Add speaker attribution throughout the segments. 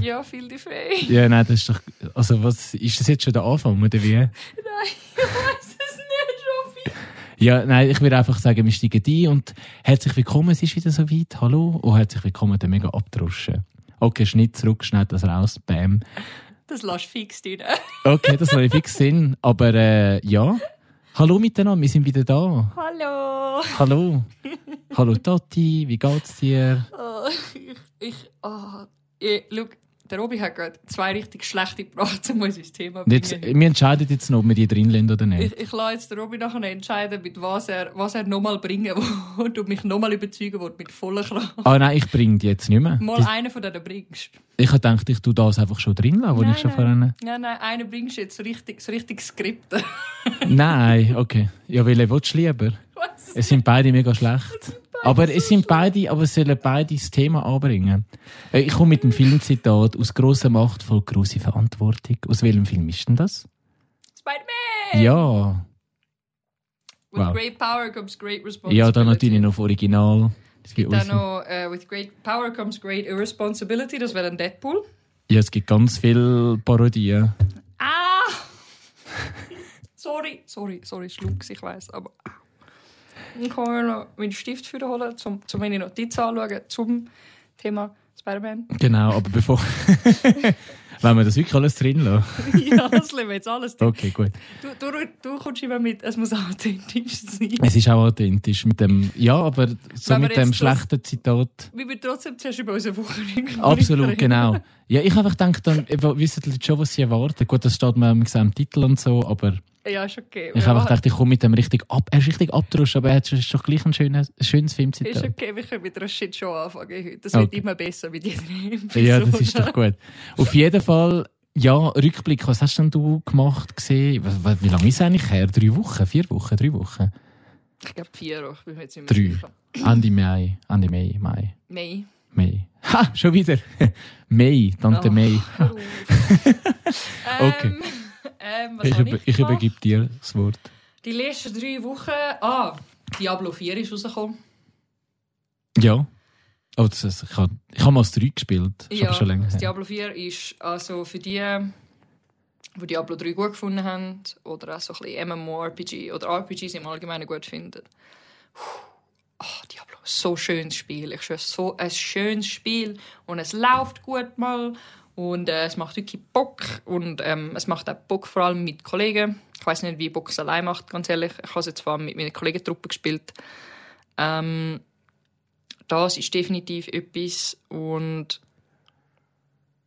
Speaker 1: Ja, feel the free.
Speaker 2: Ja, nein, das ist doch. Also, was ist das jetzt schon der Anfang, oder wie?
Speaker 1: Nein, ich weiß es nicht, Robby.
Speaker 2: Ja, nein, ich würde einfach sagen, wir steigen ein und herzlich willkommen, es ist wieder so weit, hallo und herzlich willkommen, der mega abdruschen. Okay, Schnitt zurück, schneid das raus, bam.
Speaker 1: Das lässt fix ne? drin.
Speaker 2: Okay, das war fix Sinn, aber äh, ja. Hallo miteinander, wir sind wieder da.
Speaker 1: Hallo.
Speaker 2: Hallo. Hallo Tati, wie geht's dir?
Speaker 1: Oh, ich, ich, oh. Ich, schau, der Robby hat gerade zwei richtig schlechte gebracht, um uns ins Thema
Speaker 2: Und Jetzt,
Speaker 1: bringen.
Speaker 2: wir entscheiden jetzt noch, ob wir die drin lassen oder nicht.
Speaker 1: Ich, ich lasse jetzt den Robby nachher entscheiden, mit was er, was er nochmal bringen will und mich nochmal überzeugen will mit voller Kraft.
Speaker 2: Ah nein, ich bringe die jetzt nicht mehr.
Speaker 1: Mal
Speaker 2: Die-
Speaker 1: einen von denen bringst.
Speaker 2: Ich habe gedacht, ich tue das einfach schon drin lassen, wo
Speaker 1: Nein,
Speaker 2: ich schon
Speaker 1: nein.
Speaker 2: vorhin...
Speaker 1: Nein, nein, einen bringst du jetzt richtig, so richtig skripten.
Speaker 2: Nein, okay. Ja, welche willst du lieber?
Speaker 1: Was?
Speaker 2: Es sind beide mega schlecht. Aber es sind beide, aber es sollen beide das Thema anbringen. Äh, Ich komme mit dem Filmzitat aus grosser Macht voll grosse Verantwortung. Aus welchem Film ist denn das?
Speaker 1: Spider-Man!
Speaker 2: Ja,
Speaker 1: With
Speaker 2: Wow.
Speaker 1: great power comes great responsibility.
Speaker 2: ja, dann natürlich noch auf Original. Es gibt
Speaker 1: Dann
Speaker 2: aus-
Speaker 1: noch, äh, with great power comes great irresponsibility, das wäre ein Deadpool.
Speaker 2: Ja, es gibt ganz viele Parodien.
Speaker 1: Ah! sorry, sorry, sorry, schluck's, ich weiß, aber. Ich kann mir noch meinen Stift für holen, um zum meine Notizen anschauen zum Thema Spider-Man.
Speaker 2: Genau, aber bevor. Wenn wir das wirklich alles drin lassen.
Speaker 1: ja, das leben wir jetzt alles. drin.
Speaker 2: Okay, gut.
Speaker 1: Du, du, du kommst immer mit, es muss authentisch sein.
Speaker 2: Es ist auch authentisch mit dem. Ja, aber so
Speaker 1: Wenn wir
Speaker 2: mit dem
Speaker 1: jetzt das-
Speaker 2: schlechten Zitat.
Speaker 1: Wir würden trotzdem zuerst über unsere Woche reden.
Speaker 2: Absolut, genau. Ja, ich einfach denke, dann eben, wissen die Leute schon, was sie erwarten. Gut, das steht mir im gesamten Titel und so, aber
Speaker 1: Ja, ist okay.
Speaker 2: ich
Speaker 1: Wir
Speaker 2: einfach
Speaker 1: machen-
Speaker 2: dachte, ich komme mit dem richtig ab. Er ist richtig abdruscht, aber er hat schon, schon gleich ein schönes, schönes
Speaker 1: Ist
Speaker 2: Filmzitat.
Speaker 1: okay, wir können mit einer Shitshow anfangen heute. Das wird
Speaker 2: Okay.
Speaker 1: immer besser mit jeder Episode.
Speaker 2: Ja, das ist doch gut. Auf jeden Fall, ja, Rückblick, was hast denn du gemacht, gesehen? Was- was- Wie lange ist es eigentlich her? Drei Wochen? Vier Wochen? Drei Wochen?
Speaker 1: Ich glaube vier, ich bin mir jetzt nicht
Speaker 2: Drei.
Speaker 1: mehr sicher.
Speaker 2: Ende Mai. Ende Mai, Mai,
Speaker 1: Nein.
Speaker 2: Mai. Ha, schon wieder. Mai, Tante
Speaker 1: Oh.
Speaker 2: Mai.
Speaker 1: Hör auf.
Speaker 2: Okay.
Speaker 1: Ähm, ähm, was
Speaker 2: Ich,
Speaker 1: hab
Speaker 2: über, ich
Speaker 1: gemacht?
Speaker 2: übergebe dir das Wort.
Speaker 1: Die letzten drei Wochen. Ah, Diablo 4 ist rausgekommen.
Speaker 2: Ja. Oh, das, das, ich habe ich hab mal das 3 gespielt. Ist aber schon länger
Speaker 1: das
Speaker 2: her.
Speaker 1: Diablo 4 ist also für die, die Diablo 3 gut gefunden haben oder auch so ein bisschen MMORPG oder RPGs im Allgemeinen gut finden. Puh. Ah, Diablo, so schönes Spiel. Ich schwöre, so ein schönes Spiel und es läuft gut mal und äh, es macht wirklich Bock und ähm, es macht auch Bock vor allem mit Kollegen. Ich weiß nicht, wie Bock es allein macht, ganz ehrlich. Ich habe es jetzt zwar mit meiner Kollegentruppe gespielt. Ähm, das ist definitiv etwas und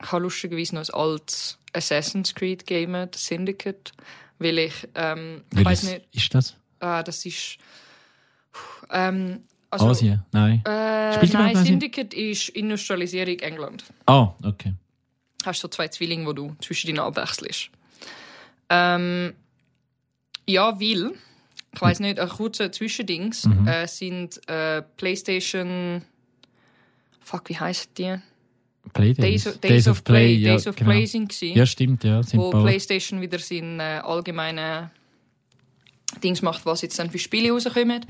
Speaker 1: ich habe lustigerweise noch ein altes Assassin's Creed Game, das Syndicate, weil ich, ähm, ich weiß
Speaker 2: Welches
Speaker 1: nicht,
Speaker 2: Ist das?
Speaker 1: äh, das ist, Puh, ähm, also,
Speaker 2: Asien? Ah, Nein.
Speaker 1: Äh,
Speaker 2: Spielt man
Speaker 1: nein,
Speaker 2: quasi-
Speaker 1: Syndicate ist Industrialisierung England.
Speaker 2: Ah, okay.
Speaker 1: Hast so zwei Zwillinge, wo du zwischen ihnen abwechselst. Ähm, ja, weil, ich weiß nicht, ein kurzer Zwischendings äh, sind äh, PlayStation. Fuck, wie heißt die?
Speaker 2: Play
Speaker 1: Days,
Speaker 2: Days,
Speaker 1: of, Days of Play,
Speaker 2: ja,
Speaker 1: Days of
Speaker 2: genau.
Speaker 1: Play sind gewesen,
Speaker 2: Ja, stimmt, ja. Sind
Speaker 1: wo
Speaker 2: bald.
Speaker 1: PlayStation wieder seinen äh, allgemeinen Dings macht, was jetzt dann für Spiele rauskommen.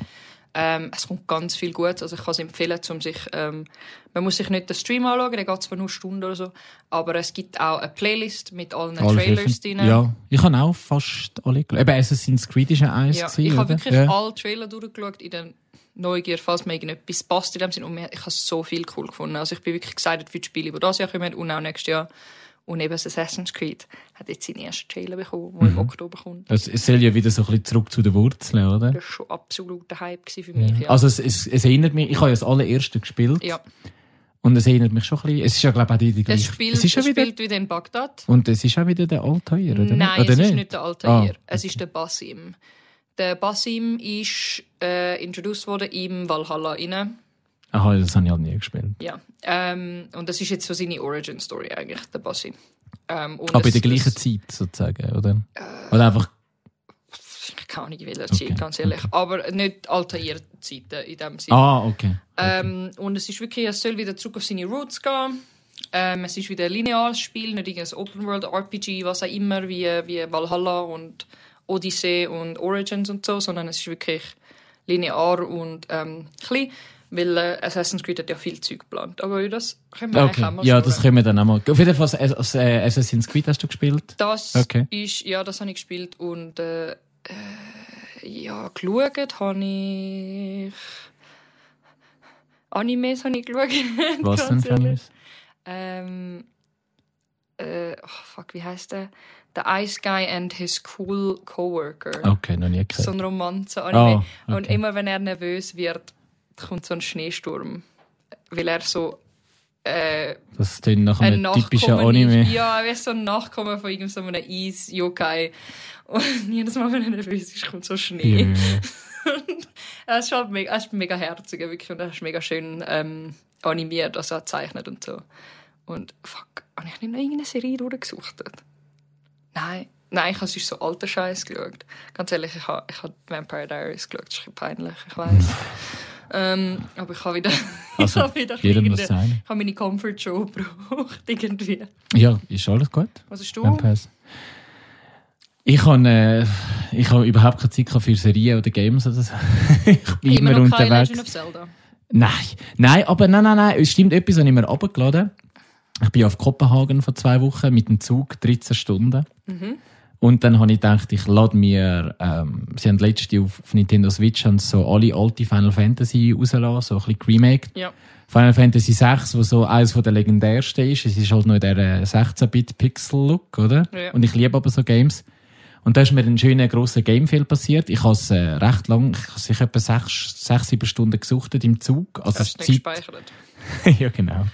Speaker 1: Ähm, es kommt ganz viel Gutes. Also ich kann es empfehlen, um sich, ähm, man muss sich nicht den Stream anschauen, der geht zwar nur eine Stunde oder so, aber es gibt auch eine Playlist mit allen
Speaker 2: Alle
Speaker 1: Trailers
Speaker 2: veröffentlicht.
Speaker 1: drin.
Speaker 2: Ja, ich habe auch fast alle geschaut. Eben, Assassin's Creed ist ja eins
Speaker 1: Ja,
Speaker 2: gewesen,
Speaker 1: ich habe
Speaker 2: oder?
Speaker 1: wirklich
Speaker 2: ja.
Speaker 1: alle Trailer durchgeschaut in der Neugier, falls mir irgendetwas passt in dem Sinn. Und mir- ich habe so viel cool gefunden. Also ich bin wirklich excited für die Spiele, die das Jahr kommen und auch nächstes Jahr. Und eben das Assassin's Creed hat jetzt seinen ersten Trailer bekommen,
Speaker 2: Mhm.
Speaker 1: der im Oktober kommt.
Speaker 2: Es, es soll ja wieder so ein bisschen zurück zu den Wurzeln, oder?
Speaker 1: Das war schon absoluter Hype gewesen für mich. Ja.
Speaker 2: Also es, es, es erinnert mich, ich habe ja das allererste gespielt
Speaker 1: ja.
Speaker 2: und es erinnert mich schon ein bisschen, es ist ja glaube ich auch die, die
Speaker 1: Es
Speaker 2: gleiche-
Speaker 1: spielt,
Speaker 2: es ist ja
Speaker 1: es
Speaker 2: wieder,
Speaker 1: spielt wieder in Bagdad.
Speaker 2: und es ist auch wieder der Altair, oder?
Speaker 1: Nein,
Speaker 2: oder
Speaker 1: es ist nicht der Altair.
Speaker 2: Ah,
Speaker 1: Es ist der Basim. Der Basim ist äh, introduced worden im Valhalla rein.
Speaker 2: Aha, das habe ich halt nie gespielt.
Speaker 1: Ja. Ähm, und das ist jetzt so seine Origin-Story eigentlich, der Basim. Ähm, und
Speaker 2: Aber in
Speaker 1: es-
Speaker 2: der gleichen
Speaker 1: es-
Speaker 2: Zeit sozusagen, oder?
Speaker 1: Äh,
Speaker 2: oder einfach,
Speaker 1: Ich kann nicht wählen, okay.
Speaker 2: Okay,
Speaker 1: ganz ehrlich. Aber nicht altair Zeiten in dem Sinne.
Speaker 2: ah, okay.
Speaker 1: Ähm, und es ist wirklich, es soll wieder zurück auf seine Roots gehen. Ähm, es ist wieder ein lineares Spiel, nicht irgendein Open-World-RPG, was auch immer, wie, wie Valhalla und Odyssey und Origins und so, sondern es ist wirklich linear und ähm, ein bisschen Weil äh, Assassin's Creed hat ja viel Zeug geplant. Aber das können wir eigentlich
Speaker 2: Okay,
Speaker 1: auch mal
Speaker 2: ja,
Speaker 1: sagen.
Speaker 2: das können wir dann auch mal. Auf jeden Fall Ass- Ass- äh, Assassin's Creed hast du gespielt.
Speaker 1: Das
Speaker 2: Okay.
Speaker 1: ist, ja, das habe ich gespielt und äh, äh, ja, geschaut habe ich. Animes habe ich geschaut.
Speaker 2: Was denn
Speaker 1: ganz
Speaker 2: für ein
Speaker 1: ehrlich. Ähm, äh, oh, fuck, wie heißt der? The Ice Guy and His Cool Coworker.
Speaker 2: Oh, Okay, noch nie
Speaker 1: So
Speaker 2: gesehen.
Speaker 1: ein Romanze-Anime.
Speaker 2: Ah,
Speaker 1: Und
Speaker 2: okay.
Speaker 1: immer wenn er nervös wird, kommt so ein Schneesturm. Weil er so äh,
Speaker 2: Das klingt nach
Speaker 1: ein
Speaker 2: einem typischen Anime.
Speaker 1: ist. Ja, er ist so ein Nachkommen von irgend so einem Eis-Yokai. Und jedes Mal, wenn er nervös ist, kommt so Schnee. Er ist halt mega, er ist mega herzig, wirklich. Und er ist mega schön ähm, animiert, also auch gezeichnet und so. Und fuck, habe ich nicht noch irgendeine Serie durchgesucht? Nein. Nein, ich habe sonst so alten Scheiß geschaut. Ganz ehrlich, ich habe, ich habe Vampire Diaries geschaut. Das ist ein bisschen peinlich, ich weiß. ähm, aber ich habe wieder.
Speaker 2: Also,
Speaker 1: ich habe wieder
Speaker 2: jedem das
Speaker 1: irgendeine-
Speaker 2: seine.
Speaker 1: Ich habe meine Comfort Show gebraucht, irgendwie.
Speaker 2: Ja, ist alles gut.
Speaker 1: Was hast du?
Speaker 2: Vampires. Ich habe äh, ich habe überhaupt keine Zeit gehabt für Serien oder Games oder so. ich bin immer,
Speaker 1: noch kein
Speaker 2: unterwegs.
Speaker 1: Legend of Zelda.
Speaker 2: Nein, nein, aber nein, nein, nein, es stimmt etwas, habe ich mir runtergeladen. Ich bin auf Kopenhagen vor zwei Wochen mit dem Zug 13 Stunden. Und dann habe ich gedacht, ich lade mir, ähm, sie haben letzte auf, auf Nintendo Switch haben so alle alte Final Fantasy rausgelassen, so ein bisschen remaked.
Speaker 1: Ja.
Speaker 2: Final Fantasy 6, wo so eines der legendärsten ist. Es ist halt noch in dieser 16-Bit-Pixel-Look, oder?
Speaker 1: Ja.
Speaker 2: Und ich liebe aber so Games. Und da ist mir ein schöner, grosser Gamefehl passiert. Ich habe es äh, recht lang, ich habe sicher etwa sechs, sechs, sieben Stunden gesuchtet im Zug. Also
Speaker 1: Hast du
Speaker 2: die
Speaker 1: nicht
Speaker 2: Zeit-
Speaker 1: gespeichert?
Speaker 2: ja, genau.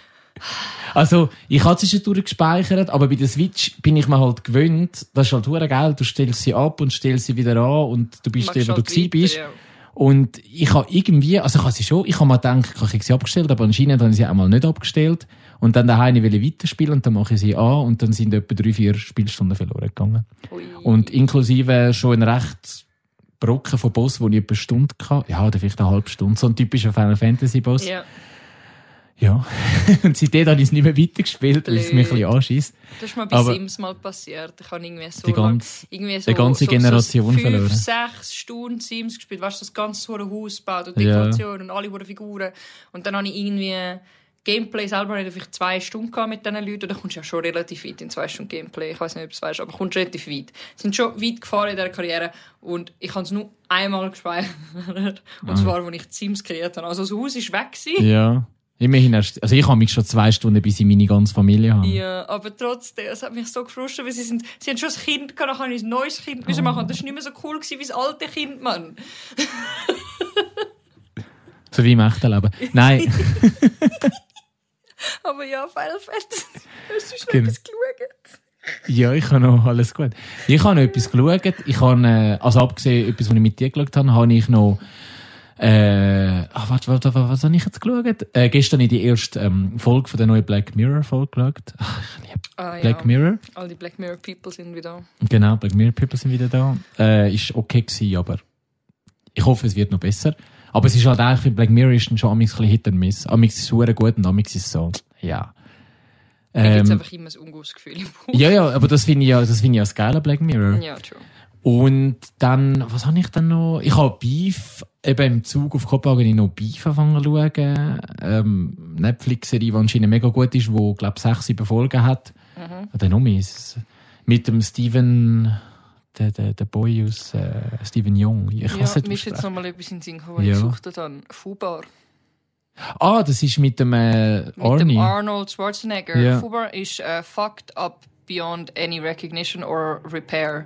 Speaker 2: Also, ich habe zwischendurch gespeichert, aber bei der Switch bin ich mir halt gewöhnt, das ist halt hure geil, du stellst sie ab und stellst sie wieder an und du bist
Speaker 1: Machst
Speaker 2: der, wo du
Speaker 1: halt
Speaker 2: gewesen
Speaker 1: weiter,
Speaker 2: bist.
Speaker 1: ja.
Speaker 2: Und ich habe irgendwie, also ich habe sie schon, ich habe mal gedacht, ich habe sie abgestellt, aber anscheinend habe ich sie einmal nicht abgestellt. Und dann daheim will ich weiterspielen und dann mache ich sie an und dann sind etwa drei, vier Spielstunden verloren gegangen.
Speaker 1: Ui.
Speaker 2: Und inklusive schon ein recht Brocken von Boss, wo ich etwa eine Stunde hatte. Ja, oder vielleicht eine halbe Stunde. So ein typischer Final Fantasy Boss.
Speaker 1: Ja,
Speaker 2: Ja. und seitdem habe ich es nicht mehr weitergespielt, weil es mich ein
Speaker 1: Blöd.
Speaker 2: bisschen anschießt.
Speaker 1: das ist mal bei
Speaker 2: Aber-
Speaker 1: Sims mal passiert. Ich habe irgendwie so
Speaker 2: Die
Speaker 1: lang-
Speaker 2: ganze-
Speaker 1: irgendwie
Speaker 2: die ganze Generation
Speaker 1: fünf,
Speaker 2: verloren.
Speaker 1: sechs Stunden Sims gespielt. Weißt du, das ganze hohe Haus gebaut und
Speaker 2: Ja.
Speaker 1: Dekoration und alle hohen Figuren. Und dann habe ich irgendwie Gameplay selber nicht vielleicht zwei Stunden gehabt mit diesen Leuten. Und dann kommst du ja schon relativ weit in zwei Stunden Gameplay. Ich weiß nicht, ob du es weißt, aber kommst relativ weit. Sind schon weit gefahren in dieser Karriere. Und ich habe es nur einmal gespeichert. Und zwar, als ich die Sims kreiert habe. Also das Haus war weg. gewesen.
Speaker 2: Ah. Ja. Immerhin hast also ich habe mich schon zwei Stunden, bis ich meine ganze Familie habe.
Speaker 1: Ja, aber trotzdem, es hat mich so gefrustet, weil sie, sind, sie haben schon ein Kind gehabt, dann habe ich ein neues Kind müssen
Speaker 2: Ah.
Speaker 1: machen. Das war nicht mehr so cool gewesen wie das alte Kind, Mann.
Speaker 2: So wie im echten Leben. Nein.
Speaker 1: Aber ja, Final Fantasy, hast du schon
Speaker 2: Genau.
Speaker 1: etwas geschaut?
Speaker 2: Ja, ich habe noch alles gut. Ich habe noch etwas geschaut. Ich habe, äh, also abgesehen etwas, was ich mit dir geschaut habe, habe ich noch, äh, ach, warte, warte, warte, was habe ich jetzt geschaut? Äh, gestern in die erste ähm, Folge von der neuen Black Mirror Folge geschaut. Ach, ich liebe
Speaker 1: Ah, ja.
Speaker 2: Black Mirror.
Speaker 1: All die Black Mirror People sind wieder
Speaker 2: Genau, Black Mirror People sind wieder da. Äh, ist okay gewesen, aber ich hoffe, es wird noch besser. Aber es ist halt eigentlich, weil Black Mirror ist dann schon amix ein bisschen Hit and Miss. Amix ist es verdammt gut und amix ist es so, ja.
Speaker 1: da. Da gibt es
Speaker 2: Ähm,
Speaker 1: einfach immer ein ungutes Gefühl im Bauch.
Speaker 2: ja, ja, aber das finde ich ja, das finde ich ja das geile an Black Mirror.
Speaker 1: Ja, true.
Speaker 2: Und dann, was habe ich dann noch? Ich habe Beef, eben im Zug auf Kopenhagen habe ich noch Beef angefangen zu schauen. Ähm, Netflix-Serie, die anscheinend mega gut ist, die, glaube ich, sechs, sieben Folgen hat.
Speaker 1: Mhm.
Speaker 2: Oder noch mehr. Es- Mit dem Steven, der, der, der Boy aus äh, Steven Young. Ich
Speaker 1: Ja,
Speaker 2: weiß
Speaker 1: mir ist
Speaker 2: nicht,
Speaker 1: jetzt
Speaker 2: was
Speaker 1: noch mal etwas in den Sinn gekommen, was
Speaker 2: Ja.
Speaker 1: ich gesucht habe. Fubar.
Speaker 2: Ah, das ist mit dem äh,
Speaker 1: Mit dem
Speaker 2: Arnie.
Speaker 1: Arnold Schwarzenegger.
Speaker 2: Ja.
Speaker 1: Fubar ist äh, fucked up beyond any recognition or repair.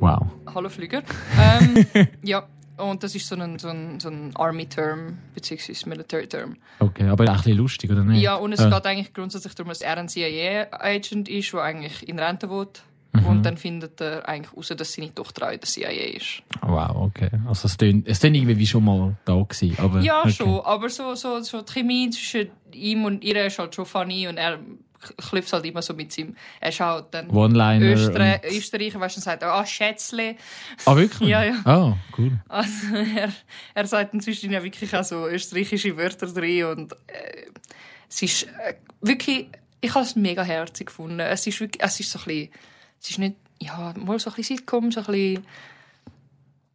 Speaker 2: wow.
Speaker 1: Hallo Flüger. Ähm, ja, und das ist so ein, so ein, so ein Army-Term, beziehungsweise Military-Term.
Speaker 2: Okay, aber auch ein bisschen lustig, oder nicht?
Speaker 1: Ja, und es
Speaker 2: Äh,
Speaker 1: geht eigentlich grundsätzlich darum, dass er ein CIA-Agent ist, der eigentlich in Rente wohnt.
Speaker 2: Mhm.
Speaker 1: Und dann findet er eigentlich raus, dass seine Tochter auch in der CIA ist.
Speaker 2: Wow, okay. Also es klingt, es klingt irgendwie wie schon mal da gewesen. Aber,
Speaker 1: Ja,
Speaker 2: okay.
Speaker 1: schon, aber so, so, so die Chemie zwischen ihm und ihr ist halt schon funny und er k- klüpft halt immer so mit seinem... Er ist halt dann
Speaker 2: One-Liner.
Speaker 1: Österreich,
Speaker 2: und-
Speaker 1: Österreicher, weißt du, und sagt, ah, Schätzle.
Speaker 2: Ah, wirklich?
Speaker 1: Ja, ja.
Speaker 2: Ah, cool.
Speaker 1: Also er, er sagt inzwischen ja wirklich auch so österreichische Wörter drin und äh, es ist äh, wirklich, ich habe es mega herzig gefunden. Es ist wirklich, es ist so ein bisschen, es ist nicht, ja, mal so ein bisschen Sitcom, so ein bisschen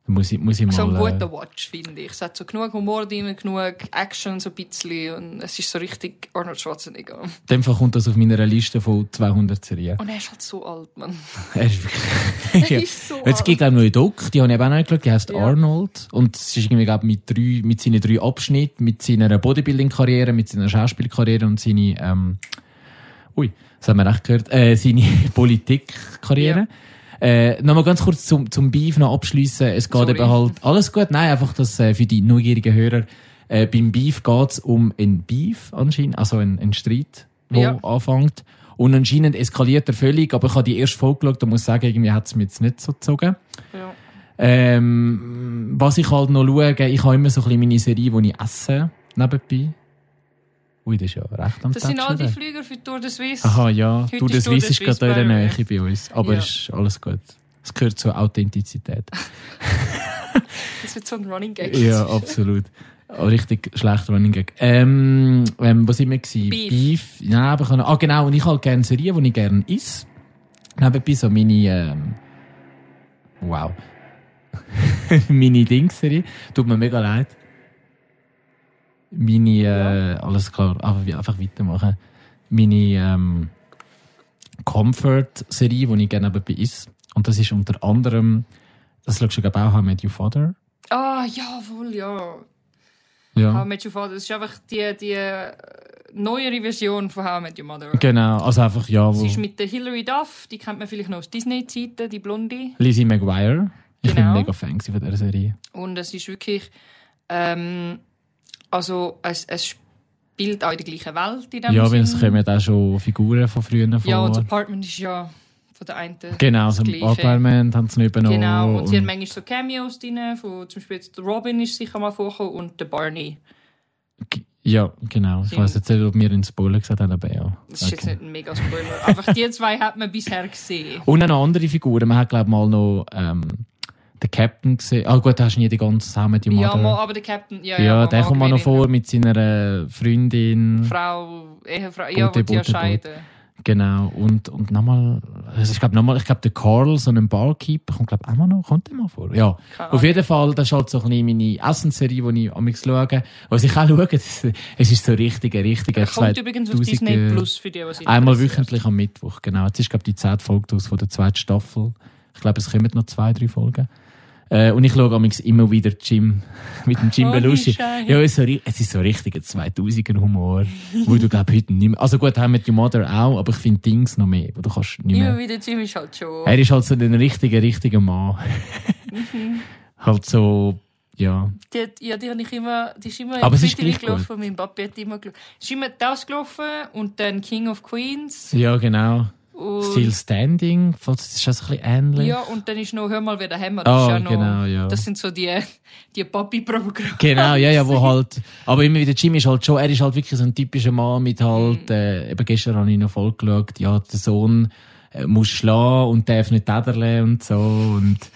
Speaker 2: Muss ich, muss ich mal...
Speaker 1: So ein
Speaker 2: äh,
Speaker 1: guter Watch, finde ich. Es hat so genug Humor drin, genug Action so ein bisschen und es ist so richtig Arnold Schwarzenegger. Und
Speaker 2: In dem Fall kommt das auf meiner Liste von 200 Serien.
Speaker 1: er ist halt so alt, Mann.
Speaker 2: Er ist wirklich...
Speaker 1: Er ist so
Speaker 2: Jetzt gibt
Speaker 1: alt.
Speaker 2: es auch noch einen Doc, die habe ich eben auch nicht geschaut, die heißt
Speaker 1: Ja.
Speaker 2: Arnold. Und es ist irgendwie, glaube mit, drei, mit seinen drei Abschnitten, mit seiner Bodybuilding-Karriere, mit seiner Schauspielkarriere und seine, ähm, ui, das haben wir recht gehört, äh, seine Politikkarriere. Äh, Nochmal ganz kurz zum, zum Beef noch abschliessen. Es geht
Speaker 1: Sorry.
Speaker 2: eben halt, alles gut, nein, einfach das äh, für die neugierigen Hörer. Äh, beim Beef geht es um ein Beef anscheinend, also ein, ein Streit, wo
Speaker 1: Ja.
Speaker 2: anfängt. Und anscheinend eskaliert er völlig, aber ich habe die erste Folge geschaut und muss sagen, irgendwie hat es mir jetzt nicht so gezogen.
Speaker 1: Ja.
Speaker 2: Ähm, was ich halt noch schaue, ich habe immer so ein bisschen meine Serie, die ich esse, nebenbei. Ui, das ist ja recht am
Speaker 1: Das sind all die
Speaker 2: Tätscheln.
Speaker 1: Flüger für die Tour de Suisse.
Speaker 2: Aha, ja.
Speaker 1: Heute
Speaker 2: du,
Speaker 1: ist
Speaker 2: das
Speaker 1: Tour de
Speaker 2: Weiss ist
Speaker 1: Suisse
Speaker 2: gerade da in
Speaker 1: bei
Speaker 2: der
Speaker 1: mir.
Speaker 2: Nähe bei uns. Aber
Speaker 1: Ja.
Speaker 2: ist alles gut. Es gehört zur Authentizität.
Speaker 1: Das wird so ein Running Gag.
Speaker 2: ja, absolut. Oh, richtig schlecht Running Gag. Ähm, ähm, wo sind wir gewesen?
Speaker 1: Beef.
Speaker 2: Beef. Nein, aber ich habe, ah, genau. Und ich halt gerne Serien, die ich gerne esse. Nebenbei so meine, ähm, wow. meine Dingserie. Tut mir mega leid. Meine, äh, alles klar, aber wir einfach weitermachen. Meine, ähm, Comfort-Serie, die ich gerne nebenbei esse. Und das ist unter anderem, das schaust du, glaube ich, auch, How I Met Your Father.
Speaker 1: Ah, jawohl, ja.
Speaker 2: Ja.
Speaker 1: How I Met Your Father. Das ist einfach die, die äh, neuere Version von How I Met Your Mother.
Speaker 2: Genau, also einfach ja.
Speaker 1: Es
Speaker 2: Wo
Speaker 1: ist mit der Hilary Duff, die kennt man vielleicht noch aus Disney-Zeiten, die Blonde.
Speaker 2: Lizzie McGuire. Ich
Speaker 1: Genau.
Speaker 2: bin mega Fan gewesen von dieser Serie.
Speaker 1: Und es ist wirklich, ähm, also es, es spielt auch in der gleichen Welt in dem
Speaker 2: Ja, weil es
Speaker 1: Sinn.
Speaker 2: kommen auch schon Figuren von früher vor.
Speaker 1: Ja, und das Apartment ist ja von der einen.
Speaker 2: genau, so
Speaker 1: das
Speaker 2: im
Speaker 1: Gleiche.
Speaker 2: Apartment haben sie nicht übernommen.
Speaker 1: Genau, und sie hat
Speaker 2: und
Speaker 1: manchmal so Cameos drin, von, zum Beispiel jetzt der Robin ist sicher mal vorgekommen und der Barney.
Speaker 2: ja, genau. Ich
Speaker 1: Sie-
Speaker 2: weiß jetzt nicht, ob wir in Spoiler gesagt haben, aber ja.
Speaker 1: Das ist jetzt
Speaker 2: Okay.
Speaker 1: nicht ein mega Spoiler. Einfach die zwei hat man bisher gesehen.
Speaker 2: Und auch noch andere Figuren. Man hat, glaube ich, mal noch ähm, den Captain gesehen. Ah, gut, da hast du nie die ganze Samen, die
Speaker 1: Ja,
Speaker 2: Mother.
Speaker 1: mal, aber der Captain, ja,
Speaker 2: ja,
Speaker 1: ja. mal-
Speaker 2: der
Speaker 1: mal
Speaker 2: kommt mal noch
Speaker 1: gewinnen.
Speaker 2: vor mit seiner äh, Freundin.
Speaker 1: Frau, Ehefrau, ja,
Speaker 2: Bote,
Speaker 1: die ja
Speaker 2: Bote, Bote.
Speaker 1: scheiden.
Speaker 2: Genau, und, und nochmal, es ist, glaub, nochmal, ich glaube, der Carl, so ein Barkeeper, kommt, glaube ich, auch mal noch, kommt der mal vor. Ja,
Speaker 1: Keine
Speaker 2: auf
Speaker 1: Ahnung.
Speaker 2: jeden Fall, das ist halt so ein bisschen meine Essensserie, die ich am liebsten schaue. Was ich auch schaue, das, es ist so richtig, ein richtiger
Speaker 1: Kommt übrigens auf
Speaker 2: 2000er
Speaker 1: Disney Plus für die, was ich
Speaker 2: äh, Einmal wöchentlich am Mittwoch, genau. Jetzt ist, glaube ich, die zehnte Folge aus von der zweiten Staffel. Ich glaube, es kommen noch zwei, drei Folgen. Äh, und ich schaue amigs immer wieder Jim, mit dem Jim
Speaker 1: Ohne
Speaker 2: Belushi.
Speaker 1: Scheiß.
Speaker 2: Ja, es ist so ri- es ist so richtig ein 2000er-Humor, wo du, glaube heute nicht mehr... Also gut, haben mit Your Mother auch, aber ich finde Dings noch mehr, wo du kannst nicht
Speaker 1: Immer
Speaker 2: mehr...
Speaker 1: wieder Jim ist halt schon.
Speaker 2: Er ist halt so ein richtiger, richtiger Mann. halt so... Ja,
Speaker 1: Die, hat- ja, die habe ich immer, die ist immer
Speaker 2: Aber es
Speaker 1: im
Speaker 2: ist
Speaker 1: Twitter
Speaker 2: gleich
Speaker 1: gelaufen, mein Papi hat immer gelaufen. Ist immer das gelaufen und dann King of Queens.
Speaker 2: ja genau.
Speaker 1: Und,
Speaker 2: Still Standing, falls- das ist das ein bisschen ähnlich.
Speaker 1: Ja, und dann ist noch, hör mal, wer der Hammer
Speaker 2: Ah,
Speaker 1: ist. Ja noch,
Speaker 2: genau, ja.
Speaker 1: Das sind so die, die Papi-Programme.
Speaker 2: Genau, ja, ja, wo halt, aber immer wieder, Jim ist halt schon, er ist halt wirklich so ein typischer Mann mit
Speaker 1: Mhm.
Speaker 2: halt, äh, eben gestern habe ich noch voll geschaut, ja, der Sohn äh, muss schlagen und darf nicht täderle und so und äh,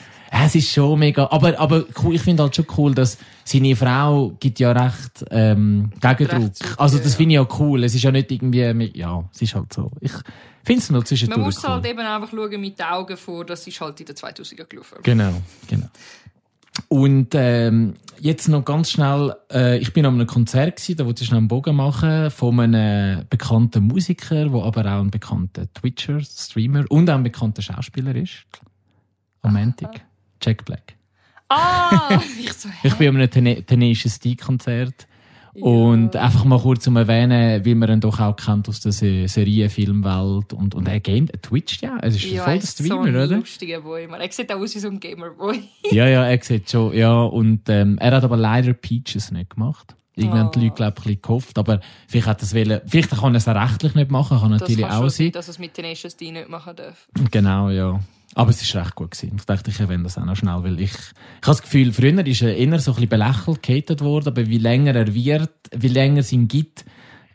Speaker 2: es ist schon mega, aber, aber cool, ich finde halt schon cool, dass seine Frau gibt ja recht, ähm, Gegendruck.
Speaker 1: Recht Zug,
Speaker 2: Also
Speaker 1: ja,
Speaker 2: das
Speaker 1: ja.
Speaker 2: finde ich ja cool, es ist ja nicht irgendwie, mit- ja, es ist halt so, ich finde es nur zwischendurch
Speaker 1: Man muss
Speaker 2: cool.
Speaker 1: halt eben einfach schauen mit den Augen vor, das ist halt in den 2000er gelaufen.
Speaker 2: Genau, genau. Und ähm, jetzt noch ganz schnell, äh, ich bin an einem Konzert, gewesen, da wollte ich schnell einen Bogen machen, von einem bekannten Musiker, der aber auch ein bekannter Twitcher, Streamer und auch ein bekannter Schauspieler ist. Romantic. Jack Black.
Speaker 1: Ah! ich so, hä?
Speaker 2: Ich bin an einem Tene- Tenacious D-Konzert. Und
Speaker 1: Ja.
Speaker 2: einfach mal kurz um erwähnen, wie man ihn doch auch kennt aus der Se- Serie, Filmwelt und, und er gamet, er twitcht ja. Es ist
Speaker 1: ja,
Speaker 2: voll
Speaker 1: er
Speaker 2: der
Speaker 1: ist so
Speaker 2: Streamer,
Speaker 1: ein
Speaker 2: oder?
Speaker 1: lustiger Boy. Man. Er sieht auch aus wie so ein Gamer-Boy.
Speaker 2: Ja, ja, er sieht schon. Ja, und ähm, er hat aber leider Peaches nicht gemacht. Irgendwann haben die
Speaker 1: Oh.
Speaker 2: Leute, glaube ich, ein bisschen gehofft, aber vielleicht hat das wollen, vielleicht kann er es auch rechtlich nicht machen, kann
Speaker 1: Das
Speaker 2: natürlich
Speaker 1: kann schon
Speaker 2: auch sein.
Speaker 1: dass es mit Tenacious D nicht machen darf.
Speaker 2: Genau, ja. Aber es ist recht gut gewesen. Ich dachte, ich erwähne das auch noch schnell, weil ich, ich habe das Gefühl, früher ist er eher so ein bisschen belächelt, gehatet worden, aber wie länger er wird, wie länger es ihm gibt,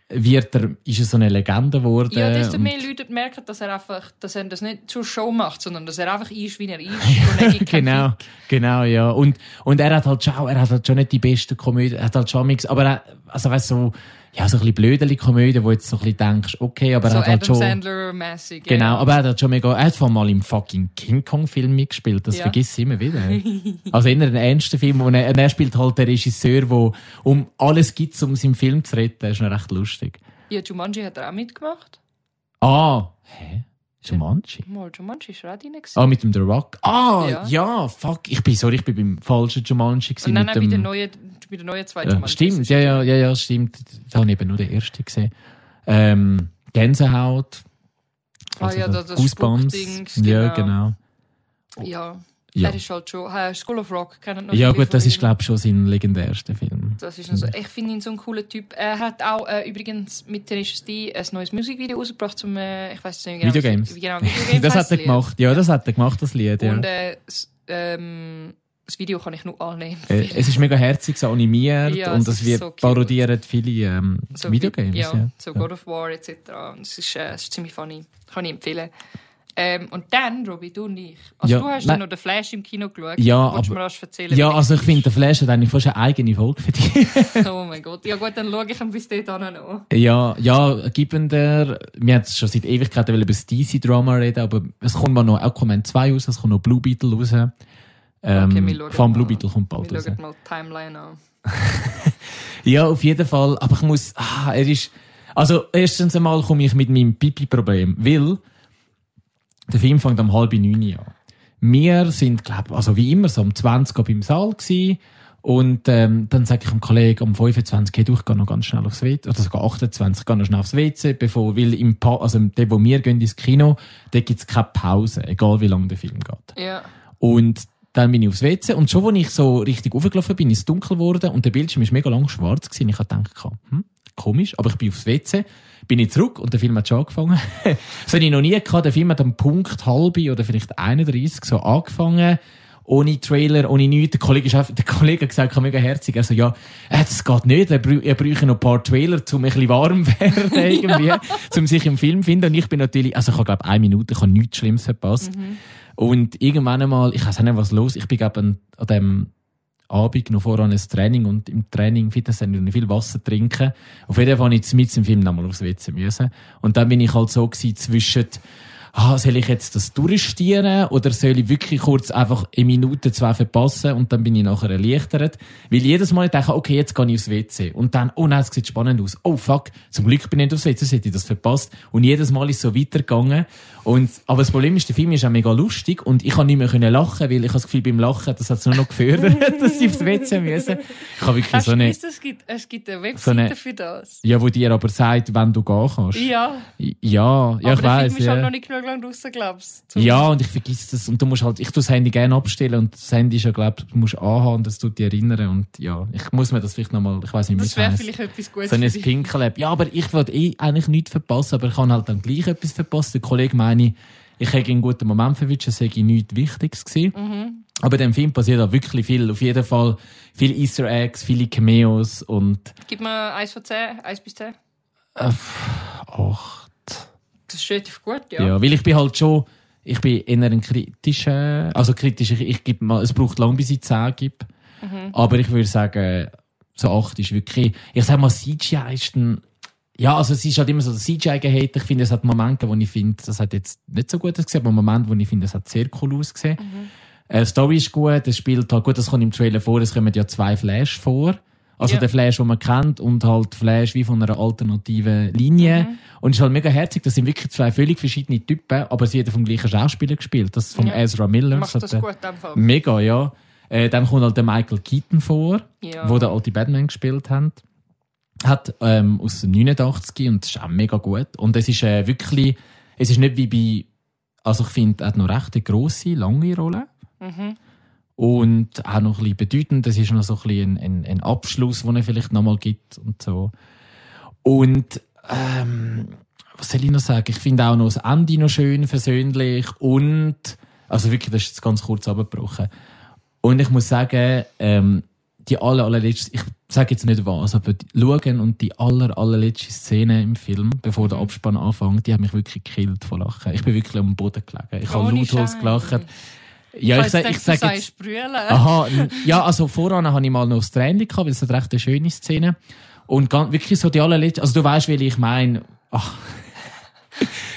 Speaker 2: wird er, ist er so eine Legende geworden.
Speaker 1: Ja, desto
Speaker 2: Und-
Speaker 1: mehr Leute merken, dass er einfach, dass er das nicht zur Show macht, sondern dass er einfach ist, wie er ist. Und er gibt keinen
Speaker 2: genau,
Speaker 1: Fick.
Speaker 2: genau, ja. Und, und er hat halt schon, er hat halt schon nicht die besten Komödien, er hat halt schon nichts, aber er, also weißt du, so, ja, so ein bisschen blödeli Komödie, wo jetzt so ein bisschen denkst, okay, aber
Speaker 1: so
Speaker 2: er hat halt
Speaker 1: Adam
Speaker 2: schon,
Speaker 1: Sandler-mäßig.
Speaker 2: genau, aber er hat schon mega, er hat vor mal im fucking King Kong Film mitgespielt, das
Speaker 1: Ja.
Speaker 2: vergiss ich immer wieder. also in einem ernsten Film, und er, er spielt halt den Regisseur, wo um alles gibt, um seinen Film zu retten, das ist noch recht lustig.
Speaker 1: Ja, Jumanji hat er auch mitgemacht.
Speaker 2: Ah, hä? Jumanji?
Speaker 1: Mal, Jumanji ist auch drin. gewesen.
Speaker 2: Ah, mit dem The Rock. Ah, ja,
Speaker 1: Ja.
Speaker 2: fuck. Ich bin, sorry, ich bin beim falschen Jumanji. gewesen,
Speaker 1: Und dann
Speaker 2: mit
Speaker 1: auch
Speaker 2: dem,
Speaker 1: bei der neuen, bei der neuen zweiten
Speaker 2: ja,
Speaker 1: Jumanji.
Speaker 2: Äh, Stimmt, ja, ja, ja, ja, stimmt. Da habe ich eben nur den ersten gesehen. Ähm, Gänsehaut. Also
Speaker 1: Ah ja,
Speaker 2: so
Speaker 1: das- das
Speaker 2: Goosebumps.
Speaker 1: Spukdings, genau.
Speaker 2: Ja, genau.
Speaker 1: Ja,
Speaker 2: Ja.
Speaker 1: er ist halt schon. ah, School of Rock kennt noch
Speaker 2: Ja,
Speaker 1: viele
Speaker 2: gut, das
Speaker 1: von
Speaker 2: ist,
Speaker 1: ihm.
Speaker 2: glaube ich, schon sein legendärster Film.
Speaker 1: Das ist noch so. Ich finde ihn so einen coolen Typ. Er hat auch äh, übrigens mit Tenacious D ein neues Musikvideo rausgebracht zum, äh, ich weiß nicht genau.
Speaker 2: Videogames.
Speaker 1: Wie, genau, Videogames
Speaker 2: das hat
Speaker 1: heisst
Speaker 2: er
Speaker 1: das
Speaker 2: gemacht. Ja, das hat er gemacht, das
Speaker 1: Lied.
Speaker 2: Lied. Ja.
Speaker 1: Und äh, das, ähm, das Video kann ich nur annehmen.
Speaker 2: Äh, es ist mega herzig so animiert
Speaker 1: Ja,
Speaker 2: und
Speaker 1: es
Speaker 2: das
Speaker 1: ist
Speaker 2: wird
Speaker 1: so cute.
Speaker 2: parodiert viele ähm,
Speaker 1: So wie-
Speaker 2: Videogames.
Speaker 1: Ja,
Speaker 2: ja.
Speaker 1: so God of War etc. Und es ist, äh, es ist ziemlich funny. Kann ich empfehlen. Ähm, und dann, Robi, du und ich. Also
Speaker 2: Ja,
Speaker 1: du hast
Speaker 2: nein.
Speaker 1: dann noch den Flash im Kino geschaut.
Speaker 2: Ja,
Speaker 1: Willst du
Speaker 2: aber-
Speaker 1: mir das erzählen?
Speaker 2: Ja,
Speaker 1: wie
Speaker 2: also ich
Speaker 1: das
Speaker 2: finde, der Flash hat eigentlich fast eine eigene Folge für dich.
Speaker 1: ist? Oh mein Gott. Ja gut, dann schaue ich ihn bis dahin an noch.
Speaker 2: Ja, ja, gibender. Wir haben schon seit Ewigkeiten wollen über das DC-Drama reden, aber es kommt mal noch Aquaman 2 raus, es kommt noch Blue Beetle raus. Ähm,
Speaker 1: Okay, wir schauen
Speaker 2: vor allem Blue
Speaker 1: mal.
Speaker 2: Beetle kommt bald
Speaker 1: Wir
Speaker 2: raus.
Speaker 1: schauen mal die Timeline an.
Speaker 2: Ja, auf jeden Fall. Aber ich muss, ah, er ist, also erstens einmal komme ich mit meinem Pipi-Problem, weil der Film fängt um halb neun an. Wir sind, glaube also wie immer, so um 20 Uhr beim Saal gewesen. Und ähm, dann sage ich dem Kollegen um 25 Uhr, hey, du, ich geh noch ganz schnell aufs WC, oder sogar 28, ich geh noch schnell aufs WC, bevor, weil im pa also der, wo wir gehen ins Kino, da gibt's keine Pause, egal wie lang der Film geht.
Speaker 1: Ja.
Speaker 2: Und dann bin ich aufs WC und schon, als ich so richtig aufgelaufen bin, ist es dunkel geworden und der Bildschirm ist mega lang schwarz gewesen. Ich habe gedacht, hm, komisch, aber ich bin aufs WC, bin ich zurück und der Film hat schon angefangen. das habe ich noch nie gehabt. Der Film hat am Punkt halbe oder vielleicht 31 so angefangen. Ohne Trailer, ohne nichts. Der Kollege, ist einfach, der Kollege hat gesagt, ich mega herzig. Also, ja, äh, das geht nicht. Er, brü- er bräuchte noch ein paar Trailer, um ein bisschen warm werden, irgendwie. Um sich im Film zu finden. Und ich bin natürlich, also, ich habe, glaube eine Minute, ich habe nichts Schlimmes verpasst. Und irgendwann einmal, ich weiß auch nicht, was los Ich bin glaub, an, an dem Abend noch voran ein Training und im Training Fitnesscenter und viel Wasser trinken. Auf jeden Fall habe ich mit im Film nochmal aufs WC müssen. Und dann bin ich halt so gewesen zwischen, ah, soll ich jetzt das durchstieren oder soll ich wirklich kurz einfach eine Minute, zwei verpassen und dann bin ich nachher erleichtert. Weil jedes Mal denke ich, okay, jetzt gehe ich aufs WC. Und dann, oh nein, es sieht spannend aus. Oh fuck, zum Glück bin ich nicht aufs WC, sonst hätte ich das verpasst. Und jedes Mal ist es so weitergegangen. Und, aber das Problem ist, der Film ist auch mega lustig und ich kann nicht mehr können lachen, weil ich habe das Gefühl, beim Lachen, das hat es nur noch gefördert, dass ich aufs WC müssen. Ich habe wirklich
Speaker 1: Hast
Speaker 2: so
Speaker 1: du
Speaker 2: eine,
Speaker 1: gewusst, es gibt, es gibt eine
Speaker 2: so
Speaker 1: Webseite
Speaker 2: eine-
Speaker 1: für das?
Speaker 2: ja, wo dir aber sagt, wenn du gehen kannst.
Speaker 1: Ja,
Speaker 2: Ja, ja,
Speaker 1: aber
Speaker 2: ich
Speaker 1: der
Speaker 2: weiß.
Speaker 1: Film ist halt
Speaker 2: Ja.
Speaker 1: noch nicht genug lang draussen, glaubst du?
Speaker 2: ja, und ich vergiss das. Und du musst halt, ich tu das Handy gerne abstellen und das Handy ist ja, glaub, du musst anhaben, das tut dich erinnern. Und ja, ich muss mir das vielleicht nochmal, ich weiß nicht, wie
Speaker 1: Das
Speaker 2: es
Speaker 1: wäre
Speaker 2: heisst.
Speaker 1: vielleicht etwas Gutes
Speaker 2: So ein
Speaker 1: für dich.
Speaker 2: Pinkelab. Ja, aber ich wollte eh eigentlich nichts verpassen, aber ich habe halt dann gleich etwas verpasst. Der Kollege meine, ich hätte einen guten Moment verwischt, es sei nichts Wichtiges gewesen.
Speaker 1: Mhm.
Speaker 2: Aber in dem Film passiert auch wirklich viel. Auf jeden Fall viele Easter Eggs, viele Cameos und
Speaker 1: Gib mir eins von 10, eins bis 10.
Speaker 2: ach,
Speaker 1: Das ist relativ gut, ja.
Speaker 2: Ja. weil ich bin halt schon, ich bin eher ein kritischer, also kritisch, ich, ich gebe mal, es braucht lange, bis ich 10 gebe. Aber ich würde sagen, so 8 ist wirklich, ich sag mal, CGI ist ein, ja, also es ist halt immer so, der CGI gehate. Ich finde, es hat Momente, wo ich finde, das hat jetzt nicht so gut ausgesehen, aber Momente, wo ich finde, es hat sehr cool ausgesehen.
Speaker 1: Mhm.
Speaker 2: Äh, die Story ist gut, es spielt halt gut, das kommt im Trailer vor, es kommen ja zwei Flash vor. Also
Speaker 1: Ja.
Speaker 2: der Flash, den man kennt und halt Flash wie von einer alternativen Linie.
Speaker 1: Mhm.
Speaker 2: Und es ist halt mega herzig, das sind wirklich zwei völlig verschiedene Typen, aber sie hat vom gleichen Schauspieler gespielt. Das ist vom
Speaker 1: Ja.
Speaker 2: Ezra Miller.
Speaker 1: Macht
Speaker 2: hat
Speaker 1: das
Speaker 2: der-
Speaker 1: gut, in dem Fall.
Speaker 2: Mega, ja. Äh, dann kommt halt der Michael Keaton vor,
Speaker 1: Ja.
Speaker 2: wo der alte Batman gespielt hat. Hat ähm, aus den 89 und das ist auch mega gut. Und es ist äh, wirklich, es ist nicht wie bei, also ich finde, er hat noch recht eine grosse, lange Rolle.
Speaker 1: Mhm.
Speaker 2: Und auch noch ein bisschen bedeutend, das ist noch so ein, bisschen ein, ein, ein Abschluss, den er vielleicht nochmal gibt und so. Und ähm, was soll ich noch sagen? Ich finde auch noch das Ende noch schön, versöhnlich und also wirklich, das ist jetzt ganz kurz abgebrochen. Und ich muss sagen, ähm, die aller, allerletzte, ich sage jetzt nicht was, aber die- schauen und die aller, allerletzte Szene im Film, bevor der Abspann anfängt, die hat mich wirklich gekillt vor Lachen. Ich bin wirklich am Boden gelegen. Ich habe
Speaker 1: Ohne
Speaker 2: lautlos
Speaker 1: Scheiß.
Speaker 2: gelacht. Ja, ich
Speaker 1: Falls
Speaker 2: sage
Speaker 1: du
Speaker 2: ich
Speaker 1: denkst,
Speaker 2: sag
Speaker 1: du
Speaker 2: jetzt...
Speaker 1: sagst brüllen.
Speaker 2: Aha, n- ja, also voran hatte ich mal noch das Tränchen, gehabt, weil es hat recht eine schöne Szene. Und ganz, wirklich so die allerletzte, also du weißt, weil ich meine, ach,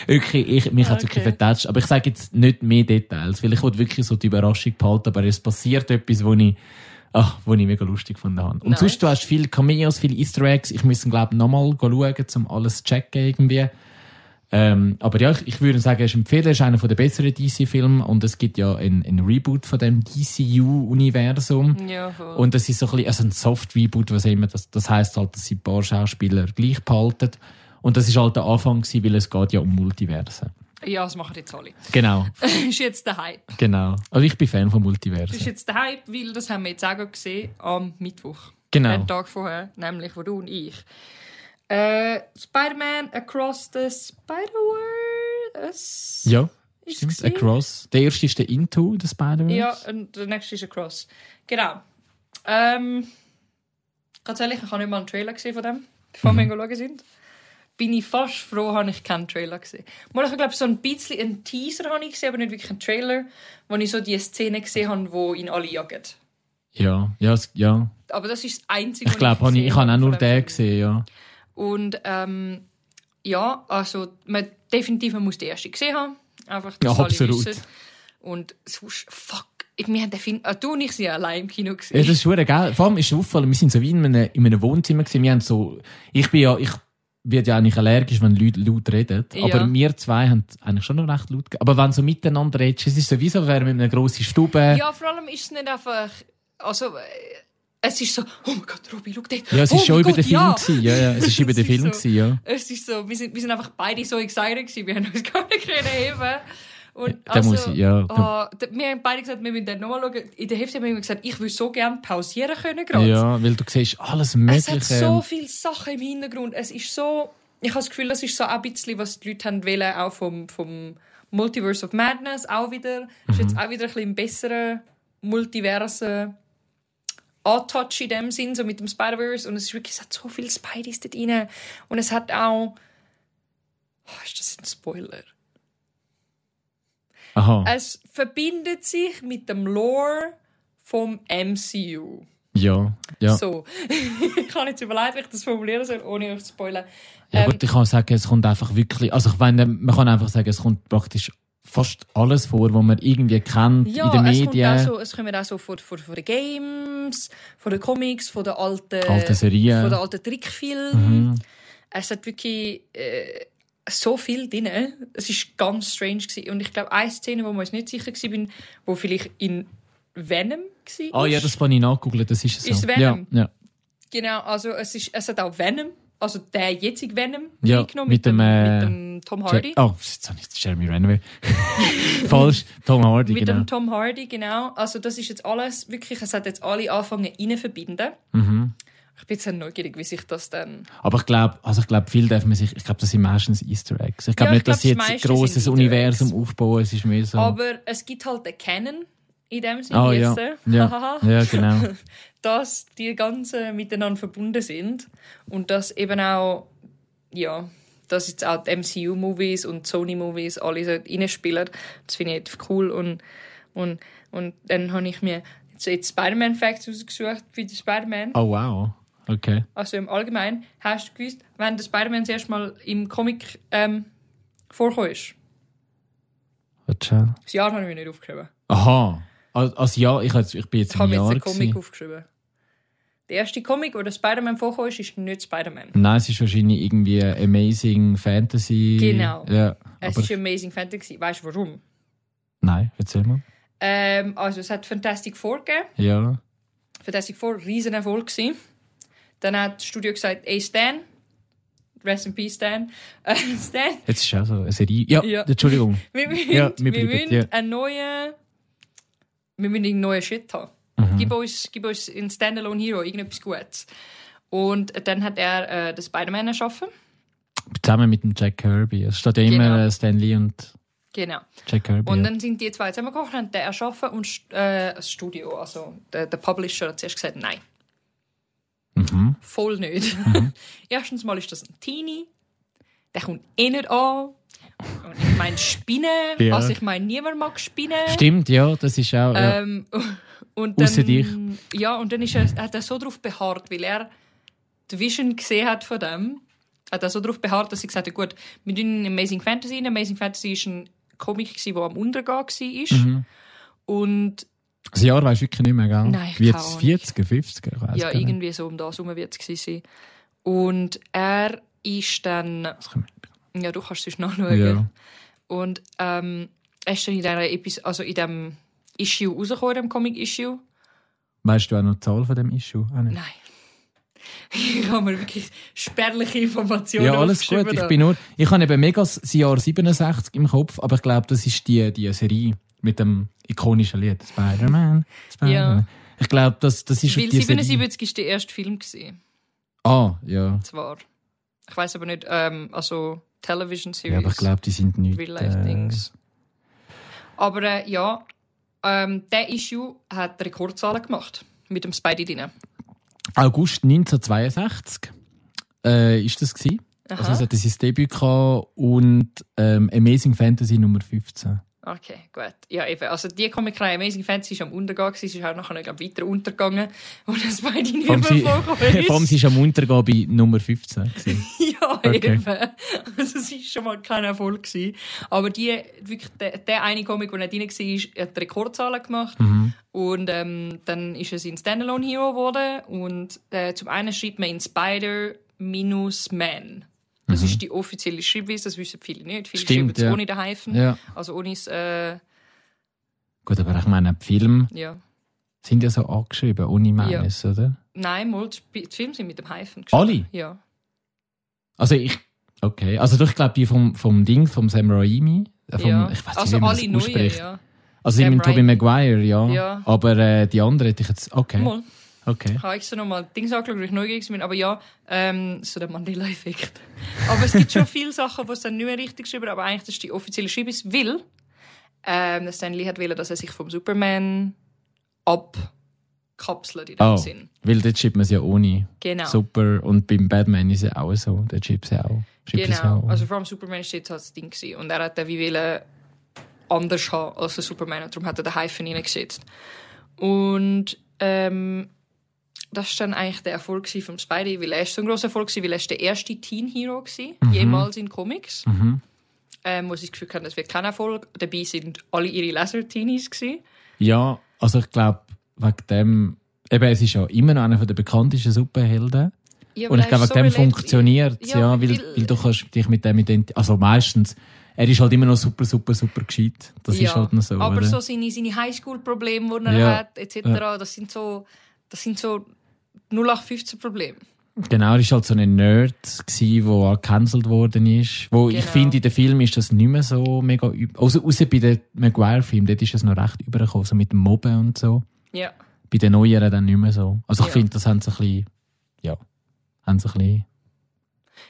Speaker 2: wirklich, ich, mich hat's wirklich
Speaker 1: Okay.
Speaker 2: vertätscht. Aber ich sage jetzt nicht mehr Details, weil ich wollte wirklich so die Überraschung behalten, aber es passiert etwas, wo ich, ach, wo ich mega lustig gefunden habe. Und
Speaker 1: Nice.
Speaker 2: sonst, du hast viele Cameos, viele Easter Eggs. Ich muss, glaube ich, nochmal schauen, um alles zu checken irgendwie. Ähm, aber ja, ich, ich würde sagen, es ist empfehlen, es ist einer der besseren DC-Filme und es gibt ja ein, ein Reboot von dem DCU-Universum.
Speaker 1: Ja, voll.
Speaker 2: Und das ist so ein, bisschen, also ein Soft-Reboot, was immer, das, das heisst halt, dass sie ein paar Schauspieler gleich behalten. Und das ist halt der Anfang gewesen, weil es geht ja um Multiversen.
Speaker 1: ja, das machen jetzt alle.
Speaker 2: Genau,
Speaker 1: ist jetzt der Hype.
Speaker 2: genau. Also ich bin Fan von
Speaker 1: Ist
Speaker 2: Multiversen.
Speaker 1: jetzt der Hype, weil das haben wir jetzt auch gerade gesehen am Mittwoch.
Speaker 2: Genau.
Speaker 1: Einen Tag vorher, nämlich wo du und ich. Äh, Spider-Man Across the Spider-Verse.
Speaker 2: Ja,
Speaker 1: Ist
Speaker 2: stimmt.
Speaker 1: gesehen.
Speaker 2: Across. Der erste ist der Into, der Spider-Man.
Speaker 1: Ja, und der nächste ist Across. Genau. Ähm, ganz ehrlich, ich habe nicht mal einen Trailer gesehen von dem, bevor
Speaker 2: Mhm.
Speaker 1: wir ihn schauen sind. Bin ich fast froh, habe ich keinen Trailer gesehen. Mal, ich glaube, so ein bisschen einen Teaser habe ich gesehen, aber nicht wirklich einen Trailer, wo ich so die Szene gesehen habe, wo ihn alle jagen.
Speaker 2: Ja, ja, es- ja.
Speaker 1: Aber das ist das Einzige,
Speaker 2: Ich glaube, ich, ich habe auch nur den gesehen, ja.
Speaker 1: Und ähm, ja, also man, definitiv man muss die erste gesehen haben. Einfach, dass
Speaker 2: Ja,
Speaker 1: alle
Speaker 2: absolut.
Speaker 1: wissen. Und sonst, fuck, ich, wir haben den Film, ah, du und ich sind ja allein im Kino gesehen.
Speaker 2: Ja, das ist verdammt geil. Vor allem ist aufgefallen, wir sind so wie in einem, in einem Wohnzimmer gewesen. Wir haben so, ich bin ja, ich werde ja eigentlich allergisch, wenn Leute laut reden.
Speaker 1: Ja.
Speaker 2: Aber wir zwei haben eigentlich schon noch recht laut ge- Aber wenn so miteinander redest, es ist so wie so, als wären wir mit einer grossen Stube.
Speaker 1: Ja, vor allem ist es nicht einfach. Also, äh, es ist so, oh mein Gott, Robi, schau dort.
Speaker 2: Ja, es
Speaker 1: oh
Speaker 2: ist schon
Speaker 1: mein
Speaker 2: über
Speaker 1: Gott,
Speaker 2: den Film
Speaker 1: ja.
Speaker 2: gewesen. Ja, ja, es ist über
Speaker 1: Es
Speaker 2: den
Speaker 1: ist
Speaker 2: Film
Speaker 1: so.
Speaker 2: gewesen, ja.
Speaker 1: Es ist so, wir sind, wir sind einfach beide so excited gewesen, wir haben uns gar nicht können heben. Und
Speaker 2: Da muss ich, ja, da-
Speaker 1: oh, da- wir haben beide gesagt, wir müssen den nochmal schauen. In der Hälfte haben wir immer gesagt, ich würde so gerne pausieren können gerade.
Speaker 2: Ja, weil du siehst alles
Speaker 1: es
Speaker 2: Mögliche.
Speaker 1: hat so viele Sachen im Hintergrund. Es ist so, ich habe das Gefühl, das ist so ein bisschen, was die Leute haben wollen, auch vom, vom Multiverse of Madness, auch wieder. Ist jetzt auch wieder ein bisschen im besseren Multiversen Touch in dem Sinn, so mit dem Spider-Verse. Und es ist wirklich, es hat so viele Spideys dort drin. Und es hat auch... Oh, ist das ein Spoiler?
Speaker 2: Aha.
Speaker 1: Es verbindet sich mit dem Lore vom MCU.
Speaker 2: ja, ja.
Speaker 1: So, ich habe jetzt überlegt, wie ich das formulieren soll, ohne euch zu spoilern.
Speaker 2: Ja
Speaker 1: Ähm,
Speaker 2: gut, ich kann sagen, es kommt einfach wirklich, also ich meine, man kann einfach sagen, es kommt praktisch fast alles vor, was man irgendwie kennt in den
Speaker 1: ja, es, kommt
Speaker 2: Medien.
Speaker 1: auch so, es kommen auch so von, von, von den Games, von den Comics, von den alten,
Speaker 2: Alte Serien. Mhm.
Speaker 1: Von den alten Trickfilmen. Es hat wirklich äh, so viel drin. Es ist ganz strange. Gewesen. Und ich glaube, eine Szene, wo wir uns nicht sicher waren, wo vielleicht in Venom war.
Speaker 2: Ah ja, das habe ich nachgegoogelt, das ist so.
Speaker 1: Ist Venom.
Speaker 2: Ja, ja.
Speaker 1: Genau, also es, ist, es hat auch Venom, also der jetzige Venom,
Speaker 2: Ja,
Speaker 1: reingenommen
Speaker 2: mit dem, äh,
Speaker 1: mit dem Tom Hardy.
Speaker 2: Jer- Oh, jetzt habe ich jetzt Jeremy Renner. Falsch, Tom Hardy,
Speaker 1: Mit
Speaker 2: genau.
Speaker 1: dem Tom Hardy, genau. Also das ist jetzt alles wirklich, es hat jetzt alle angefangen rein verbinden.
Speaker 2: Mhm.
Speaker 1: Ich bin jetzt sehr neugierig, wie sich das dann...
Speaker 2: Aber ich glaube, also ich glaube, viel darf man sich, ich glaube, das sind meistens Easter Eggs. Ich glaube
Speaker 1: Ja, ich
Speaker 2: nicht, dass sie
Speaker 1: glaub, das
Speaker 2: jetzt ein
Speaker 1: meiste
Speaker 2: grosses
Speaker 1: sind Easter
Speaker 2: Universum
Speaker 1: Eggs.
Speaker 2: aufbauen, es ist mehr so.
Speaker 1: Aber es gibt halt den Canon in dem Sinne.
Speaker 2: Ah, ja.
Speaker 1: jetzt.
Speaker 2: Ja.
Speaker 1: Hahaha.
Speaker 2: ja, genau.
Speaker 1: Dass die ganzen miteinander verbunden sind. Und dass eben auch, ja, dass jetzt auch die MCU-Movies und Sony-Movies alle so reinspielen. Das finde ich jetzt cool. Und, und, und dann habe ich mir jetzt- jetzt Spider-Man-Facts ausgesucht für den Spider-Man.
Speaker 2: Oh wow, okay.
Speaker 1: also im Allgemeinen, hast du gewusst, wenn der Spider-Man das erste Mal im Comic ähm, vorgekommen ist?
Speaker 2: Warte schnell.
Speaker 1: Das Jahr habe ich mir nicht aufgeschrieben.
Speaker 2: Aha, also also ja, ich, hab- ich bin jetzt
Speaker 1: Ich
Speaker 2: im
Speaker 1: habe mir jetzt
Speaker 2: Jahr
Speaker 1: den Comic
Speaker 2: gewesen.
Speaker 1: aufgeschrieben. Der erste Comic, wo der Spider-Man vorgekommen ist, ist nicht Spider-Man.
Speaker 2: Nein, es ist wahrscheinlich irgendwie Amazing Fantasy.
Speaker 1: Genau.
Speaker 2: Ja,
Speaker 1: Es
Speaker 2: aber
Speaker 1: ist Amazing Fantasy. Weißt du warum?
Speaker 2: nein, erzähl mal.
Speaker 1: Ähm, also es hat Fantastic Four gegeben.
Speaker 2: Ja,
Speaker 1: Fantastic Four, riesen Erfolg gewesen. Dann hat das Studio gesagt, ey Stan, rest in peace Stan, äh, Stan,
Speaker 2: jetzt ist auch so eine Serie. Ja,
Speaker 1: Ja.
Speaker 2: Entschuldigung.
Speaker 1: wir müssen,
Speaker 2: Ja, wir
Speaker 1: wir
Speaker 2: bleiben,
Speaker 1: müssen
Speaker 2: ja.
Speaker 1: einen neuen, wir müssen einen neuen Shit haben.
Speaker 2: Mhm.
Speaker 1: Gib uns, gib uns in Standalone Hero irgendetwas Gutes. Und dann hat er äh, den Spider-Man erschaffen.
Speaker 2: Zusammen mit dem Jack Kirby. Es steht ja immer
Speaker 1: Genau.
Speaker 2: äh, Stan Lee und
Speaker 1: Genau.
Speaker 2: Jack Kirby.
Speaker 1: Und
Speaker 2: ja.
Speaker 1: dann sind die zwei zusammengekommen, haben den erschaffen und äh, das Studio, also der, der Publisher hat zuerst gesagt, nein,
Speaker 2: mhm.
Speaker 1: voll nicht. Erstens mal ist das ein Teenie, der kommt eh nicht an. Und ich meine Spinnen,
Speaker 2: Ja.
Speaker 1: also ich meine, niemand mag Spinnen.
Speaker 2: Stimmt, ja, das ist auch.
Speaker 1: Äh,
Speaker 2: ja.
Speaker 1: Ähm, und dann,
Speaker 2: Ausser dich.
Speaker 1: Ja, und dann ist er, hat er so darauf beharrt, weil er die Vision gesehen hat von dem, hat er so darauf beharrt, dass sie gesagt hat, gut, wir tun Amazing Fantasy rein. Amazing Fantasy war ein Comic, gewesen, der am Untergehen war.
Speaker 2: Mhm.
Speaker 1: Und
Speaker 2: Das Jahr weisst du wirklich nicht mehr, gell?
Speaker 1: Nein,
Speaker 2: Wie
Speaker 1: keine
Speaker 2: jetzt
Speaker 1: Ahnung.
Speaker 2: 40er, 50er? Ich weiss
Speaker 1: ja,
Speaker 2: gar nicht.
Speaker 1: irgendwie so um das herum wird es gewesen sein. Und er ist dann...
Speaker 2: Das kann
Speaker 1: Ja, du kannst es sonst nachschauen.
Speaker 2: man- Ja.
Speaker 1: Und ähm, er ist dann in, dieser Epis also in dem Issue rausgekommen, in dem Comic-Issue.
Speaker 2: Weißt du auch noch die Zahl von dem Issue? Auch nicht.
Speaker 1: Nein. Ich habe mir wirklich spärliche Informationen
Speaker 2: Ja, alles
Speaker 1: aufgeschrieben
Speaker 2: gut. Ich
Speaker 1: da.
Speaker 2: bin nur, ich habe eben mega das Jahr 67 im Kopf, aber ich glaube, das ist die, die Serie mit dem ikonischen Lied Spider-Man. Spider
Speaker 1: Ja.
Speaker 2: Ich glaube, das, das ist
Speaker 1: Weil
Speaker 2: die Serie.
Speaker 1: 77 war der erste Film. Gewesen,
Speaker 2: Ah, ja.
Speaker 1: zwar. Ich weiß aber nicht, ähm, also Television Series,
Speaker 2: Ja, aber ich glaube, die sind nicht. äh,
Speaker 1: Real-Life-Dings. Aber äh, ja, ähm, der Issue hat Rekordzahlen gemacht. Mit dem Spidey drin.
Speaker 2: August 1962 äh, ist das gewesen.
Speaker 1: Aha.
Speaker 2: Also es hatte sein Debüt gehabt und ähm, Amazing Fantasy Nummer 15.
Speaker 1: Okay, gut. Ja, eben. Also die Comicreihe Amazing Fantasy ist am Untergang, sie ist auch nachher glaub, weiter untergegangen, und es beide nicht
Speaker 2: Vor
Speaker 1: mehr
Speaker 2: allem sie-
Speaker 1: vorgekommen ist.
Speaker 2: Vor allem sie ist am Untergang bei Nummer 15. gewesen.
Speaker 1: ja,
Speaker 2: Okay.
Speaker 1: eben. Also es war schon mal kein Erfolg. Gewesen. Aber die, wirklich, der, der eine Comic, der nicht drin war, hat Rekordzahlen gemacht.
Speaker 2: Mhm.
Speaker 1: Und ähm, dann ist es ein Standalone-Hero geworden. Und äh, zum einen schreibt man in Spider minus Man. Das ist die offizielle Schreibweise, das wissen viele nicht. Viele
Speaker 2: Mhm. Stimmt,
Speaker 1: schreiben es
Speaker 2: ja.
Speaker 1: ohne den Hyphen,
Speaker 2: Ja.
Speaker 1: also ohne das, äh,
Speaker 2: Gut, aber ich meine, die Filme
Speaker 1: ja.
Speaker 2: sind ja so angeschrieben, ohne meines, oder?
Speaker 1: Nein, mal, die Sp- die Filme sind mit dem Hyphen
Speaker 2: Alle?
Speaker 1: Ja.
Speaker 2: Also ich. Okay. Also doch, ich glaube, die vom, vom Ding, vom Sam Raimi. äh, Vom,
Speaker 1: ja.
Speaker 2: Ich weiß nicht,
Speaker 1: also
Speaker 2: wie man
Speaker 1: alle
Speaker 2: das
Speaker 1: neuen,
Speaker 2: ausspricht.
Speaker 1: ja.
Speaker 2: Also
Speaker 1: Sam
Speaker 2: ich meine Tobey
Speaker 1: Raimi.
Speaker 2: Maguire, ja.
Speaker 1: Ja.
Speaker 2: Aber äh, die anderen hätte ich jetzt. Okay.
Speaker 1: Mal,
Speaker 2: Okay.
Speaker 1: ich habe extra nochmal Dings angeschaut, weil ich neugierig bin. Aber ja, ähm, so der Mandela-Effekt. Aber es gibt schon viele Sachen, die es dann nicht mehr richtig geschrieben haben, aber eigentlich das ist die offizielle Schreibweise, weil ähm, der Stan Lee hat wollen, dass er sich vom Superman abkapselt in dem
Speaker 2: Oh.
Speaker 1: Sinn.
Speaker 2: Weil dort schreibt man es ja ohne.
Speaker 1: Genau.
Speaker 2: Super. Und beim Batman ist es auch so. Dort schreibt es ja auch. Schreibt es ja
Speaker 1: genau.
Speaker 2: auch.
Speaker 1: Also vor allem Superman war jetzt halt das Ding. Gewesen. Und er hat den wie wollen anders haben als der Superman. Und darum hat er den Hyphen reingesetzt. Und ähm, das war dann eigentlich der Erfolg gewesen vom Spidey, weil er ist so ein grosser Erfolg war, weil er ist der erste Teen-Hero war, jemals in Comics.
Speaker 2: Mhm.
Speaker 1: Ähm, wo sie das Gefühl hatten, das wird kein Erfolg. Dabei sind alle ihre Leser Teenies. Gewesen.
Speaker 2: Ja, also ich glaube, wegen dem. Eben, es ist ja immer noch einer der bekanntesten Superhelden.
Speaker 1: Ja, aber
Speaker 2: Und ich
Speaker 1: er
Speaker 2: glaube,
Speaker 1: ist
Speaker 2: wegen dem
Speaker 1: relatable.
Speaker 2: funktioniert es,
Speaker 1: Ja,
Speaker 2: ja, weil,
Speaker 1: weil-
Speaker 2: weil du kannst dich mit dem identifizieren. Also meistens, er ist halt immer noch super, super, super gescheit. Das ist halt noch so.
Speaker 1: Aber
Speaker 2: oder?
Speaker 1: so seine, seine Highschool-Probleme, die er
Speaker 2: Ja.
Speaker 1: hat, etc., das sind so, das sind so 0815-Probleme.
Speaker 2: Genau, er war halt so ein Nerd, gewesen, der auch gecancelt worden ist. Wo ich
Speaker 1: Genau.
Speaker 2: finde, in den Filmen ist das nicht mehr so mega üb- Also, außer bei den Maguire-Filmen, dort ist das noch recht übergekommen, so mit dem Mobben und so.
Speaker 1: Ja.
Speaker 2: Bei den Neueren dann nicht mehr so. Also, ich
Speaker 1: Ja.
Speaker 2: finde, das haben sie ein bisschen. Ja. Haben sie ein bisschen.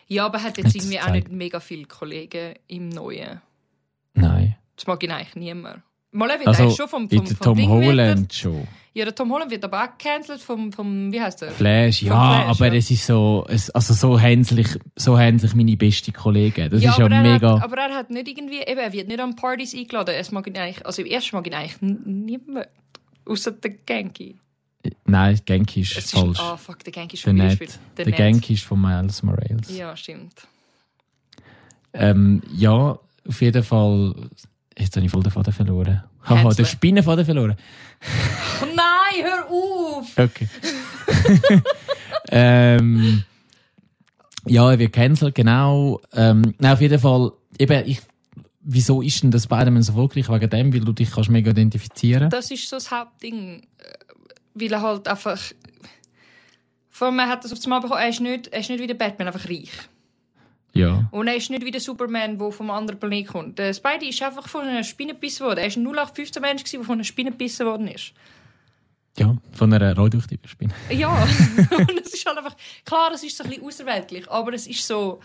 Speaker 1: ja, aber er hat jetzt
Speaker 2: Hat's
Speaker 1: irgendwie auch
Speaker 2: gezeigt.
Speaker 1: nicht mega viele Kollegen im Neuen.
Speaker 2: Nein.
Speaker 1: Das mag ich eigentlich niemand. Mal er wird
Speaker 2: Also,
Speaker 1: eigentlich schon vom, vom,
Speaker 2: in der
Speaker 1: vom
Speaker 2: Tom
Speaker 1: Ding Wird,
Speaker 2: Holland schon.
Speaker 1: er- ja, der Tom Holland wird aber auch gecancelt vom, vom wie heißt der?
Speaker 2: Flash, ja,
Speaker 1: Flash,
Speaker 2: aber
Speaker 1: ja.
Speaker 2: es ist so, es, also so haben sich, so haben sich meine besten Kollegen. Das ist ja
Speaker 1: aber, er
Speaker 2: mega.
Speaker 1: hat, aber er hat nicht irgendwie, eben, er wird nicht an Partys eingeladen. Es mag ihn eigentlich, also erst mag ihn eigentlich n- niemand. Außer der Genki.
Speaker 2: nein, Genki ist
Speaker 1: Es ist-
Speaker 2: falsch.
Speaker 1: Ah, fuck, der Genki ist
Speaker 2: der
Speaker 1: schon wieder
Speaker 2: Ned.
Speaker 1: gespielt.
Speaker 2: Der,
Speaker 1: Ned.
Speaker 2: Genki ist von Miles Morales.
Speaker 1: Ja, stimmt.
Speaker 2: Ähm, ja, auf jeden Fall. Jetzt habe ich voll den Faden verloren. Haha, den
Speaker 1: Herzlich.
Speaker 2: Spinnenfaden verloren.
Speaker 1: Oh nein, hör auf!
Speaker 2: Okay. ähm, ja, er wird cancelled, genau. Ähm, nein, auf jeden Fall, eben, ich, wieso ist denn das Spider-Man so erfolgreich? Wegen dem, weil du dich kannst mega identifizieren
Speaker 1: Das ist so das Hauptding. äh, Weil er halt einfach. Vor allem, er hat das auf das Mal bekommen, er ist, nicht, er ist nicht wie der Batman, einfach reich.
Speaker 2: Ja.
Speaker 1: Und er ist nicht wie der Superman, der vom anderen Planeten kommt. Der Spidey ist einfach von einer Spinne gebissen worden. Er ist ein 0815 Mensch, gewesen, der von einer Spinne gebissen worden ist.
Speaker 2: Ja, von einer Rohrdurchtriebungsspinne.
Speaker 1: Ja, und es ist halt einfach. Klar, es ist so ein bisschen außerweltlich, aber es ist so.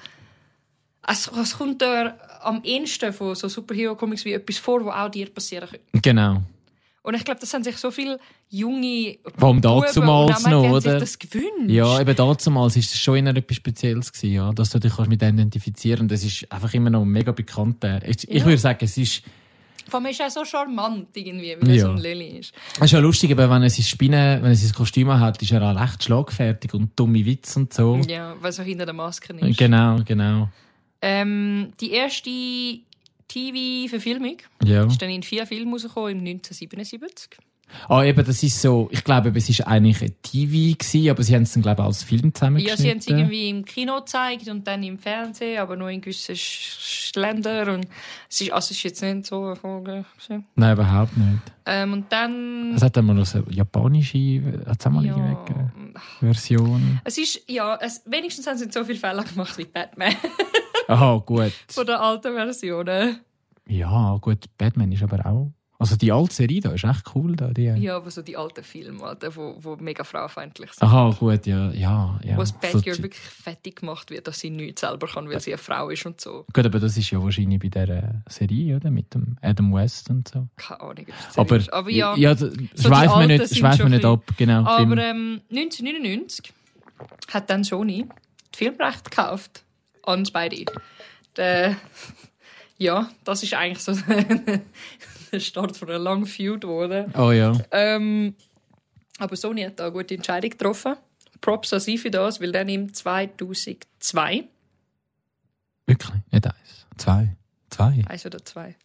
Speaker 1: Es, es kommt dir am ehesten von so Superhero-Comics wie etwas vor, was auch dir passieren könnte.
Speaker 2: Genau.
Speaker 1: Und ich glaube, das haben sich so viele junge
Speaker 2: Vom
Speaker 1: Buben
Speaker 2: dazumals
Speaker 1: und auch Mädchen
Speaker 2: noch,
Speaker 1: haben sich
Speaker 2: oder?
Speaker 1: das gewünscht.
Speaker 2: Ja, eben dazumals ist es schon eher etwas Spezielles gewesen, ja, dass du dich kannst mit identifizieren. Das ist einfach immer noch mega bekannt. äh. Ich, ich
Speaker 1: Ja.
Speaker 2: würde sagen, es ist
Speaker 1: Vor allem ist er so charmant irgendwie, wie er
Speaker 2: Ja.
Speaker 1: so ein Lilly ist.
Speaker 2: Das ist ja lustig, aber wenn er sein Spinnen, wenn er sein Kostüm hat, ist er auch recht schlagfertig und dumme Witze und so.
Speaker 1: Ja, weil so hinter der Maske ist.
Speaker 2: Genau, genau.
Speaker 1: Ähm, die erste TV-Verfilmung
Speaker 2: Ja.
Speaker 1: ist dann in vier Filmen rausgekommen, im 1977.
Speaker 2: Ah, eben, das ist so, ich glaube, eben, es ist eigentlich ein TV gewesen, aber sie haben es dann, glaube ich, als Film
Speaker 1: Ja,
Speaker 2: zusammengeschnitten.
Speaker 1: sie haben es irgendwie im Kino gezeigt und dann im Fernsehen, aber nur in gewissen Sch- Sch- Ländern. Und es ist, also es ist jetzt nicht so erfolgreich. gewesen.
Speaker 2: Nein, überhaupt nicht.
Speaker 1: Ähm, und dann...
Speaker 2: Es hat dann mal noch so eine japanische, hat es auch Also, mal
Speaker 1: Ja,
Speaker 2: ja. Version.
Speaker 1: es ist, ja, es, wenigstens haben sie nicht so viele Fehler gemacht wie Batman
Speaker 2: Aha, gut.
Speaker 1: von der alten Version. äh.
Speaker 2: Ja, gut, Batman ist aber auch. Also die alte Serie da ist echt cool da, die.
Speaker 1: Ja, aber so die alten Filme, Alter, wo, wo mega frauenfeindlich sind.
Speaker 2: Aha, gut, ja, ja, Ah, ja.
Speaker 1: Wo das Bad
Speaker 2: So
Speaker 1: Girl
Speaker 2: die-
Speaker 1: wirklich fertig gemacht wird, dass sie nichts selber kann, weil sie eine Frau ist und so.
Speaker 2: Gut, aber das ist ja wahrscheinlich bei dieser Serie, oder? Mit dem Adam West und so.
Speaker 1: Keine Ahnung. ob es so
Speaker 2: Aber,
Speaker 1: ist. aber ja.
Speaker 2: ja so
Speaker 1: die
Speaker 2: schweifen wir
Speaker 1: Alten
Speaker 2: nicht,
Speaker 1: sind
Speaker 2: schweifen wir
Speaker 1: schon
Speaker 2: nicht
Speaker 1: ein
Speaker 2: ab, genau.
Speaker 1: Aber
Speaker 2: beim-
Speaker 1: ähm, 1999 hat dann Sony die Filmrechte gekauft. An uns beide. Der, ja, das ist eigentlich so der Start von einer langen Feud geworden.
Speaker 2: oh ja.
Speaker 1: Ähm, aber Sony hat da eine gute Entscheidung getroffen. Props an sie für das, weil dann im 2002,
Speaker 2: Wirklich? Nicht eins. Zwei. Zwei.
Speaker 1: eins oder zwei,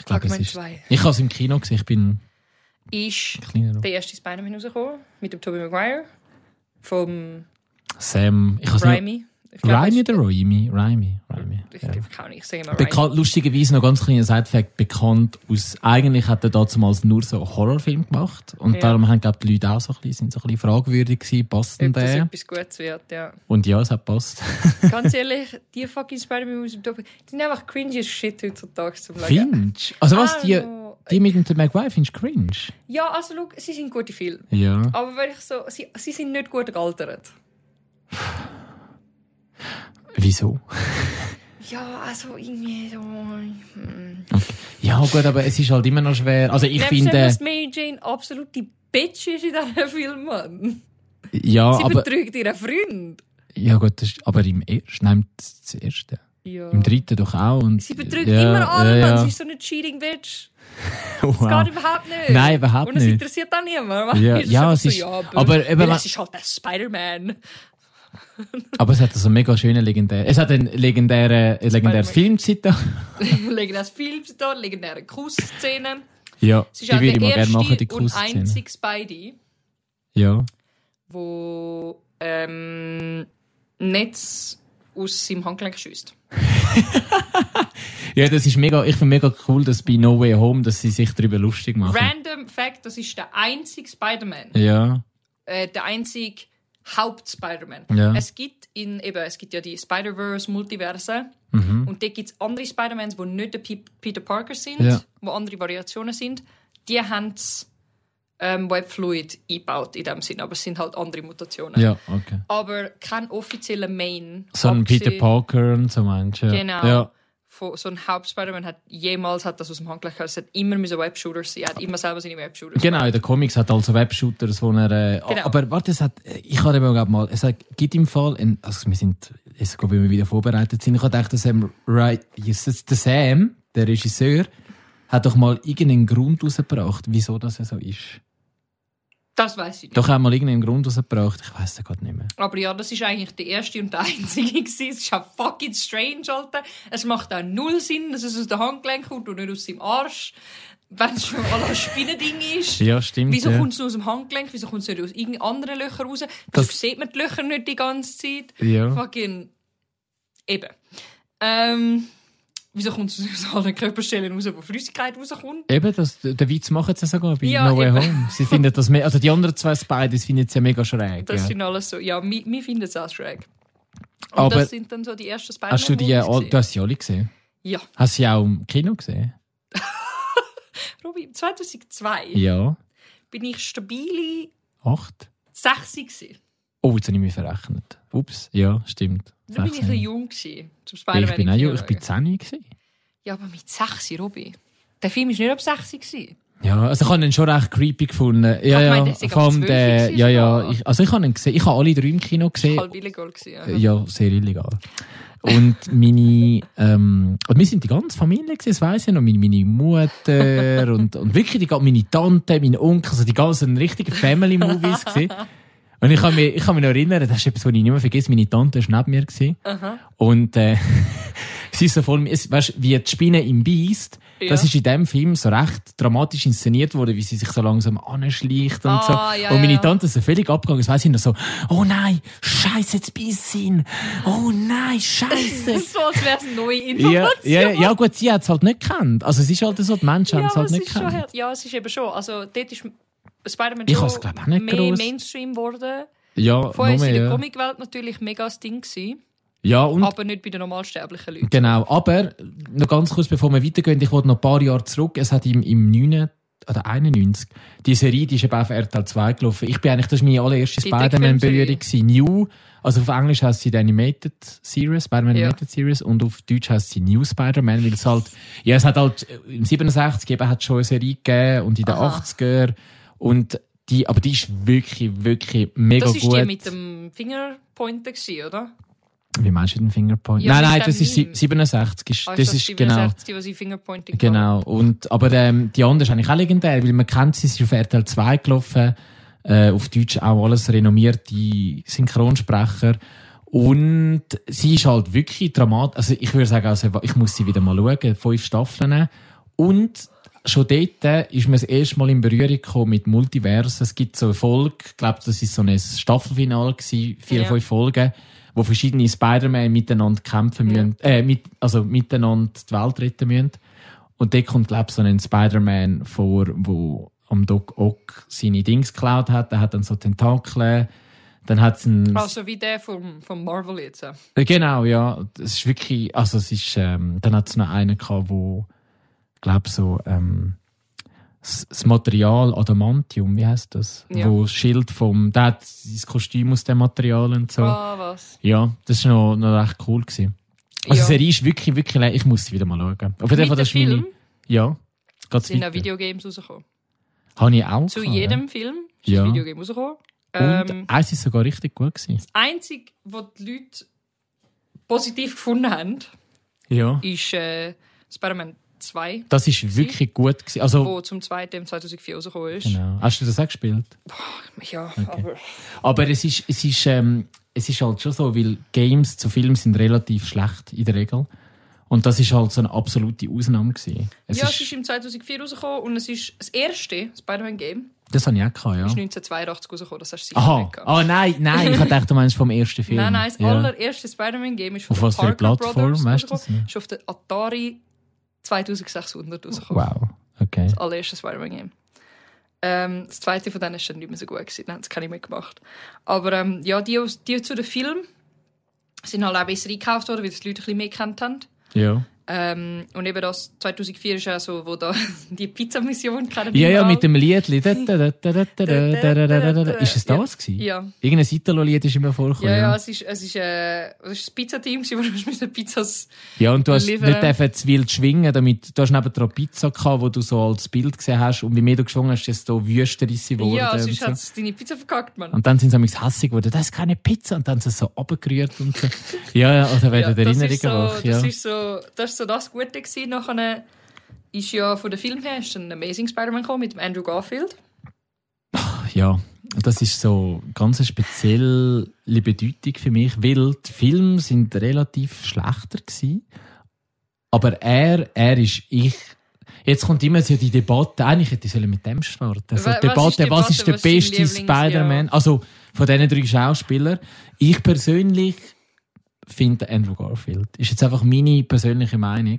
Speaker 2: Ich
Speaker 1: ich
Speaker 2: glaube, es
Speaker 1: meine
Speaker 2: ist.
Speaker 1: zwei,
Speaker 2: Ich habe es im Kino gesehen, ich bin
Speaker 1: ist
Speaker 2: kleiner.
Speaker 1: der erste Spider-Man rausgekommen mit dem Tobey Maguire vom
Speaker 2: Sam. Ich habe
Speaker 1: Raimi. Ich glaub,
Speaker 2: Also, Raimi oder Raimi? Raimi. Raimi.
Speaker 1: Ich,
Speaker 2: Ja.
Speaker 1: ich, kann nicht, ich sage immer Raimi.
Speaker 2: Bekannt, lustigerweise noch ganz kleiner Sidefact, bekannt aus, eigentlich hat er damals nur so Horrorfilm gemacht und
Speaker 1: Ja.
Speaker 2: darum haben, glaube ich, die Leute auch so ein bisschen, sind so ein bisschen fragwürdig gewesen, passt denn
Speaker 1: Ob das
Speaker 2: der?
Speaker 1: etwas Gutes wird, ja.
Speaker 2: Und ja, es hat passt.
Speaker 1: Ganz ehrlich, die fucking Spider-Man aus dem Tobey, die sind einfach cringy as shit heutzutage zum Schauen.
Speaker 2: Findest du? Also was, die,
Speaker 1: Also,
Speaker 2: die mit dem McWife findest du cringe?
Speaker 1: Ja, also schau, sie sind gute Filme.
Speaker 2: Ja.
Speaker 1: Aber wenn ich so, sie, sie sind nicht gut gealtert.
Speaker 2: Wieso?
Speaker 1: Ja, also irgendwie so... hm.
Speaker 2: Ja gut, aber es ist halt immer noch schwer. Also ich
Speaker 1: Nebst dem,
Speaker 2: finde,
Speaker 1: dass Mary Jane absolut die Bitch ist in diesem Film, Mann.
Speaker 2: ja,
Speaker 1: sie
Speaker 2: Ah, aber,
Speaker 1: betrügt ihren Freund.
Speaker 2: ja gut, das ist, aber im ersten, nein, das erste.
Speaker 1: Ja.
Speaker 2: Im dritten doch auch. Und,
Speaker 1: Sie betrügt
Speaker 2: ja,
Speaker 1: immer alle,
Speaker 2: ja,
Speaker 1: Mann.
Speaker 2: ja.
Speaker 1: Sie ist so eine cheating Bitch. Das
Speaker 2: Wow.
Speaker 1: geht überhaupt nicht.
Speaker 2: Nein, überhaupt
Speaker 1: Und es
Speaker 2: nicht.
Speaker 1: interessiert auch niemand.
Speaker 2: Ja,
Speaker 1: Es ist
Speaker 2: ja,
Speaker 1: einfach
Speaker 2: es ist- aber eben,
Speaker 1: weil
Speaker 2: man-
Speaker 1: es ist halt der Spider-Man.
Speaker 2: Aber es hat so einen mega schönen legendären. Es hat einen legendären, einen legendären Film da.
Speaker 1: legendäres Film da, legendäre Kussszenen.
Speaker 2: Ja,
Speaker 1: Es ist
Speaker 2: die
Speaker 1: auch
Speaker 2: würde ich
Speaker 1: der
Speaker 2: mal gerne machen, die
Speaker 1: erste und
Speaker 2: Kussszene.
Speaker 1: einzige Spidey,
Speaker 2: Ja.
Speaker 1: wo ähm, Netz aus seinem Handgelenk schießt.
Speaker 2: ja, das ist mega, ich finde mega cool, dass bei No Way Home, dass sie sich darüber lustig machen.
Speaker 1: Random Fact, das ist der einzige Spider-Man.
Speaker 2: Ja,
Speaker 1: äh, der einzige Haupt-Spider-Man.
Speaker 2: Ja.
Speaker 1: Es gibt in eben, es gibt ja die Spider-Verse, Multiverse
Speaker 2: Mhm.
Speaker 1: und da gibt es andere Spider-Mans, die nicht der Pe- Peter Parker sind,
Speaker 2: Ja.
Speaker 1: wo andere Variationen sind. Die haben ähm, Webfluid eingebaut in dem Sinn, aber es sind halt andere Mutationen.
Speaker 2: ja, okay.
Speaker 1: Aber kein offizieller Main.
Speaker 2: So ein Peter
Speaker 1: abgesehen-
Speaker 2: Parker und so meinst du. Ja.
Speaker 1: Genau.
Speaker 2: Ja.
Speaker 1: Von, so ein Haupt-Spider-Man hat jemals hat das aus dem Handgelenk gehabt. Es hat immer müssen Webshooter sein. Er hat immer selber seine Webshooter.
Speaker 2: Genau, in den Comics hat also Webshooters, wo er. Äh,
Speaker 1: Genau.
Speaker 2: Aber warte, es hat, ich habe eben gerade mal. Es hat, gibt im Fall. Ein, also wir sind. Es geht, wie wir wieder vorbereitet sind. Ich habe gedacht, der Sam, Rai- Jesus, der, Sam der Regisseur, hat doch mal irgendeinen Grund herausgebracht, wieso das so ist.
Speaker 1: Das weiß ich nicht.
Speaker 2: Doch auch mal irgendeinen Grund herausgebracht. Ich weiß den gerade nicht mehr.
Speaker 1: Aber ja, das ist eigentlich der erste und der einzige. gewesen. Es ist auch fucking strange, Alter. Es macht auch null Sinn, dass es aus der Handgelenk kommt und nicht aus seinem Arsch. Wenn es schon mal ein Spinnending ist.
Speaker 2: Ja, stimmt.
Speaker 1: Wieso
Speaker 2: ja.
Speaker 1: kommt es nur aus dem Handgelenk? Wieso kommt es nicht aus irgendeinem anderen Löcher raus? Wieso
Speaker 2: Das-
Speaker 1: sieht man die Löcher nicht die ganze Zeit?
Speaker 2: Ja.
Speaker 1: Fucking. Eben. Ähm. Wieso kommt es aus allen Körperstellen raus, wo Flüssigkeit rauskommt?
Speaker 2: Eben, das, der Witz machen sie sogar bei
Speaker 1: Ja,
Speaker 2: No Way
Speaker 1: eben.
Speaker 2: Home. Sie finden das me also die anderen zwei Spideys finden sie ja mega schräg.
Speaker 1: Das
Speaker 2: ja.
Speaker 1: sind alles so. Ja, wir, wir finden es auch schräg. Und
Speaker 2: Aber-
Speaker 1: das sind dann so die ersten spider
Speaker 2: Hast du die, all- du hast sie alle gesehen?
Speaker 1: Ja.
Speaker 2: Hast du sie auch im Kino gesehen?
Speaker 1: Robi, 2002
Speaker 2: Ja.
Speaker 1: bin ich stabile
Speaker 2: Acht?
Speaker 1: 60 gewesen.
Speaker 2: Oh, jetzt habe ich mich verrechnet. Ups, ja, stimmt.
Speaker 1: Da bin ich ein
Speaker 2: 16.
Speaker 1: bisschen jung gewesen, zum
Speaker 2: Ja, ich
Speaker 1: Spider-Man
Speaker 2: bin auch
Speaker 1: im Kino
Speaker 2: jung, ich bin 10 gewesen.
Speaker 1: Ja, aber mit 6, Robi. Der Film war nicht ab 6 gewesen.
Speaker 2: Ja, also ich habe ihn schon recht creepy gefunden. Ja,
Speaker 1: ich
Speaker 2: ja,
Speaker 1: meine, das ist
Speaker 2: vor allem
Speaker 1: ganz
Speaker 2: der,
Speaker 1: wirklich
Speaker 2: ja,
Speaker 1: so.
Speaker 2: ja. Ich, also ich habe ihn gesehen, ich habe alle drei im Kino gesehen.
Speaker 1: Halb illegal gewesen. Ja.
Speaker 2: Ja, sehr illegal. Und meine, ähm, und wir sind die ganze Familie gewesen, das weiss ich noch, meine, meine Mutter und, und wirklich die, ga- meine Tante, mein Onkel, also die ganzen richtigen Family-Movies gewesen. Und ich kann mich, ich kann mich noch erinnern, das ist etwas, was ich nicht mehr vergesse, meine Tante war neben mir gewesen. Und, äh, sie ist so voll, weißt, wie die Spinne im Biest,
Speaker 1: Ja.
Speaker 2: das ist in dem Film so recht dramatisch inszeniert worden, wie sie sich so langsam anschleicht und so.
Speaker 1: Ah, ja,
Speaker 2: und meine
Speaker 1: ja.
Speaker 2: Tante ist so völlig abgegangen, das weiss ich noch so, oh nein, scheiße, jetzt beißt sie ihn. Oh nein, scheiße.
Speaker 1: So als wäre es neue Information.
Speaker 2: ja, ja, ja, gut, sie hat es halt nicht gekannt. Also es ist halt so, die Menschen haben es
Speaker 1: aber
Speaker 2: halt nicht
Speaker 1: ist schon,
Speaker 2: gekannt.
Speaker 1: her- ja, es ist eben schon. Also dort ist Spider-Man
Speaker 2: Ich
Speaker 1: schon
Speaker 2: hab's, glaub, auch nicht
Speaker 1: mehr
Speaker 2: gross.
Speaker 1: Mainstream geworden.
Speaker 2: Ja,
Speaker 1: Vorher
Speaker 2: nur
Speaker 1: ist in der
Speaker 2: mehr, ja.
Speaker 1: Comicwelt natürlich mega das Ding gewesen,
Speaker 2: ja, und
Speaker 1: aber nicht bei den normalsterblichen Leuten.
Speaker 2: Genau, aber noch ganz kurz, bevor wir weitergehen, ich wollte noch ein paar Jahre zurück. Es hat im, im 9. oder 91, die Serie, die ist eben auf RTL 2 gelaufen. Ich bin eigentlich, das war meine allererste
Speaker 1: Die
Speaker 2: Spider-Man-Berührung.
Speaker 1: Trickfilmserie.
Speaker 2: gewesen. New, also auf Englisch heißt sie die Animated Series, Spider-Man
Speaker 1: Ja.
Speaker 2: Animated Series, und auf Deutsch heißt sie New Spider-Man, weil es halt, ja, es hat halt, äh, im 67 eben hat es schon eine Serie gegeben und in den
Speaker 1: Aha.
Speaker 2: 80er und die, aber die ist wirklich, wirklich mega
Speaker 1: Das ist
Speaker 2: gut.
Speaker 1: die mit dem Fingerpointer gewesen, oder?
Speaker 2: Wie meinst du den Fingerpoint?
Speaker 1: Ja,
Speaker 2: nein,
Speaker 1: das
Speaker 2: nein,
Speaker 1: ist
Speaker 2: das
Speaker 1: der
Speaker 2: ist sie-
Speaker 1: Meme.
Speaker 2: 67. Ist,
Speaker 1: Ah,
Speaker 2: das ist, genau.
Speaker 1: 67, die, die sie Fingerpointing
Speaker 2: Genau, und, aber ähm, die andere ist eigentlich auch legendär, weil man kennt sie, sie ist auf RTL 2 gelaufen, äh, auf Deutsch auch alles renommierte Synchronsprecher. Und sie ist halt wirklich dramatisch, also ich würde sagen, also ich muss sie wieder mal schauen, fünf Staffeln. Und schon dort äh, ist man das erste Mal in Berührung gekommen mit Multiversen. Es gibt so eine Folge, ich glaube, das war so ein Staffelfinale, gewesen, vier,
Speaker 1: Ja.
Speaker 2: fünf Folgen, wo verschiedene Spider-Man miteinander kämpfen müssen, äh, mit, also miteinander die Welt retten müssen. Und dort kommt, glaube ich, so ein Spider-Man vor, wo am Doc Ock seine Dings geklaut hat. Er hat dann so Tentakeln. Dann hat es einen...
Speaker 1: Also wie der vom, vom Marvel jetzt. äh.
Speaker 2: Genau, ja. Es ist wirklich... Also es ist... Ähm, dann hat es noch einen gehabt, wo, glaube so... Ähm, s- das Material Adamantium, wie heißt das?
Speaker 1: Ja.
Speaker 2: Wo das Schild vom... Der hat sein Kostüm aus dem Material und so.
Speaker 1: Ah, was?
Speaker 2: Ja, das war noch, noch recht cool. Gewesen.
Speaker 1: Ja.
Speaker 2: Also die Serie ist wirklich, wirklich... le- Ich muss sie wieder mal schauen. Auf jeden
Speaker 1: Mit
Speaker 2: Fall, das ist
Speaker 1: dem
Speaker 2: meine...
Speaker 1: Film?
Speaker 2: Ja. Geht's
Speaker 1: Sind auch
Speaker 2: weiter?
Speaker 1: Videogames rausgekommen.
Speaker 2: Habe ich auch.
Speaker 1: Zu
Speaker 2: gehabt, ja.
Speaker 1: jedem Film ist
Speaker 2: Ja.
Speaker 1: ein Videogame rausgekommen.
Speaker 2: Und
Speaker 1: Ähm,
Speaker 2: eins war sogar richtig gut. Gewesen.
Speaker 1: das Einzige, was die Leute positiv gefunden haben,
Speaker 2: Ja.
Speaker 1: ist äh, Spider-Man 2,
Speaker 2: Das ist wirklich gut. Gewesen. Also,
Speaker 1: wo zum zweiten im 2004 rausgekommen ist.
Speaker 2: genau. Hast du das auch gespielt?
Speaker 1: Ja, aber
Speaker 2: Aber es ist, es, ist, ähm, es ist halt schon so, weil Games zu Filmen sind relativ schlecht in der Regel. Und das ist halt so eine absolute Ausnahme. Gewesen. Es
Speaker 1: ja,
Speaker 2: ist,
Speaker 1: es ist im 2004 rausgekommen und es ist das erste Spider-Man-Game
Speaker 2: das habe ich auch gehabt, ja.
Speaker 1: ist 1982 rausgekommen. Das hast du sicher
Speaker 2: Aha.
Speaker 1: nicht gehabt.
Speaker 2: Oh nein, nein, ich dachte, du meinst vom ersten Film.
Speaker 1: Nein, nein, das
Speaker 2: ja.
Speaker 1: allererste Spider-Man-Game ist von
Speaker 2: Auf
Speaker 1: den
Speaker 2: was für einer
Speaker 1: Parker
Speaker 2: Plattform,
Speaker 1: Brothers
Speaker 2: weißt du
Speaker 1: rausgekommen.
Speaker 2: das?
Speaker 1: Ist auf der Atari 2600 rausgekommen.
Speaker 2: Wow. Okay.
Speaker 1: Das allererste Spider-Man-Game. Ähm, das zweite von denen ist dann nicht mehr so gut gewesen. Dann haben sie keine mehr gemacht. Aber ähm, ja, die, aus- die zu den Filmen sind halt auch besser eingekauft worden, weil das die Leute ein bisschen mehr gekannt haben.
Speaker 2: Ja.
Speaker 1: Ähm, und eben das 2004 ist auch so, wo da die Pizza-Mission kennen
Speaker 2: Ja, ja,
Speaker 1: überall.
Speaker 2: mit dem Lied. Ist es das? gewesen?
Speaker 1: Ja.
Speaker 2: Irgendein Italo-Lied ist immer vorgekommen.
Speaker 1: Ja, ja, es ist, es ist, äh, es ist das Pizzateam, gewesen, wo du musst mit den Pizzas.
Speaker 2: Ja, und du hast
Speaker 1: Liefern.
Speaker 2: nicht dürfen zu wild schwingen, damit du hast neben der Pizza gehabt, wo du so als Bild gesehen hast und wie mehr du geschwungen hast, desto wüster ist sie geworden.
Speaker 1: ja,
Speaker 2: und,
Speaker 1: sonst
Speaker 2: so.
Speaker 1: hat es halt deine Pizza verkackt, Mann.
Speaker 2: und dann sind sie amigs hässig geworden, das ist keine Pizza, und dann sind sie so abgerührt und so. Ja, ja, also
Speaker 1: Ja,
Speaker 2: werden
Speaker 1: das,
Speaker 2: Erinnerungen
Speaker 1: ist so,
Speaker 2: wach, ja.
Speaker 1: das, ist so, das ist so das Gute gewesen. Nachher ist ja von dem Film her ist ein Amazing Spider-Man gekommen mit dem Andrew Garfield.
Speaker 2: Ja, und das ist so ganz eine spezielle Bedeutung für mich, weil die Filme sind relativ schlechter gewesen, aber er, er ist ich. Jetzt kommt immer so die Debatte, eigentlich hätte ich sollen mit dem starten. So,
Speaker 1: Wa-
Speaker 2: die Debatte, was ist, der
Speaker 1: was ist dein
Speaker 2: beste
Speaker 1: Lieblings-
Speaker 2: Spider-Man? Also von diesen drei Schauspielern. Ich persönlich finde Andrew Garfield. Ist jetzt einfach meine persönliche Meinung.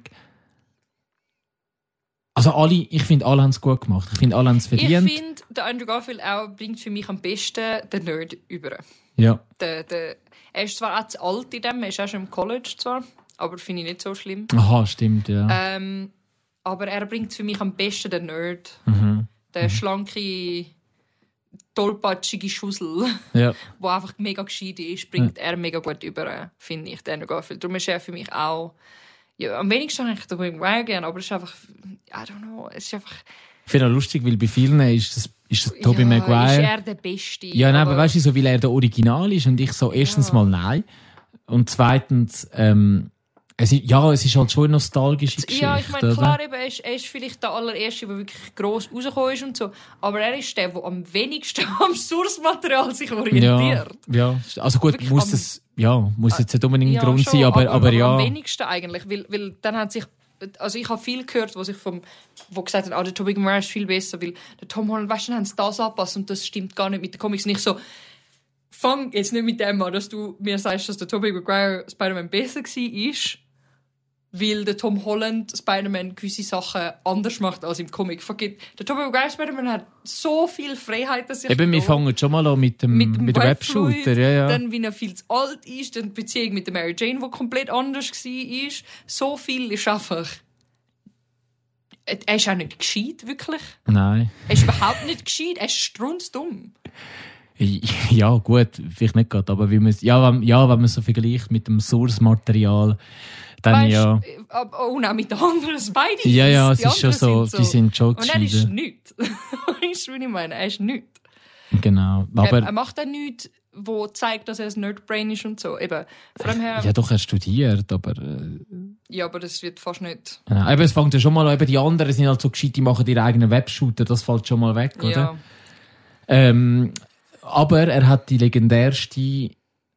Speaker 2: Also alle, ich finde, alle haben es gut gemacht. Ich finde, alle haben es verdient.
Speaker 1: Ich finde, der Andrew Garfield auch bringt für mich am besten den Nerd über.
Speaker 2: ja.
Speaker 1: Der, der, er ist zwar auch zu alt in dem, er ist auch schon im College zwar, aber finde ich nicht so schlimm.
Speaker 2: Aha, stimmt, ja.
Speaker 1: Ähm, aber er bringt für mich am besten den Nerd.
Speaker 2: Mhm.
Speaker 1: Den schlanke, tollpatschige Schussel,
Speaker 2: ja.
Speaker 1: der einfach mega gescheit ist,
Speaker 2: Hm.
Speaker 1: bringt er mega gut über, finde ich, den Garfield. Darum ist er für mich auch... Ja, am wenigsten habe ich den Wing Wire gern, aber es ist einfach... I don't know, es ist einfach...
Speaker 2: Ich finde auch lustig, weil bei vielen ist das, ist das Tobey
Speaker 1: ja,
Speaker 2: Maguire.
Speaker 1: Ist er der Beste?
Speaker 2: ja, nein, aber weißt du, so, weil er der Original ist und ich so erstens mal nein. Und zweitens, ähm, es ist, ja, es ist halt schon eine nostalgische Geschichte.
Speaker 1: Ja, ich meine,
Speaker 2: oder?
Speaker 1: klar, eben, er, ist, er ist vielleicht der allererste, der wirklich gross rausgekommen ist und so. Aber er ist der, der am wenigsten am Source-Material sich
Speaker 2: Ja,
Speaker 1: orientiert.
Speaker 2: ja, also gut,
Speaker 1: Wirklich
Speaker 2: muss
Speaker 1: am-
Speaker 2: das, ja, muss jetzt nicht unbedingt ein Grund
Speaker 1: schon,
Speaker 2: sein, aber, aber, ja.
Speaker 1: Am wenigsten eigentlich, weil, weil dann hat sich... Also ich habe viel gehört, wo sich vom, wo gesagt haben, ah, der Tobey Maguire ist viel besser, weil der Tom Holland, weißt du, dann haben sie das angepasst und das stimmt gar nicht mit den Comics nicht so. Fang jetzt nicht mit dem an, dass du mir sagst, dass der Tobey Maguire Spider-Man besser war, ist, weil der Tom Holland Spider-Man gewisse Sachen anders macht als im Comic. Vergiss, der Tobey Maguire Spider-Man hat so viel Freiheit, dass ich
Speaker 2: Eben, wir
Speaker 1: da-
Speaker 2: fangen schon mal an mit dem, mit dem,
Speaker 1: Webfluid,
Speaker 2: Webshooter, ja, ja.
Speaker 1: Dann, wie er viel zu alt ist, dann die Beziehung mit der Mary Jane, die komplett anders war. So viel ist einfach. äh, Er er ist auch nicht gescheit, wirklich.
Speaker 2: Nein.
Speaker 1: Er ist überhaupt nicht gescheit, er ist strunzdumm.
Speaker 2: Ja, gut, vielleicht nicht gerade, aber wie man es- ja, wenn, ja, wenn man es so vergleicht mit dem Source-Material, dann
Speaker 1: Weißt,
Speaker 2: Ähm, ja.
Speaker 1: äh, ab- Und auch mit den anderen beide.
Speaker 2: Ja, ja, es
Speaker 1: Die
Speaker 2: ist schon so,
Speaker 1: anderen
Speaker 2: die sind schon
Speaker 1: Und er ist
Speaker 2: geschieden.
Speaker 1: nichts. Weißt du, wie ich meine? Er ist nichts.
Speaker 2: Genau.
Speaker 1: Er, er
Speaker 2: Aber
Speaker 1: macht auch nichts, wo zeigt, dass er ein Nerdbrain ist und so. Eben, von dem her,
Speaker 2: ja, doch, er studiert, aber. Äh,
Speaker 1: ja, aber das wird fast nicht.
Speaker 2: genau. eben, es fängt ja schon mal an, eben die anderen sind halt so gescheit, die machen ihre eigenen Webshooter, das fällt schon mal weg, oder?
Speaker 1: Ja.
Speaker 2: Ähm, aber er hat die legendärste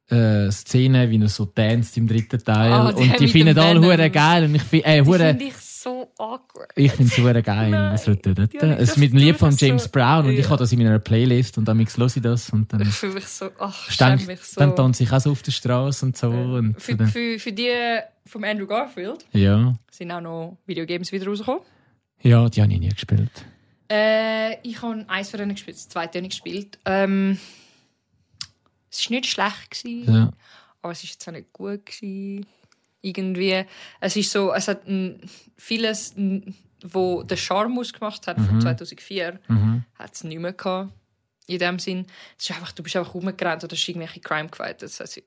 Speaker 2: äh, Szene, wie er so tanzt im dritten Teil.
Speaker 1: Ah, der
Speaker 2: und die
Speaker 1: mit
Speaker 2: finden
Speaker 1: dem
Speaker 2: alle
Speaker 1: Venom.
Speaker 2: hure geil. Und ich finde, äh,
Speaker 1: Die
Speaker 2: hure,
Speaker 1: finde ich so awkward.
Speaker 2: ich finde es hure geil.
Speaker 1: Nein,
Speaker 2: Also, da, da, da.
Speaker 1: Johnny,
Speaker 2: Es
Speaker 1: das
Speaker 2: ist mit dem Lied von
Speaker 1: tut mir
Speaker 2: James
Speaker 1: so-
Speaker 2: Brown und
Speaker 1: Ja.
Speaker 2: ich habe das in meiner Playlist und dann höre ich das und
Speaker 1: Ich
Speaker 2: dann,
Speaker 1: fühle mich so, ach, ich
Speaker 2: dann,
Speaker 1: schäme mich so.
Speaker 2: dann tanze ich auch so auf der Straße und so. Und so
Speaker 1: für,
Speaker 2: dann,
Speaker 1: für, für die von Andrew Garfield
Speaker 2: ja.
Speaker 1: sind auch noch Videogames wieder rausgekommen.
Speaker 2: ja, die habe ich nie gespielt.
Speaker 1: Äh, ich habe eins von denen gespielt, das zweite habe ich gespielt. Ähm, es war nicht schlecht, gewesen,
Speaker 2: Ja.
Speaker 1: aber es war jetzt auch nicht gut. Gewesen. Irgendwie. Es ist so, es hat mm, vieles, mm, wo der Charme ausgemacht hat von 2004,
Speaker 2: Mhm.
Speaker 1: hat es nicht mehr gehabt. In dem Sinn, es ist einfach, du bist einfach rumgerannt oder hast irgendwelche Crime gefightet. Das heißt,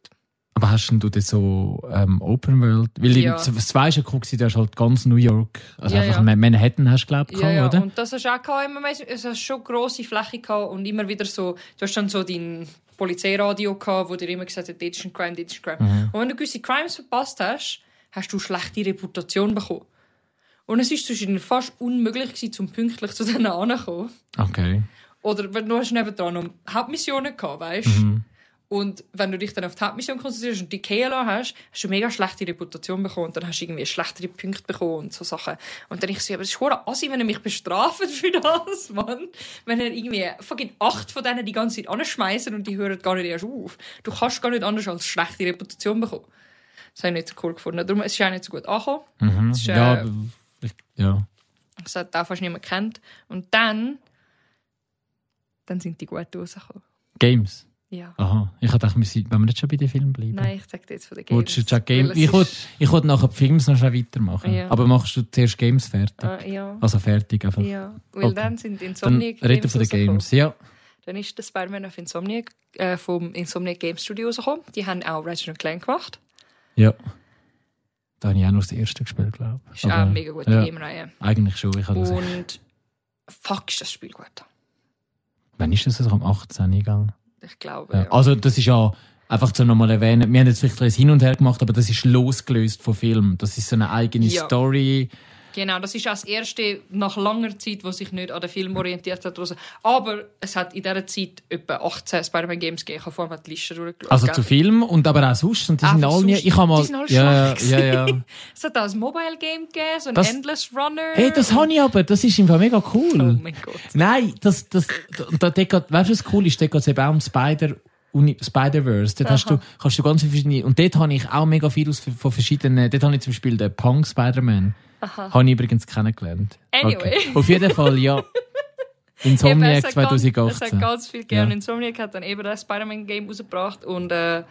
Speaker 2: Aber hast denn du das so ähm, Open World? Weil
Speaker 1: Ja.
Speaker 2: ja. das zweite Guck, du hast halt ganz New York, also
Speaker 1: Ja,
Speaker 2: einfach
Speaker 1: ja.
Speaker 2: Ma- Manhattan hast du glaube ich,
Speaker 1: Ja, ja.
Speaker 2: gehabt, oder?
Speaker 1: und das hast du auch gehabt, immer mehr, es hast schon grosse Fläche gehabt und immer wieder so, du hast dann so dein Polizeiradio gehabt, wo dir immer gesagt hat, das ist ein Crime, das ist ein Crime. Und wenn du gewisse Crimes verpasst hast, hast du schlechte Reputation bekommen. Und es ist zwischen fast unmöglich gewesen, zum pünktlich zu denen anzukommen.
Speaker 2: Okay.
Speaker 1: Oder wenn du hast nebendran noch Hauptmissionen gehabt, weißt Und wenn du dich dann auf die Hauptmission konzentrierst und die KLA hast, hast du mega schlechte Reputation bekommen und dann hast du irgendwie schlechtere Punkte bekommen und so Sachen. Und dann ich so, aber das ist hure assi, wenn er mich bestraft für das, Mann. Wenn er irgendwie fucking acht von denen die ganze Zeit anschmeißen und die hören gar nicht erst auf. Du kannst gar nicht anders als schlechte Reputation bekommen. Das habe ich nicht so cool gefunden. Darum, es ist auch nicht so gut angekommen.
Speaker 2: Mhm.
Speaker 1: ist, äh,
Speaker 2: ja, ich, ja.
Speaker 1: Das hat auch fast niemand gekannt. Und dann, dann sind die gut rausgekommen.
Speaker 2: Games.
Speaker 1: Ja.
Speaker 2: Aha. Ich habe gedacht, wir sind, wenn wir nicht schon bei den Filmen bleiben.
Speaker 1: Nein, ich sage dir jetzt von den Games.
Speaker 2: Wolltest du schon Games?
Speaker 1: Weil es
Speaker 2: Ich wollte
Speaker 1: ist-
Speaker 2: ich wollt nachher die Films noch schnell weitermachen.
Speaker 1: Ja.
Speaker 2: Aber machst du zuerst Games fertig?
Speaker 1: Ah, ja.
Speaker 2: Also fertig einfach.
Speaker 1: Ja, weil
Speaker 2: Okay.
Speaker 1: dann sind
Speaker 2: Dann
Speaker 1: Insomniac
Speaker 2: reden wir von den
Speaker 1: rausgekommen.
Speaker 2: Games. Ja.
Speaker 1: Dann ist der Spider-Man auf Insomniac, äh, vom Insomniac Game Studio rausgekommen. Die haben auch Ratchet Clank gemacht.
Speaker 2: Ja. Da habe ich auch noch das erste gespielt, glaube ich.
Speaker 1: Ist auch eine mega gute
Speaker 2: ja,
Speaker 1: Gamereihe.
Speaker 2: Eigentlich schon. Ich habe das,
Speaker 1: Und fuck, ist das Spiel gut.
Speaker 2: wann ist das? Also am 18. gegangen?
Speaker 1: Ich glaube,
Speaker 2: Ja.
Speaker 1: ja.
Speaker 2: Also das ist ja einfach zu nochmal erwähnen. Wir haben jetzt vielleicht ein Hin und Her gemacht, aber das ist losgelöst vom Film. Das ist so eine eigene
Speaker 1: Ja.
Speaker 2: Story.
Speaker 1: Genau, das ist auch das erste nach langer Zeit, wo sich nicht an den Film orientiert hat. draussen. Aber es hat in dieser Zeit etwa 18 Spider-Man Games gegeben. Ich habe vorhin mal die Liste durchgeschaut.
Speaker 2: Also
Speaker 1: gell?
Speaker 2: zu Film und aber auch sonst. Und die
Speaker 1: Einfach
Speaker 2: sind alle nie.
Speaker 1: sonst.
Speaker 2: Ich habe mal.
Speaker 1: Die sind alle
Speaker 2: ja,
Speaker 1: schlecht
Speaker 2: ja, ja, ja.
Speaker 1: Es hat auch ein Mobile Game gegeben, so ein
Speaker 2: Das-
Speaker 1: Endless Runner.
Speaker 2: Hey, das habe ich aber. Das ist einfach mega cool.
Speaker 1: Oh mein Gott.
Speaker 2: Nein, das, das, und da, dort geht, weißt du, was cool ist? Dort geht es eben auch um Spider, Uni- Spider-Verse. Dort hast
Speaker 1: Aha.
Speaker 2: du, kannst du ganz viele verschiedene, und dort habe ich auch mega viel aus, von verschiedenen, dort habe ich zum Beispiel den Punk Spider-Man. Habe ich übrigens kennengelernt.
Speaker 1: Anyway.
Speaker 2: Auf jeden Fall, ja.
Speaker 1: Eben,
Speaker 2: Insomniac
Speaker 1: es hat ganz- Es hat
Speaker 2: 2018.
Speaker 1: ganz viel gegeben.
Speaker 2: Ja.
Speaker 1: Und Insomniac hat dann eben das Spider-Man-Game rausgebracht. Und äh,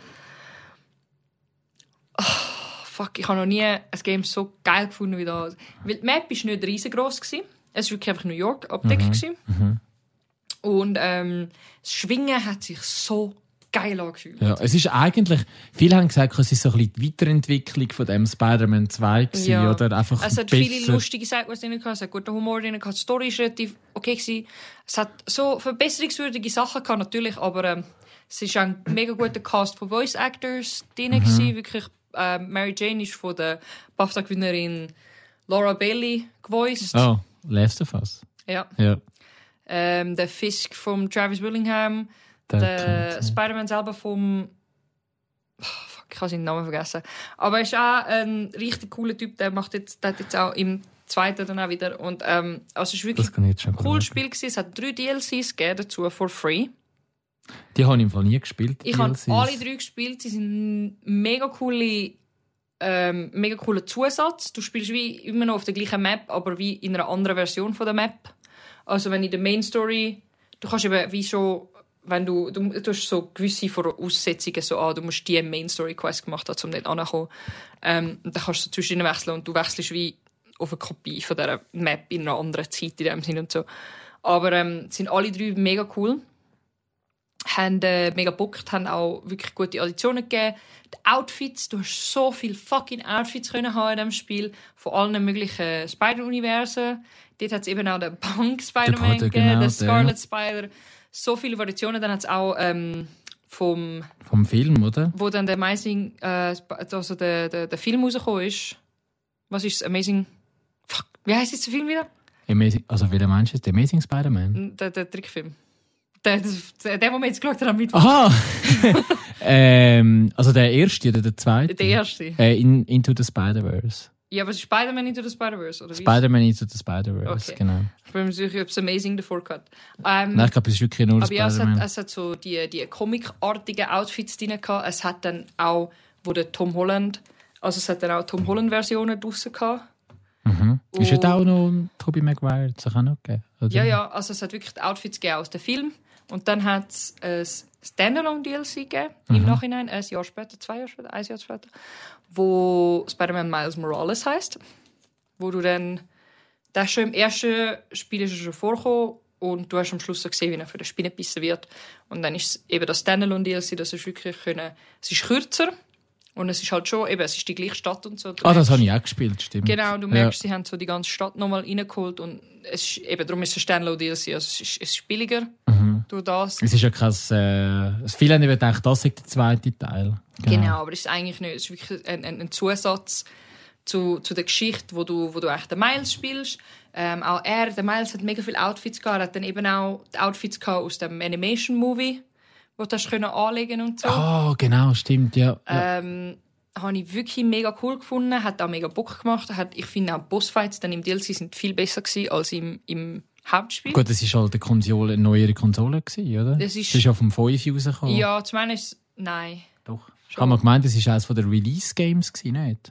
Speaker 1: ah, fuck, ich habe noch nie ein Game so geil gefunden wie das. Weil die Map war nicht riesengroß. Gewesen. Es war wirklich einfach New York
Speaker 2: Mhm.
Speaker 1: abdeckt. gewesen. Und ähm, das Schwingen hat sich so geil angefühlt.
Speaker 2: Ja, es ist eigentlich, viele haben gesagt, es ist so ein bisschen die Weiterentwicklung von dem Spider-Man 2 gewesen,
Speaker 1: Ja.
Speaker 2: oder? Einfach
Speaker 1: Es hat
Speaker 2: besser.
Speaker 1: viele lustige Segments drin gehabt, es hat guten Humor drin gehabt, die Story war relativ okay gewesen. Es hat so verbesserungswürdige Sachen gehabt, natürlich, aber ähm, Es ist auch ein mega guter Cast von Voice Actors drin. Mhm. Wirklich, äh, Mary Jane ist von der BAFTA-Gewinnerin Laura Bailey gevoiced.
Speaker 2: Oh, Last of Us.
Speaker 1: Ja.
Speaker 2: Ja.
Speaker 1: Ähm, der Fisk von Travis Willingham.
Speaker 2: Der
Speaker 1: Der
Speaker 2: kennt's nicht.
Speaker 1: Spider-Man selber vom. Ah, Fuck, ich habe seinen Namen vergessen. Aber er ist auch ein richtig cooler Typ, der macht jetzt, der hat jetzt auch im zweiten dann auch wieder. Und ähm, also es ist wirklich
Speaker 2: Das kann ich jetzt schon
Speaker 1: ein cooles
Speaker 2: schauen.
Speaker 1: Spiel gewesen. Es hat drei DLCs gegeben dazu for free.
Speaker 2: Die habe ich im Fall nie gespielt. die
Speaker 1: Ich habe
Speaker 2: DLCs.
Speaker 1: alle drei gespielt. Sie sind mega coole, ähm, mega cooler Zusatz. Du spielst wie immer noch auf der gleichen Map, aber wie in einer anderen Version von der Map. Also wenn in der Main Story, du kannst eben wie schon, wenn du, du, du hast so gewisse Voraussetzungen so an, du musst die Main Story Quest gemacht haben, um dort anzukommen. Ähm, und dann kannst du so zwischendrin wechseln und du wechselst wie auf eine Kopie von dieser Map in einer anderen Zeit in dem Sinn und so. Aber ähm, sind alle drei mega cool haben äh, mega gebockt, haben auch wirklich gute Additionen gegeben. Die Outfits, du hast so viele fucking Outfits können haben in diesem Spiel, von allen möglichen Spider-Universen. Dort hat es eben auch den Punk
Speaker 2: Der
Speaker 1: Spider-Man
Speaker 2: Punk,
Speaker 1: gegeben,
Speaker 2: genau,
Speaker 1: den
Speaker 2: der.
Speaker 1: Scarlet Spider, so viele Variationen. Dann hat es auch ähm, vom,
Speaker 2: Vom Film, oder?
Speaker 1: wo dann der Amazing, äh, Sp- also der, der, der Film rausgekommen ist. Was ist das? Amazing, fuck, wie heißt jetzt der Film wieder?
Speaker 2: Amazing, also, wie der Mensch ist, der Amazing Spider-Man.
Speaker 1: Der, der Trickfilm. Der, der, der, wo wir jetzt geschaut haben, mit
Speaker 2: Aha! ähm, also, der erste oder der zweite?
Speaker 1: der erste.
Speaker 2: Äh, in, into the Spider-Verse.
Speaker 1: Ja, aber es ist Spider-Man Into the Spider-Verse, oder wie?
Speaker 2: Spider-Man Into the Spider-Verse,
Speaker 1: Okay.
Speaker 2: genau.
Speaker 1: ich bin mir sicher, ob es Amazing davor gehabt. Ähm,
Speaker 2: Nein, ich glaube, es ist wirklich nur
Speaker 1: aber ja, es hat,
Speaker 2: Spider-Man.
Speaker 1: es hat so die, die comicartigen Outfits drin gehabt. Es hat dann auch, wo der Tom Holland, also es hat dann auch Tom Holland-Versionen draussen gehabt.
Speaker 2: Mhm. Ist
Speaker 1: Und-
Speaker 2: ja da auch noch ein Tobey Maguire, das kann auch gegeben. oder?
Speaker 1: also- Ja, ja, also es hat wirklich die Outfits gegeben aus dem Film. Und dann hat es ein Standalone-DLC gegeben,
Speaker 2: Mhm.
Speaker 1: im Nachhinein, ein Jahr später, zwei Jahre später, ein Jahr später, wo Spider-Man Miles Morales heißt. Wo du dann, das ist schon im ersten Spiel ist er schon vorgekommen und du hast am Schluss so gesehen, wie er für den Spinnenbissen wird. Und dann ist es eben das Standalone-DLC, das ist wirklich können, es ist kürzer und es ist halt schon, eben, es ist die gleiche Stadt und so. Und du
Speaker 2: Ah, das
Speaker 1: merkst-
Speaker 2: habe ich auch gespielt, stimmt.
Speaker 1: Genau, du merkst, sie haben so die ganze Stadt nochmal reingeholt und es ist, eben darum ist es ein Standalone DLC, also es ist, es ist billiger
Speaker 2: Ja. Mhm.
Speaker 1: durch das.
Speaker 2: Es ist ja kein. Äh, viele haben eben gedacht, das sei der zweite Teil.
Speaker 1: Genau, aber es ist eigentlich nicht, es ist wirklich ein, ein, ein Zusatz zu, zu der Geschichte, wo du, wo du eigentlich den Miles spielst. Ähm, auch er, der Miles hat mega viele Outfits gehabt, er hat dann eben auch die Outfits gehabt aus dem Animation-Movie, wo du hast können anlegen und so.
Speaker 2: Ah, genau, stimmt, ja. ja.
Speaker 1: Ähm, habe ich wirklich mega cool gefunden, hat auch mega Bock gemacht. Hat, ich finde auch die Bossfights dann im DLC sind viel besser gewesen als im, im Hauptspiel.
Speaker 2: Gut, das war halt eine, Konsole, eine neuere Konsole, gewesen, oder?
Speaker 1: Das ist-
Speaker 2: das ist ja vom 5 rausgekommen.
Speaker 1: Ja, zum einen ist nein.
Speaker 2: Doch. Ich
Speaker 1: Schon.
Speaker 2: habe mal gemeint, das war eines der Release-Games, gewesen, nicht?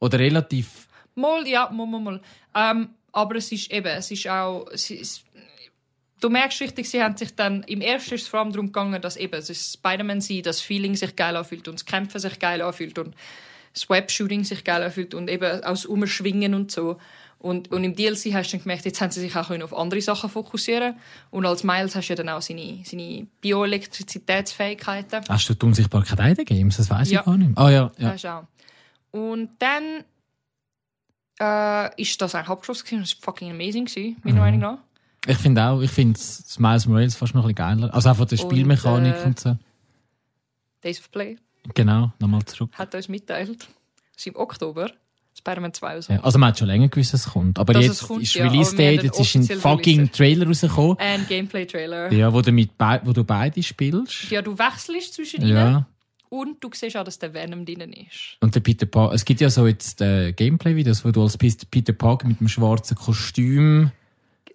Speaker 2: Oder relativ.
Speaker 1: Mal, ja, mal, mal, mal. Ähm, aber es ist eben, es ist auch. Es ist, du merkst richtig, sie haben sich dann. Im ersten ist es vor allem darum gegangen, dass eben es ist Spider-Man sein, dass Feeling sich geil anfühlt und das Kämpfen sich geil anfühlt und das Webshooting sich geil anfühlt und eben aus Umschwingen und so. Und, und im DLC hast du dann gemerkt, jetzt haben sie sich auch können auf andere Sachen fokussieren Und als Miles hast du ja dann auch seine, seine Bioelektrizitätsfähigkeiten.
Speaker 2: Hast du die Unsichtbarkeit auch in den Games? Das weiß
Speaker 1: Ja.
Speaker 2: ich gar nicht. mehr. Ah, ja. ja.
Speaker 1: Weisst du auch. Und dann äh, ist das ein Hauptschuss gewesen. und Das war fucking amazing gewesen, meiner
Speaker 2: Mhm.
Speaker 1: Meinung nach.
Speaker 2: Ich finde auch, ich finde das Miles Morales fast noch ein bisschen geiler. Also auch von der
Speaker 1: Und,
Speaker 2: Spielmechanik und,
Speaker 1: äh,
Speaker 2: so.
Speaker 1: Days of Play
Speaker 2: Genau, nochmal zurück.
Speaker 1: hat uns mitteilt, dass im Oktober Spider-Man 2 rauskommt.
Speaker 2: Ja, also man hat schon länger gewusst, dass es kommt. Aber
Speaker 1: Dass
Speaker 2: jetzt
Speaker 1: es kommt,
Speaker 2: ist
Speaker 1: ja,
Speaker 2: Release
Speaker 1: aber wir haben
Speaker 2: Date,
Speaker 1: den
Speaker 2: jetzt ist ein
Speaker 1: offiziellen
Speaker 2: fucking
Speaker 1: Release.
Speaker 2: Trailer rausgekommen,
Speaker 1: Ein Gameplay-Trailer. Ja.
Speaker 2: ja, wo, du mit bei, wo du beide spielst.
Speaker 1: du wechselst zwischen ihnen
Speaker 2: Ja.
Speaker 1: und du siehst auch, dass der Venom drin ist.
Speaker 2: Und der Peter Park, es gibt ja so jetzt äh, Gameplay-Videos, wo du als Pis- Peter Park mit dem schwarzen Kostüm,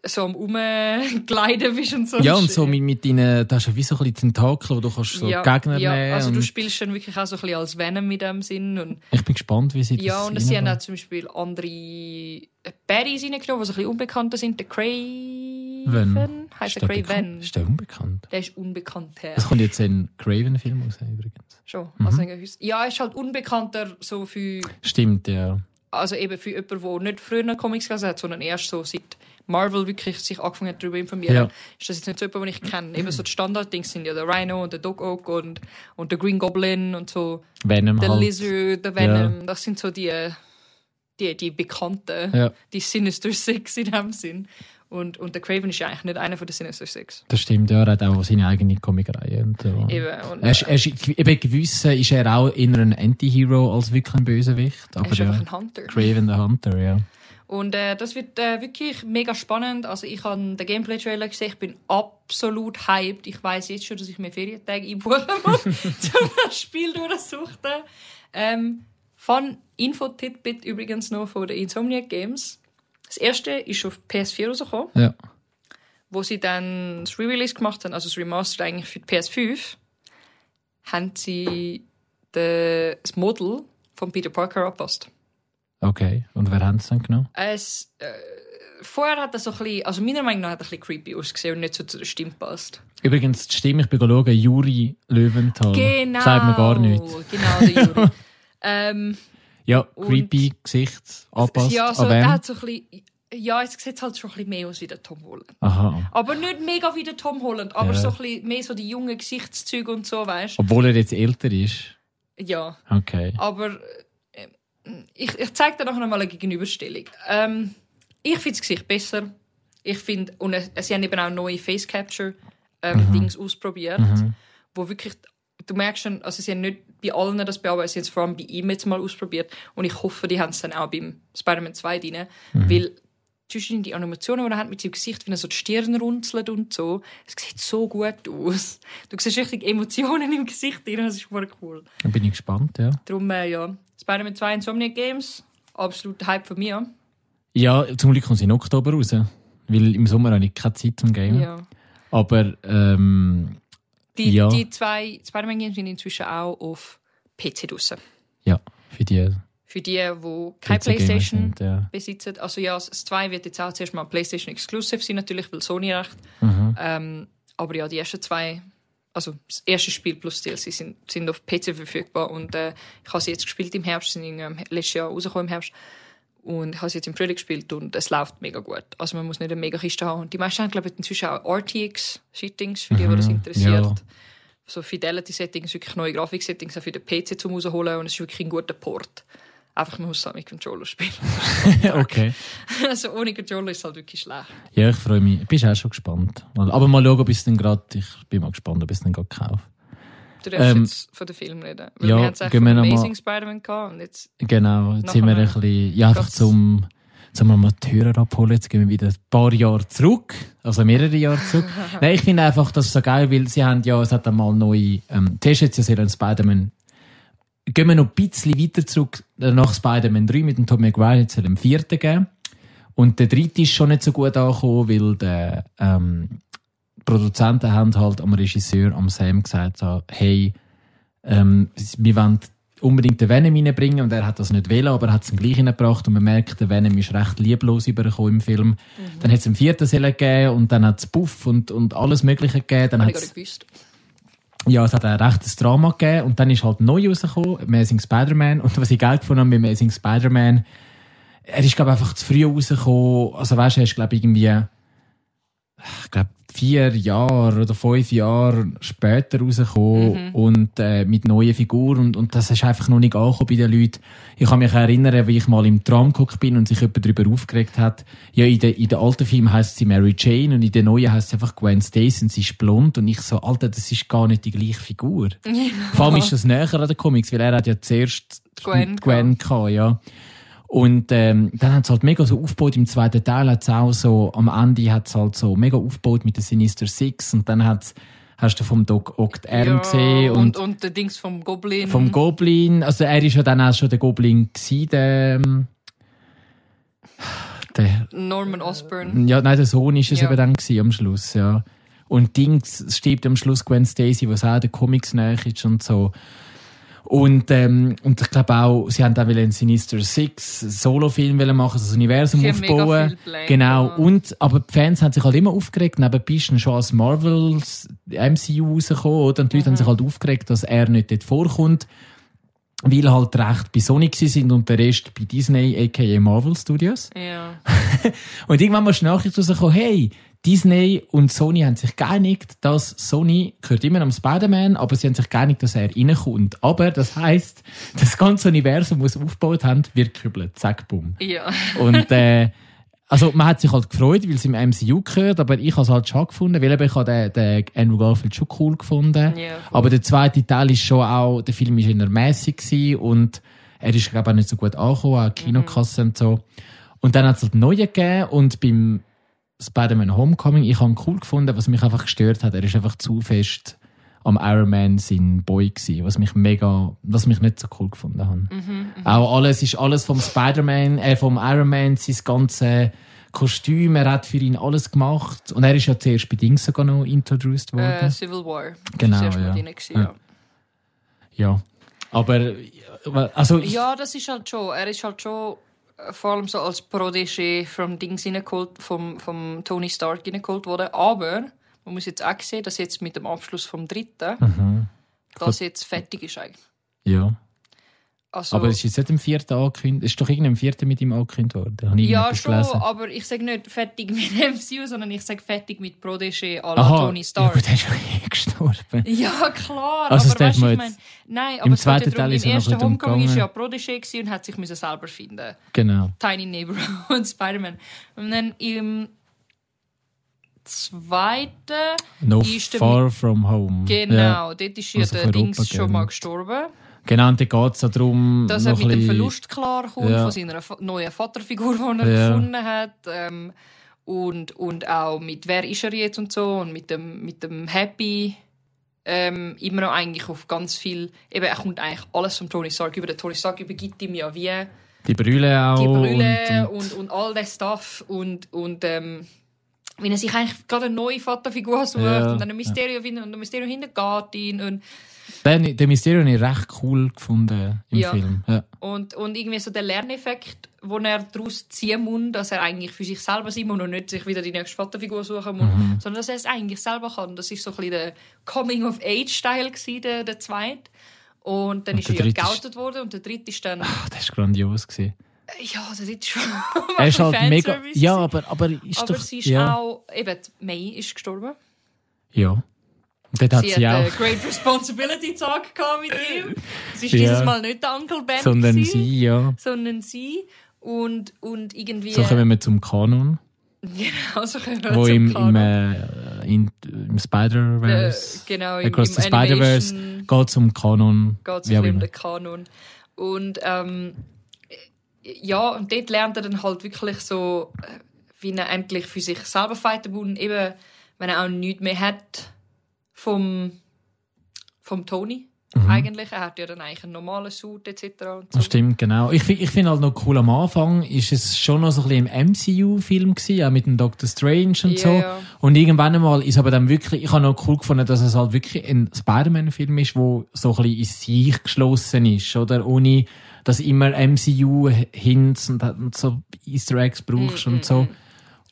Speaker 1: So am Umgleiten bist und so.
Speaker 2: ja und so mit, mit deinen, da hast du wie so ein bisschen Tentakel, wo du kannst so
Speaker 1: Ja,
Speaker 2: Gegner
Speaker 1: ja,
Speaker 2: nehmen.
Speaker 1: also
Speaker 2: und
Speaker 1: du spielst dann wirklich auch so ein bisschen als Venom in dem Sinn und
Speaker 2: ich bin gespannt, wie sie das
Speaker 1: Ja, und sie haben auch
Speaker 2: reinbauen.
Speaker 1: zum Beispiel andere äh, Berries reingenommen, die so ein bisschen unbekannter sind. Der Craven. Heißt
Speaker 2: Ist
Speaker 1: der
Speaker 2: der Also, bekannt?
Speaker 1: Craven?
Speaker 2: Ist der unbekannt?
Speaker 1: Der ist unbekannter.
Speaker 2: Es kommt jetzt ein Craven-Film raus, übrigens.
Speaker 1: Schon. Also, ja, er ist halt unbekannter so für,
Speaker 2: Stimmt, ja.
Speaker 1: also eben für jemanden, der nicht früher Comics gelesen hat, sondern erst so seit Marvel wirklich sich angefangen hat, darüber zu informieren.
Speaker 2: Ja.
Speaker 1: Ist das jetzt nicht so jemand, den ich kenne. Eben so die Standarddings sind ja der Rhino und der Dog Oak und, und der Green Goblin und so.
Speaker 2: Venom
Speaker 1: Der
Speaker 2: halt.
Speaker 1: Lizard, der Venom. Das sind so die, die, die Bekannten.
Speaker 2: Ja.
Speaker 1: die Sinister Six in dem Sinn. Und, und der Craven ist ja eigentlich nicht einer von den Sinister Six.
Speaker 2: Das stimmt, ja, er hat auch seine eigene Comicreihe. Und so.
Speaker 1: Eben, und,
Speaker 2: Mhm. Er ist, er ist, eben gewissen äh, ist er auch eher ein Anti-Hero als wirklich ein Bösewicht.
Speaker 1: er
Speaker 2: Aber
Speaker 1: ist einfach
Speaker 2: ja,
Speaker 1: ein Hunter.
Speaker 2: Craven the Hunter, ja.
Speaker 1: Und äh, das wird äh, wirklich mega spannend. Also ich habe den Gameplay-Trailer gesehen, ich bin absolut hyped. Ich weiß jetzt schon, dass ich mir Ferientage einbuchen muss, um das Spiel durchzusuchen. Ähm, von Info-Titbit übrigens noch von den Insomniac Games. Das erste ist auf PS4 rausgekommen,
Speaker 2: ja.
Speaker 1: wo sie dann das Re-Release gemacht haben, also das Remaster eigentlich für die PS5, haben sie den- das Model von Peter Parker angepasst.
Speaker 2: Okay, und wer hat es dann genommen?
Speaker 1: Es, äh, vorher hat er so ein bisschen, also meiner Meinung nach hat er ein bisschen creepy ausgesehen und nicht so zu der Stimme passt.
Speaker 2: Übrigens, die Stimme, ich bin schauen, Juri Löwenthal.
Speaker 1: Genau.
Speaker 2: Sagt mir gar nichts.
Speaker 1: Genau, der Juri. ähm,
Speaker 2: Ja,
Speaker 1: Und-
Speaker 2: creepy, Gesicht, anpasst,
Speaker 1: ja, so,
Speaker 2: an
Speaker 1: der
Speaker 2: wem?
Speaker 1: hat so ein bisschen, ja, es sieht halt schon ein bisschen mehr aus wie der Tom Holland.
Speaker 2: Aha.
Speaker 1: Aber nicht mega wie der Tom Holland, aber
Speaker 2: Ja.
Speaker 1: so ein bisschen mehr so die jungen Gesichtszüge und so, weißt du?
Speaker 2: Obwohl er jetzt älter ist.
Speaker 1: Ja.
Speaker 2: Okay.
Speaker 1: Aber äh, ich, ich zeige dir nachher mal eine Gegenüberstellung. Ähm, ich finde das Gesicht besser. Ich finde, und äh, sie haben eben auch neue Face Capture ähm, Dings ausprobiert, wo wirklich, du merkst schon, also sie haben nicht bei allen das bearbeitet, sie haben es vor allem bei ihm jetzt mal ausprobiert und ich hoffe, die haben es dann auch beim Spider-Man 2 drin, weil zwischen die Animationen, die er hat mit seinem Gesicht, wenn er so die Stirn runzelt und so, es sieht so gut aus. Du siehst richtig Emotionen im Gesicht drin, das ist voll cool.
Speaker 2: Dann bin ich gespannt, ja.
Speaker 1: Darum, äh, ja. Spider-Man 2 Insomniac Games, absoluter Hype von mir.
Speaker 2: Ja, zum Glück kommt sie in Oktober raus. Weil im Sommer habe ich keine Zeit zum Gamen.
Speaker 1: Ja.
Speaker 2: Aber, ähm,
Speaker 1: Die,
Speaker 2: Ja.
Speaker 1: die zwei Spider-Man Games sind inzwischen auch auf PC draussen.
Speaker 2: ja, für die
Speaker 1: Für die, die keine
Speaker 2: PC-Gamer
Speaker 1: Playstation
Speaker 2: sind, ja.
Speaker 1: besitzen. Also ja, das 2 wird jetzt auch zuerst mal Playstation Exclusive sein, natürlich, weil Sony recht.
Speaker 2: Mhm.
Speaker 1: Ähm, aber ja, die ersten zwei, also das erste Spiel plus DLC sind, sind auf PC verfügbar. Und äh, ich habe sie jetzt gespielt im Herbst, sind in, ähm, letztes Jahr rausgekommen im Herbst. Und ich habe sie jetzt im Frühling gespielt und es läuft mega gut. Also man muss nicht eine mega Kiste haben. Und die meisten haben, glaube ich, inzwischen auch RTX-Settings, für die, die das
Speaker 2: Mhm,
Speaker 1: interessiert.
Speaker 2: ja.
Speaker 1: So Fidelity-Settings, wirklich neue Grafik-Settings auch für den PC zum rausholen. Und es ist wirklich ein guter Port. Einfach, man muss es halt mit Controller spielen.
Speaker 2: okay.
Speaker 1: also ohne Controller ist es halt wirklich schlecht.
Speaker 2: Ja, ich freue mich. Bist auch schon gespannt. Mal- Aber mal schauen, ob ich es dann gerade, ich bin mal gespannt, ob ich es dann gerade kaufe.
Speaker 1: Du darfst
Speaker 2: Ähm,
Speaker 1: jetzt von den Film reden. Weil
Speaker 2: ja,
Speaker 1: wir haben es eigentlich
Speaker 2: gehen wir
Speaker 1: von
Speaker 2: noch mal-
Speaker 1: Amazing Spider-Man gehabt und jetzt
Speaker 2: Genau, jetzt sind wir ein
Speaker 1: Nachher
Speaker 2: bisschen, ja, einfach
Speaker 1: geht's-
Speaker 2: zum, zum Amateurer abholen. Jetzt gehen wir wieder ein paar Jahre zurück. Also mehrere Jahre zurück. Nein, ich finde einfach das so geil, weil sie haben ja, es hat einmal neue, ähm, das ist jetzt ja sehr ein Spider-Man. Gehen wir noch ein bisschen weiter zurück äh, nach Spider-Man 3 mit dem Tom McGuire, jetzt soll es einen vierten geben. Und der dritte ist schon nicht so gut angekommen, weil der, ähm, die Produzenten haben halt am Regisseur, am Sam gesagt, so, hey, ähm, wir wollen unbedingt den Venom reinbringen und er hat das nicht wählen, aber er hat es dann gleich reingebracht und man merkt, der Venom ist recht lieblos übergekommen im Film.
Speaker 1: Mhm.
Speaker 2: Dann hat es einen vierten Seele gegeben und dann hat es Puff und, und alles Mögliche gegeben. Dann
Speaker 1: habe ich
Speaker 2: hat's-
Speaker 1: gar nicht gewusst.
Speaker 2: ja, es hat ein rechtes Drama gegeben und dann ist halt neu rausgekommen, Amazing Spider-Man. Und was ich geil gefunden habe mit Amazing Spider-Man, er ist, glaube ich, einfach zu früh rausgekommen. Also, weißt du, er ist, glaube ich, irgendwie, ich glaube, vier Jahre oder fünf Jahre später rausgekommen und äh, mit neuen Figuren. Und, und das ist einfach noch nicht angekommen bei den Leuten. Ich kann mich erinnern, wie ich mal im Tram geguckt bin und sich jemand darüber aufgeregt hat. Ja, in den in den alten Filmen heißt sie Mary Jane und in den neuen heißt sie einfach Gwen Stacy und sie ist blond. Und ich so, Alter, das ist gar nicht die gleiche Figur. Vor allem ist das näher an den Comics, weil er hat ja zuerst
Speaker 1: Gwen
Speaker 2: Gwen gehabt, ja. Und ähm, dann hat es halt mega so aufgebaut. Im zweiten Teil hat es auch so, am Ende hat es halt so mega aufgebaut mit den Sinister Six. Und dann hat's, hast du vom Doc Oct Adam
Speaker 1: Ja,
Speaker 2: gesehen
Speaker 1: und,
Speaker 2: und,
Speaker 1: und der Dings vom Goblin.
Speaker 2: vom Goblin. Also er ist ja dann auch schon der Goblin gewesen, der, ähm, der
Speaker 1: Norman Osborn.
Speaker 2: ja, nein, der Sohn ist es
Speaker 1: Ja.
Speaker 2: eben dann gewesen, am Schluss, ja. Und Dings stirbt am Schluss Gwen Stacy, was auch der Comics näher ist und so. Und, ähm, und ich glaube auch, sie haben dann einen Sinister Six Solo-Film wollen machen, also das Universum
Speaker 1: Sie haben mega
Speaker 2: aufbauen.
Speaker 1: viel geplant,
Speaker 2: Genau.
Speaker 1: ja.
Speaker 2: Und, aber die Fans haben sich halt immer aufgeregt. Nebenbei ist dann schon als Marvel MCU rausgekommen, oder? Und die
Speaker 1: Mhm.
Speaker 2: Leute haben sich halt aufgeregt, dass er nicht dort vorkommt. Weil halt recht bei Sony gewesen sind und der Rest bei Disney, aka Marvel Studios.
Speaker 1: Ja.
Speaker 2: Und irgendwann mal ist die Nachricht rausgekommen, hey, Disney und Sony haben sich geeinigt, dass Sony gehört immer am Spider-Man, aber sie haben sich geeinigt, dass er reinkommt. Aber das heißt, das ganze Universum, das sie aufgebaut haben, wird gekübelt. Zack, bumm.
Speaker 1: ja.
Speaker 2: Und äh, Also man hat sich halt gefreut, weil es im MCU gehört, aber ich habe es halt schon gefunden, weil eben ich habe den, den Andrew Garfield schon cool gefunden.
Speaker 1: Ja, voll.
Speaker 2: aber der zweite Teil ist schon auch, der Film ist eher mässig gewesen und er ist glaube ich auch nicht so gut angekommen,
Speaker 1: Mhm.
Speaker 2: auch Kinokassen und so. Und dann hat es halt neue gegeben und beim Spider-Man Homecoming, ich habe ihn cool gefunden, was mich einfach gestört hat, er ist einfach zu fest am Iron Man sein Boy gewesen, was mich mega, was mich nicht so cool gefunden haben.
Speaker 1: Mhm,
Speaker 2: Auch alles ist alles vom Spider-Man, äh, vom Iron Man, sein ganze Kostüm, er hat für ihn alles gemacht und er ist ja zuerst bei Dings sogar noch introduced worden.
Speaker 1: Äh, Civil War. Das
Speaker 2: Genau,
Speaker 1: ist das erste Mal
Speaker 2: ja.
Speaker 1: drin gewesen, ja.
Speaker 2: Ja, aber äh, also ich,
Speaker 1: Äh. Ja, das ist halt schon. Er ist halt schon äh, vor allem so als Protégé vom Dings hineingeholt, vom, vom Tony Stark hineingeholt worden. Aber man muss jetzt auch sehen, dass jetzt mit dem Abschluss vom dritten
Speaker 2: Mhm.
Speaker 1: das jetzt fertig ist eigentlich.
Speaker 2: ja.
Speaker 1: Also,
Speaker 2: Aber es ist jetzt nicht im vierten angekündigt, es ist doch irgendein vierten mit ihm angekündigt worden. Habe ich
Speaker 1: ja,
Speaker 2: irgendetwas
Speaker 1: schon,
Speaker 2: gelesen?
Speaker 1: aber ich sage nicht fertig mit MCU, sondern ich sage fertig mit Protégé à la
Speaker 2: Aha,
Speaker 1: Ah, Tony Stark.
Speaker 2: Ja, gut, er ist schon eh gestorben.
Speaker 1: Ja, klar,
Speaker 2: Also, das
Speaker 1: aber weißt
Speaker 2: darf
Speaker 1: du,
Speaker 2: man
Speaker 1: ich meine,
Speaker 2: jetzt-
Speaker 1: nein, aber
Speaker 2: Im
Speaker 1: es geht ja
Speaker 2: zweiten
Speaker 1: darum,
Speaker 2: Teil ist
Speaker 1: im
Speaker 2: er noch ein
Speaker 1: ersten
Speaker 2: bisschen
Speaker 1: Homecoming war ja
Speaker 2: umgegangen.
Speaker 1: Protégé gewesen und hat sich müssen selber finden.
Speaker 2: Genau.
Speaker 1: Tiny Neighborhood Spider-Man. Und dann im zweiten,
Speaker 2: No
Speaker 1: Ist der
Speaker 2: Far From Home.
Speaker 1: genau,
Speaker 2: Ja.
Speaker 1: dort ist ja
Speaker 2: Also
Speaker 1: der
Speaker 2: von Europa
Speaker 1: Dings schon
Speaker 2: gegangen.
Speaker 1: mal gestorben.
Speaker 2: Genau, und dann geht es darum,
Speaker 1: Dass
Speaker 2: noch
Speaker 1: er mit
Speaker 2: ein
Speaker 1: dem
Speaker 2: bisschen-
Speaker 1: Verlust klarkommt
Speaker 2: Ja.
Speaker 1: von seiner Fa neuen Vaterfigur, die er
Speaker 2: Ja.
Speaker 1: gefunden hat. Ähm, und, und auch mit «Wer ist er jetzt?» und so. Und mit dem, mit dem «Happy» ähm, immer noch eigentlich auf ganz viel... Eben, er kommt eigentlich alles vom Tony Stark über. Der Tony Stark übergibt ihm ja wie...
Speaker 2: Die Brille auch.
Speaker 1: die Brille
Speaker 2: Oh, und-
Speaker 1: und, und, all das Stuff und, und ähm, wenn er sich eigentlich gerade eine neue Vaterfigur sucht
Speaker 2: Ja,
Speaker 1: und dann ein Mysterio findet und ein Mysterio hintergeht ihn und,
Speaker 2: Den, den Mysterio habe ich recht cool gefunden im
Speaker 1: Ja.
Speaker 2: Film. Ja.
Speaker 1: und, und irgendwie so der Lerneffekt, wo er daraus ziehen muss, dass er eigentlich für sich selber sein muss und nicht sich wieder die nächste Vaterfigur suchen muss,
Speaker 2: Mhm.
Speaker 1: sondern dass er es eigentlich selber kann. Das ist so ein bisschen der Coming-of-Age-Style gewesen, der, der zweite. Und dann
Speaker 2: Und
Speaker 1: ist
Speaker 2: der
Speaker 1: er ja
Speaker 2: dritte ist-
Speaker 1: geoutet worden und der dritte ist dann,
Speaker 2: Ah, das war grandios. Gewesen.
Speaker 1: ja, der dritte ist schon
Speaker 2: Er ist halt mega.
Speaker 1: Fanservice
Speaker 2: Ja, aber, aber ist
Speaker 1: aber
Speaker 2: doch.
Speaker 1: sie ist
Speaker 2: ja.
Speaker 1: auch, eben, die May ist gestorben.
Speaker 2: Ja. Und dort hat sie,
Speaker 1: sie hat
Speaker 2: auch.
Speaker 1: einen Great Responsibility Tag gehabt mit ihm. Es ist
Speaker 2: Ja.
Speaker 1: dieses Mal nicht der Uncle Ben,
Speaker 2: sondern
Speaker 1: gewesen,
Speaker 2: sie, ja.
Speaker 1: sondern sie. Und, und irgendwie.
Speaker 2: So kommen wir zum Kanon,
Speaker 1: genau, so können wir
Speaker 2: wo
Speaker 1: zum
Speaker 2: im, im,
Speaker 1: Kanon.
Speaker 2: äh, in, im
Speaker 1: äh,
Speaker 2: Spider-Verse.
Speaker 1: genau, im, im
Speaker 2: Across the Spider-Verse
Speaker 1: Animation
Speaker 2: geht es um Kanon.
Speaker 1: geht es
Speaker 2: wie auch
Speaker 1: um
Speaker 2: immer.
Speaker 1: den Kanon. Und ähm, ja, und dort lernt er dann halt wirklich so, äh, wie er endlich für sich selber fighten muss. Und Eben, wenn er auch nichts mehr hat vom, vom Tony.
Speaker 2: Mhm.
Speaker 1: Eigentlich, er hat ja dann eigentlich einen normalen Suit etc. Und so.
Speaker 2: Das Stimmt, genau. Ich, fi- ich finde halt noch cool, am Anfang ist es schon noch so ein bisschen im MCU-Film gewesen, auch mit dem Doctor Strange und
Speaker 1: Ja,
Speaker 2: so.
Speaker 1: ja.
Speaker 2: Und irgendwann einmal ist aber dann wirklich, ich habe noch cool gefunden, dass es halt wirklich ein Spider-Man-Film ist, wo so ein bisschen in sich geschlossen ist, oder? Ohne, dass immer MCU-Hints und, und so Easter Eggs
Speaker 1: Mm,
Speaker 2: brauchst und so.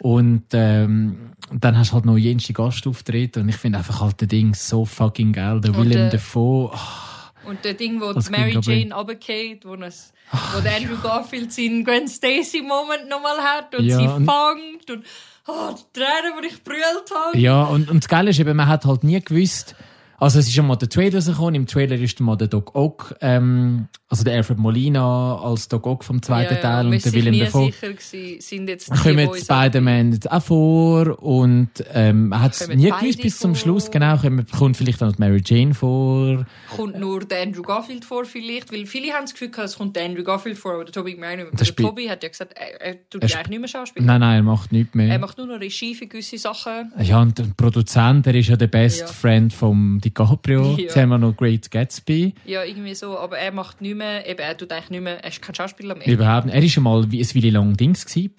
Speaker 2: Und ähm, dann hast du halt noch jenste Gastauftritte und ich finde einfach halt der Ding so fucking geil. Der
Speaker 1: Und,
Speaker 2: Willem
Speaker 1: äh,
Speaker 2: Dafoe, ah,
Speaker 1: Und der Ding, wo
Speaker 2: Das
Speaker 1: die Mary
Speaker 2: klingt aber-
Speaker 1: Jane runterfällt, wo, es, wo der Andrew Garfield seinen Gwen Stacy-Moment nochmal hat und
Speaker 2: Ja,
Speaker 1: sie
Speaker 2: und-
Speaker 1: fängt und oh, die Tränen, die ich brüllt habe.
Speaker 2: Ja, und, und das Geile ist eben, man hat halt nie gewusst, also es ist schon mal der Trailer rausgekommen, im Trailer ist dann mal der Doc Ock, ähm, also der Alfred Molina als Doc Ock vom zweiten Teil
Speaker 1: wir
Speaker 2: und der
Speaker 1: sind
Speaker 2: Willem
Speaker 1: nie
Speaker 2: Dafoe.
Speaker 1: sicher gewesen, sind jetzt die,
Speaker 2: Kommen
Speaker 1: die
Speaker 2: jetzt Spider-Man jetzt auch vor und ähm, man hat es
Speaker 1: Kommen
Speaker 2: nie
Speaker 1: beide
Speaker 2: gewusst bis zum
Speaker 1: vor.
Speaker 2: Schluss, genau, kommt, kommt vielleicht auch noch die Mary Jane vor.
Speaker 1: kommt nur der Andrew Garfield vor vielleicht, weil viele haben das Gefühl gehabt, es kommt der Andrew Garfield vor, aber der Toby Maguire nicht mehr.
Speaker 2: Das
Speaker 1: Der
Speaker 2: spielt-
Speaker 1: Toby hat ja gesagt, er, er tut
Speaker 2: Er
Speaker 1: eigentlich nicht mehr Schauspiel.
Speaker 2: Nein, nein, er macht nichts mehr.
Speaker 1: Er macht nur noch Regie für gewisse Sachen.
Speaker 2: ja, und der Produzent, der ist ja der Best
Speaker 1: Ja.
Speaker 2: Friend von DiCaprio.
Speaker 1: Ja.
Speaker 2: Jetzt haben wir noch Great Gatsby.
Speaker 1: Ja, irgendwie so, aber er macht nicht mehr, eben, er tut eigentlich nicht mehr, er ist kein Schauspieler mehr.
Speaker 2: Überhaupt nicht. Er ist schon mal wie ein Willi Long Dings gewesen,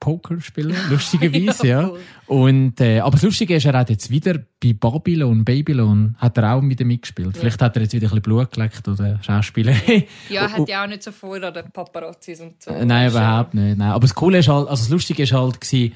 Speaker 2: Profi-Pokerspieler, lustigerweise, ja.
Speaker 1: voll.
Speaker 2: Und, äh, aber das Lustige ist, er hat jetzt wieder bei Babylon, Babylon, hat er auch wieder mitgespielt. Vielleicht hat er jetzt wieder ein bisschen Blut geleckt oder Schauspieler.
Speaker 1: Ja, er hat ja auch nicht so Freude an den Paparazzis und so.
Speaker 2: Äh, Oh, Nein, überhaupt nicht. Nein. Aber das Coole ist halt, also das Lustige ist halt gewesen,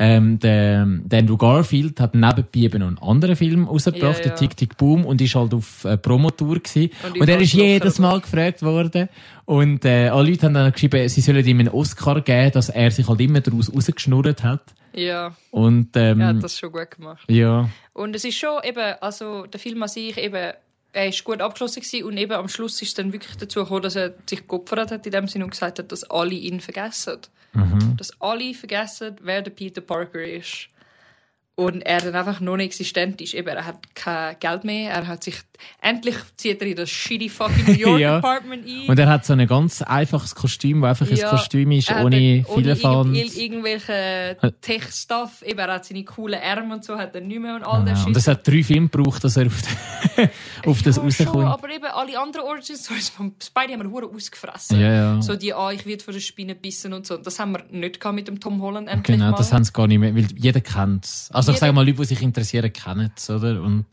Speaker 2: ähm, der, der Andrew Garfield hat nebenbei eben noch einen anderen Film rausgebracht,
Speaker 1: Ja, ja.
Speaker 2: der Tick Tick Boom, und ist halt auf äh, Promotour gewesen.
Speaker 1: Und
Speaker 2: Und,
Speaker 1: überall
Speaker 2: er ist
Speaker 1: gefragt
Speaker 2: jedes Mal gefragt worden. Und äh, alle Leute haben dann geschrieben, sie sollen ihm einen Oscar geben, dass er sich halt immer daraus rausgeschnurrt hat.
Speaker 1: Ja,
Speaker 2: Und ähm,
Speaker 1: er
Speaker 2: ja,
Speaker 1: hat das schon gut gemacht.
Speaker 2: ja,
Speaker 1: Und es ist schon eben, also der Film an sich eben, er ist gut abgeschlossen gewesen und eben am Schluss ist es dann wirklich dazu gekommen, dass er sich geopfert hat in dem Sinne und gesagt hat, dass alle ihn vergessen.
Speaker 2: Mhm.
Speaker 1: Dass alle vergessen, wer der Peter Parker ist. Und er dann einfach noch existent ist. Eben, er hat kein Geld mehr, er hat sich... Endlich zieht er in das shitty fucking New York
Speaker 2: Ja.
Speaker 1: Apartment ein.
Speaker 2: Und er hat so ein ganz einfaches Kostüm, das einfach
Speaker 1: Ja,
Speaker 2: ein Kostüm ist,
Speaker 1: er hat
Speaker 2: ohne
Speaker 1: dann- ohne
Speaker 2: Vielfalt.
Speaker 1: irgend- irgendwelche Tech-Stuff. Eben, er hat seine coolen Ärmel und so, hat er nicht mehr und all das
Speaker 2: Genau. Und es hat drei Filme gebraucht, dass er auf, auf das
Speaker 1: Ja, schon,
Speaker 2: rauskommt.
Speaker 1: aber eben alle anderen Origin Stories von Spidey haben wir hure ausgefressen.
Speaker 2: Ja, ja.
Speaker 1: So die, ah, ich werde von der Spinne bissen und so. Das haben wir nicht gehabt mit dem Tom Holland endlich
Speaker 2: Genau,
Speaker 1: mal.
Speaker 2: das haben sie gar nicht mehr, weil jeder kennt es. Also ich
Speaker 1: Jeder-
Speaker 2: sage mal, Leute, die sich interessieren, kennen es, oder? Und,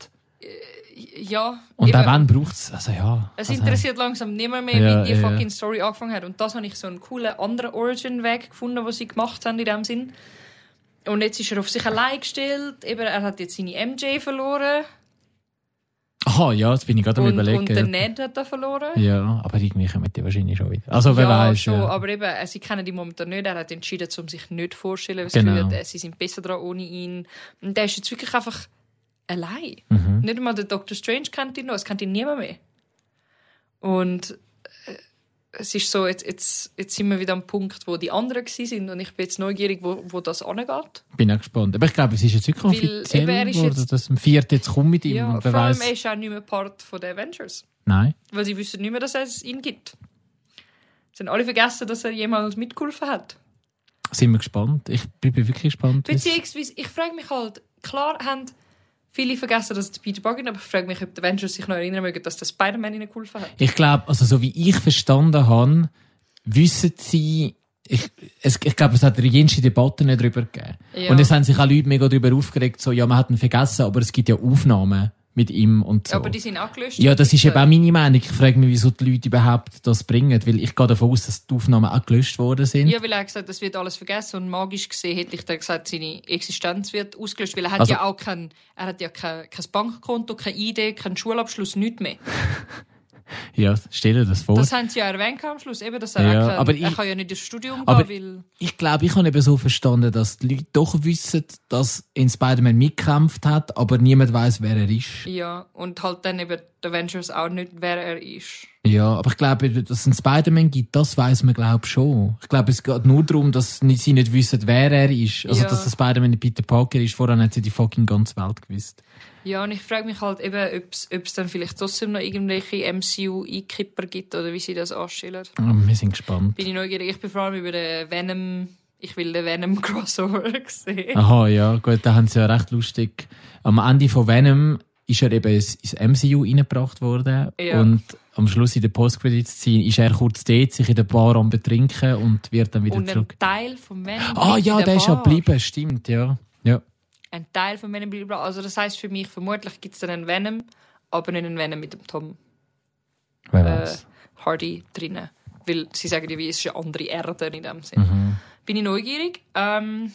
Speaker 1: ja,
Speaker 2: und
Speaker 1: eben.
Speaker 2: auch wenn braucht es, also ja.
Speaker 1: Es
Speaker 2: also,
Speaker 1: interessiert langsam niemand mehr,
Speaker 2: Ja,
Speaker 1: wie die
Speaker 2: ja, ja.
Speaker 1: fucking Story angefangen hat. Und das habe ich so einen coolen anderen Origin-Weg gefunden, was sie gemacht haben in dem Sinn. Und jetzt ist er auf sich allein gestellt. Eben, er hat jetzt seine MJ verloren.
Speaker 2: Aha, ja, jetzt bin ich gerade am
Speaker 1: Und, und der
Speaker 2: überlegen.
Speaker 1: Ned hat er verloren.
Speaker 2: Ja, aber irgendwie kommen die wahrscheinlich schon wieder. Also wer
Speaker 1: ja,
Speaker 2: weiß.
Speaker 1: schon,
Speaker 2: ja.
Speaker 1: aber eben, äh, sie kennen ihn momentan nicht. Er hat entschieden, um sich nicht vorzustellen, weil
Speaker 2: Genau.
Speaker 1: sie fühlen, Äh, sie sind besser dran ohne ihn. Und der ist jetzt wirklich einfach allein.
Speaker 2: Mhm.
Speaker 1: Nicht mal der Dr. Strange kennt ihn noch, es kennt ihn niemand mehr. Und äh, es ist so, jetzt, jetzt, jetzt sind wir wieder am Punkt, wo die anderen gewesen sind und ich bin jetzt neugierig, wo, wo das angeht.
Speaker 2: Bin auch gespannt. Aber ich glaube, es ist jetzt wirklich
Speaker 1: Weil
Speaker 2: offiziell
Speaker 1: eben, er ist
Speaker 2: geworden,
Speaker 1: jetzt-
Speaker 2: dass am 4. jetzt kommt mit ihm.
Speaker 1: Ja,
Speaker 2: und Hm, wer
Speaker 1: vor allem,
Speaker 2: weiß.
Speaker 1: er ist auch nicht mehr Part von den Avengers,
Speaker 2: Nein.
Speaker 1: weil sie wissen nicht mehr, dass es ihn gibt. Sie haben alle vergessen, dass er jemals mitgeholfen hat.
Speaker 2: Sind wir gespannt? Ich bin bin wirklich gespannt. wie's-
Speaker 1: Beziehungsweise, ich frage mich halt, klar haben viele vergessen, dass es Peter Parker ist, aber ich frage mich, ob die Avengers sich noch erinnern mögen, dass der Spider-Man ihnen geholfen hat.
Speaker 2: Ich glaube, also so wie ich verstanden habe, wissen sie, ich, es, ich glaube, es hat jenste Debatten nicht darüber gegeben.
Speaker 1: Ja.
Speaker 2: Und es haben sich auch Leute mega darüber aufgeregt, so, ja, man hat ihn vergessen, aber es gibt ja Aufnahmen mit ihm und so.
Speaker 1: Aber die sind auch gelöscht.
Speaker 2: ja, das ist eben auch meine Meinung. Ich frage mich, wieso die Leute überhaupt das bringen, weil ich gehe davon aus, dass die Aufnahmen auch gelöscht worden sind.
Speaker 1: Ja, weil er gesagt hat, das wird alles vergessen und magisch gesehen hätte ich dann gesagt, seine Existenz wird ausgelöscht, weil er hat
Speaker 2: Also-
Speaker 1: ja auch kein, er hat ja kein, kein Bankkonto, keine Idee, keinen Schulabschluss, nichts mehr.
Speaker 2: Ja, stell dir das vor.
Speaker 1: Das haben sie ja erwähnt am Schluss, eben, dass er,
Speaker 2: Ja,
Speaker 1: auch kein,
Speaker 2: aber
Speaker 1: er
Speaker 2: ich-
Speaker 1: kann ja nicht ins Studium
Speaker 2: aber-
Speaker 1: gehen,
Speaker 2: ich glaube, ich habe eben so verstanden, dass die Leute doch wissen, dass in Spider-Man mitgekämpft hat, aber niemand weiß, wer er ist.
Speaker 1: weil, ja, und halt dann eben die Avengers auch nicht, wer er ist.
Speaker 2: Ja, aber ich glaube, dass es einen Spider-Man gibt, das weiß man, glaube ich, schon. Ich glaube, es geht nur darum, dass ni- sie nicht wissen, wer er ist. Also,
Speaker 1: Ja.
Speaker 2: dass der Spider-Man nicht Peter Parker ist. Vorher hat sie die fucking ganze Welt gewusst.
Speaker 1: Ja, und ich frage mich halt eben, ob es dann vielleicht trotzdem noch irgendwelche MCU-Einkipper gibt oder wie sie das anstellen.
Speaker 2: Ah, Wir sind gespannt.
Speaker 1: Bin ich neugierig. Ich bin vor allem über den Venom... Ich will den Venom-Crossover sehen.
Speaker 2: Aha, ja, gut, da haben sie ja recht lustig. Am Ende von Venom ist er eben ins ins MCU reingebracht worden.
Speaker 1: Ja.
Speaker 2: Und am Schluss in der Post-Credits-Scene ist er kurz dort, sich in der Bar am Betrinken und wird dann wieder
Speaker 1: Und ein
Speaker 2: zurück.
Speaker 1: Teil von Venom...
Speaker 2: Ah,
Speaker 1: bleibt in
Speaker 2: ja, der ist ja
Speaker 1: Bar.
Speaker 2: geblieben, stimmt, ja. Ja.
Speaker 1: Ein Teil von Venom bleibt in der Bar. Also das heisst für mich, vermutlich gibt es dann einen Venom, aber nicht einen Venom mit dem Tom
Speaker 2: Wer
Speaker 1: äh,
Speaker 2: weiß.
Speaker 1: Hardy drinnen. Weil sie sagen ja, wie es ist eine andere Erde in dem Sinne.
Speaker 2: Mhm.
Speaker 1: Bin ich neugierig. Ähm,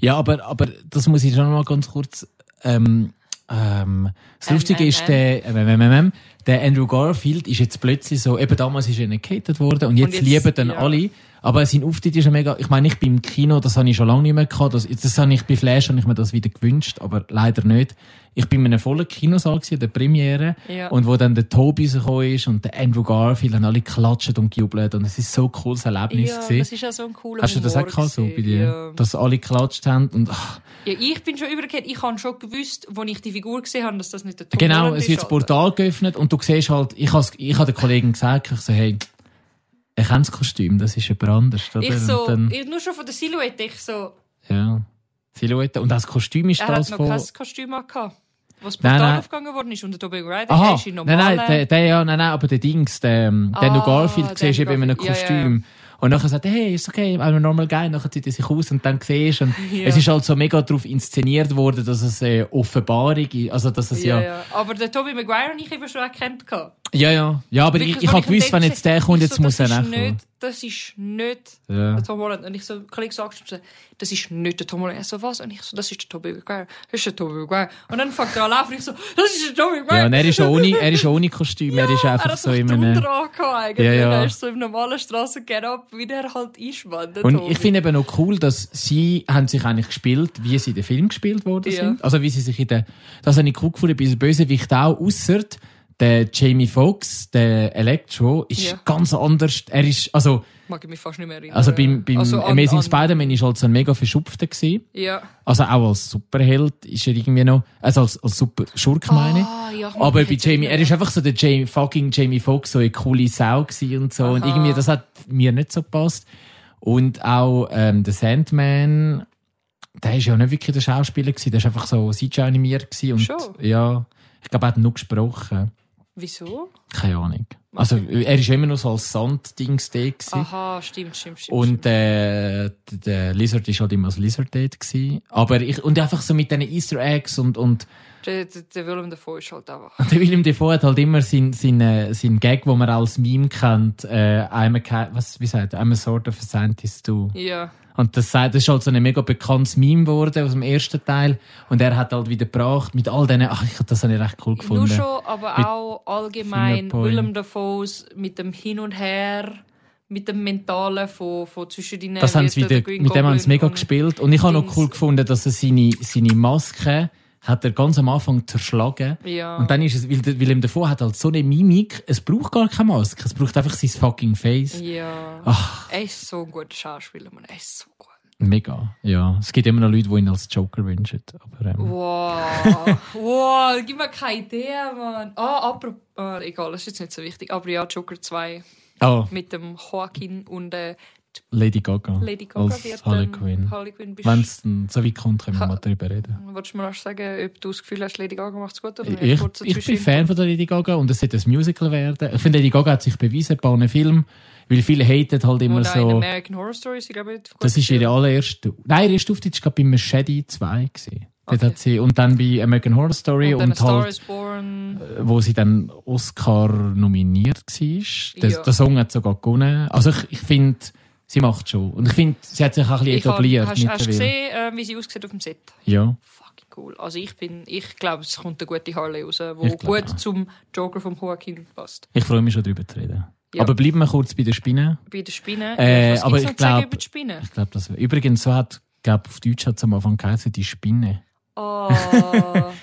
Speaker 2: Ja, aber, aber das muss ich schon mal ganz kurz. Ähm, ähm, das
Speaker 1: Ähm,
Speaker 2: Lustige
Speaker 1: ähm,
Speaker 2: ist,
Speaker 1: ähm.
Speaker 2: der, ähm, ähm, ähm, ähm, der Andrew Garfield ist jetzt plötzlich so, eben damals ist er gehatet worden und jetzt,
Speaker 1: jetzt,
Speaker 2: lieben dann
Speaker 1: ja.
Speaker 2: alle. Aber sein Auftritt ist ja mega. Ich meine, ich bin im Kino, das habe ich schon lange nicht mehr gehabt. Das, das habe ich bei Flash habe ich mir das wieder gewünscht, aber leider nicht. Ich bin in einem vollen Kinosaal gewesen, der Premiere.
Speaker 1: Ja.
Speaker 2: Und wo dann der Toby so gekommen ist und der Andrew Garfield, haben alle geklatscht und gejubelt und es ist so ein cooles Erlebnis
Speaker 1: ja,
Speaker 2: gewesen.
Speaker 1: das ist ja so ein cooler
Speaker 2: Hast du das auch
Speaker 1: Humor
Speaker 2: gehabt, so bei
Speaker 1: gewesen.
Speaker 2: dir?
Speaker 1: Ja.
Speaker 2: Dass alle geklatscht haben und ah, ach,
Speaker 1: Ja, ich bin schon übergekehrt. Ich habe schon gewusst, als ich die Figur gesehen habe, dass das nicht der Tom
Speaker 2: Genau,
Speaker 1: Holland
Speaker 2: es
Speaker 1: ist.
Speaker 2: wird das Portal geöffnet und du siehst halt, ich habe ich hab den Kollegen gesagt, ich so, hey, er kennt das Kostüm, das ist jemand anders. Oder?
Speaker 1: äh, Ich so,
Speaker 2: und dann,
Speaker 1: ich, nur schon von der Silhouette, ich so,
Speaker 2: ja, Silhouette. Und das Kostüm ist
Speaker 1: er
Speaker 2: das
Speaker 1: hat noch
Speaker 2: von...
Speaker 1: kein Kostüm angehabt. Wo das
Speaker 2: Nein,
Speaker 1: Portal
Speaker 2: nein.
Speaker 1: aufgegangen worden ist und der Tobey Maguire, der
Speaker 2: Aha,
Speaker 1: ist in
Speaker 2: nein,
Speaker 1: normalen...
Speaker 2: nein, der, der, ja, nein, nein, aber der Dings, der, ähm, der
Speaker 1: Ah,
Speaker 2: noch Garfield,
Speaker 1: der
Speaker 2: siehst du eben in einem
Speaker 1: Garfield,
Speaker 2: Kostüm.
Speaker 1: ja, ja.
Speaker 2: Und nachher sagt er, hey, ist okay, I'm a normal guy. Nachher zieht er sich aus und dann siehst du. Und
Speaker 1: Ja.
Speaker 2: Es ist halt so mega darauf inszeniert worden, dass es äh, Offenbarung ist. Also, dass es
Speaker 1: ja,
Speaker 2: ja,
Speaker 1: ja. Aber der Tobey Maguire und ich eben schon erkannt. gehabt.
Speaker 2: Ja, ja. Ja, aber
Speaker 1: Wirklich,
Speaker 2: ich, ich
Speaker 1: wenn
Speaker 2: habe gewusst, wenn
Speaker 1: dann
Speaker 2: jetzt der kommt,
Speaker 1: ich
Speaker 2: jetzt
Speaker 1: so,
Speaker 2: muss er
Speaker 1: das ist
Speaker 2: nicht kommen.
Speaker 1: nicht, Das ist nicht
Speaker 2: Ja.
Speaker 1: der Tom Holland. Und ich so, Kollege so angesprochen, das ist nicht der Tom Holland. Er so, was? Und ich so, das ist der Toby Maguire. Das ist der Toby Maguire. Und dann fängt er an zu laufen und ich so, das ist der Toby Maguire.
Speaker 2: Ja, und er ist auch ohne, er ist auch ohne Kostüm, er ist
Speaker 1: er
Speaker 2: einfach
Speaker 1: hat
Speaker 2: so
Speaker 1: sich
Speaker 2: in einem...
Speaker 1: drunter angehauen eigentlich.
Speaker 2: Ja, ja.
Speaker 1: Er ist so im normalen Straßen ab, wie der halt ist, Mann, der
Speaker 2: Und
Speaker 1: Toby.
Speaker 2: ich finde eben auch cool, dass sie haben sich eigentlich gespielt, wie sie in den Film gespielt worden
Speaker 1: Ja.
Speaker 2: sind. Also wie sie sich in den... Das habe ich cool gefunden bei den Bösewicht auch, ausser der Jamie Foxx, der Electro, ist
Speaker 1: Ja.
Speaker 2: ganz anders. Er ist... Also,
Speaker 1: Mag ich mich fast nicht mehr erinnern.
Speaker 2: also beim, beim
Speaker 1: Also an-
Speaker 2: Amazing
Speaker 1: an-
Speaker 2: Spider-Man ist halt so ein mega verschupfter gewesen.
Speaker 1: Ja.
Speaker 2: Also auch als Superheld ist er irgendwie noch... Also als, als Super Schurk meine ich.
Speaker 1: Ah, ja, ich mag
Speaker 2: Aber
Speaker 1: mich
Speaker 2: bei
Speaker 1: jetzt
Speaker 2: Jamie, er
Speaker 1: erinnern.
Speaker 2: ist einfach so der Jamie, fucking Jamie Foxx, so eine coole Sau gsi und so. Und
Speaker 1: Aha.
Speaker 2: irgendwie, das hat mir nicht so gepasst. Und auch ähm, der Sandman, der ist ja nicht wirklich der Schauspieler gsi, der ist einfach so CGI animiert gsi und
Speaker 1: Schon?
Speaker 2: ja, ich glaube, er hat nur gesprochen.
Speaker 1: Wieso?
Speaker 2: Keine Ahnung. Also er ist immer noch so als Sanddings da gsi.
Speaker 1: Aha, stimmt, stimmt, stimmt.
Speaker 2: Und äh, d- der Lizard ist halt immer als Lizard dort gsi. Aber ich und einfach so mit diesen Easter Eggs und und
Speaker 1: Der, der, der Willem davon ist halt einfach.
Speaker 2: Und der Willem Defoe hat halt immer seinen sein, äh, sein Gag, den man als Meme kennt. Äh, I'm a, ki- was, wie sagt er? I'm a sort of a scientist too.
Speaker 1: Ja.
Speaker 2: Und das, sagt- das ist halt so ein mega bekanntes Meme geworden aus dem ersten Teil. Und er hat halt wieder gebracht mit all diesen, ach, ich, das habe ich recht cool gefunden.
Speaker 1: Nur schon, aber
Speaker 2: Mit
Speaker 1: auch allgemein
Speaker 2: Fingerpoint.
Speaker 1: Willem Dafoes mit dem Hin und Her, mit dem Mentalen von, von zwischen deinen
Speaker 2: das haben sie wieder, mit dem haben sie mega gespielt. Und ich habe noch
Speaker 1: Dings.
Speaker 2: cool gefunden, dass er seine, seine Maske hat er ganz am Anfang zerschlagen.
Speaker 1: Ja.
Speaker 2: Und dann ist es, weil, der- weil ihm davor hat halt so eine Mimik, es braucht gar keine Maske, es braucht einfach sein fucking Face.
Speaker 1: Ja.
Speaker 2: Ach.
Speaker 1: Er ist so ein guter Schauspieler, Mann. Er ist so gut.
Speaker 2: Mega, ja. Es gibt immer noch Leute, die ihn als Joker wünschen. Aber, ähm,
Speaker 1: Wow. wow, gib mir keine Idee, Mann. Ah, apropos. Ah, egal, das ist jetzt nicht so wichtig. Aber ja, Joker 2
Speaker 2: oh,
Speaker 1: mit dem Joaquin und äh,
Speaker 2: Lady Gaga.
Speaker 1: Lady Gaga
Speaker 2: als
Speaker 1: wird
Speaker 2: Harley
Speaker 1: dann
Speaker 2: Quinn.
Speaker 1: Harley Quinn bist.
Speaker 2: Wenn es so weit kommt, können wir
Speaker 1: Ha-
Speaker 2: mal darüber reden.
Speaker 1: Wolltest du mir noch sagen, ob du das Gefühl hast, Lady Gaga macht es gut? Oder
Speaker 2: Ich, ich bin Fan von der Lady Gaga und es sollte ein Musical werden. Ich finde, Lady Gaga hat sich bewiesen bei einem Film, weil viele haten halt immer
Speaker 1: immer so.
Speaker 2: so.
Speaker 1: American Horror Story, sie glaube ich. gut
Speaker 2: Das ist
Speaker 1: gespielt.
Speaker 2: ihre allererste. Nein, ihre erste Auftritt war bei Machete 2. Gewesen. Dort
Speaker 1: Okay.
Speaker 2: Hat sie, und dann bei American Horror Story
Speaker 1: Und dann A
Speaker 2: und,
Speaker 1: Star
Speaker 2: halt,
Speaker 1: is Born.
Speaker 2: wo sie dann Oscar nominiert war. Der,
Speaker 1: Ja.
Speaker 2: der Song hat sogar gewonnen. Also ich, ich finde, sie macht schon. Und ich finde, sie hat sich auch ein bisschen
Speaker 1: Ich hab-
Speaker 2: etabliert.
Speaker 1: hast hast du
Speaker 2: mittlerweile.
Speaker 1: gesehen, äh, wie sie aussieht auf dem Set?
Speaker 2: Ja.
Speaker 1: Fucking cool. Also ich bin, ich glaube, es kommt eine gute Harley raus, die
Speaker 2: Ich glaub
Speaker 1: gut
Speaker 2: auch.
Speaker 1: zum Joker von Joaquin passt.
Speaker 2: Ich freue mich schon darüber zu reden.
Speaker 1: Ja.
Speaker 2: Aber bleiben wir kurz bei der Spinne.
Speaker 1: Bei den Spinnen.
Speaker 2: Äh,
Speaker 1: was gibt's
Speaker 2: aber
Speaker 1: noch
Speaker 2: ich
Speaker 1: zu sagen
Speaker 2: glaub-
Speaker 1: über die Spinnen?
Speaker 2: Ich glaube, das Übrigens, so hat, glaub, auf Deutsch hat es am Anfang geheißen, die Spinne.
Speaker 1: Oh,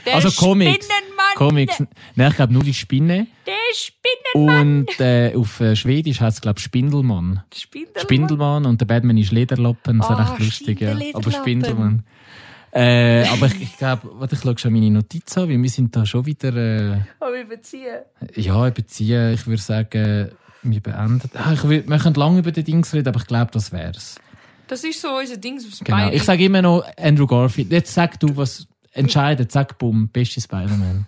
Speaker 1: der
Speaker 2: Also Comics.
Speaker 1: Spinnenmann,
Speaker 2: Comics. Nein, ich glaube nur die Spinne.
Speaker 1: der Spinnen,
Speaker 2: Und äh, auf äh, Schwedisch heißt es, glaube Spindelmann.
Speaker 1: Spindelmann.
Speaker 2: Spindelmann und der Batman ist Lederlappen. Das ist
Speaker 1: Ah,
Speaker 2: recht lustig, ja. Aber
Speaker 1: Spindelederlappen.
Speaker 2: Spindelmann. Äh, aber ich, ich glaube, warte, ich schaue schon meine Notiz an, weil wir sind da schon wieder, äh,
Speaker 1: Aber überziehen.
Speaker 2: ja, überziehen. Ich würde sagen, wir beenden. Ah, ich will, wir können lange über den Dings reden, aber ich glaube, das wär's.
Speaker 1: Das ist so unser Ding aufs
Speaker 2: Genau.
Speaker 1: Bein.
Speaker 2: Ich sage immer noch Andrew Garfield. Jetzt sag du, was entscheidet. Sag, bumm, beste Spider-Man.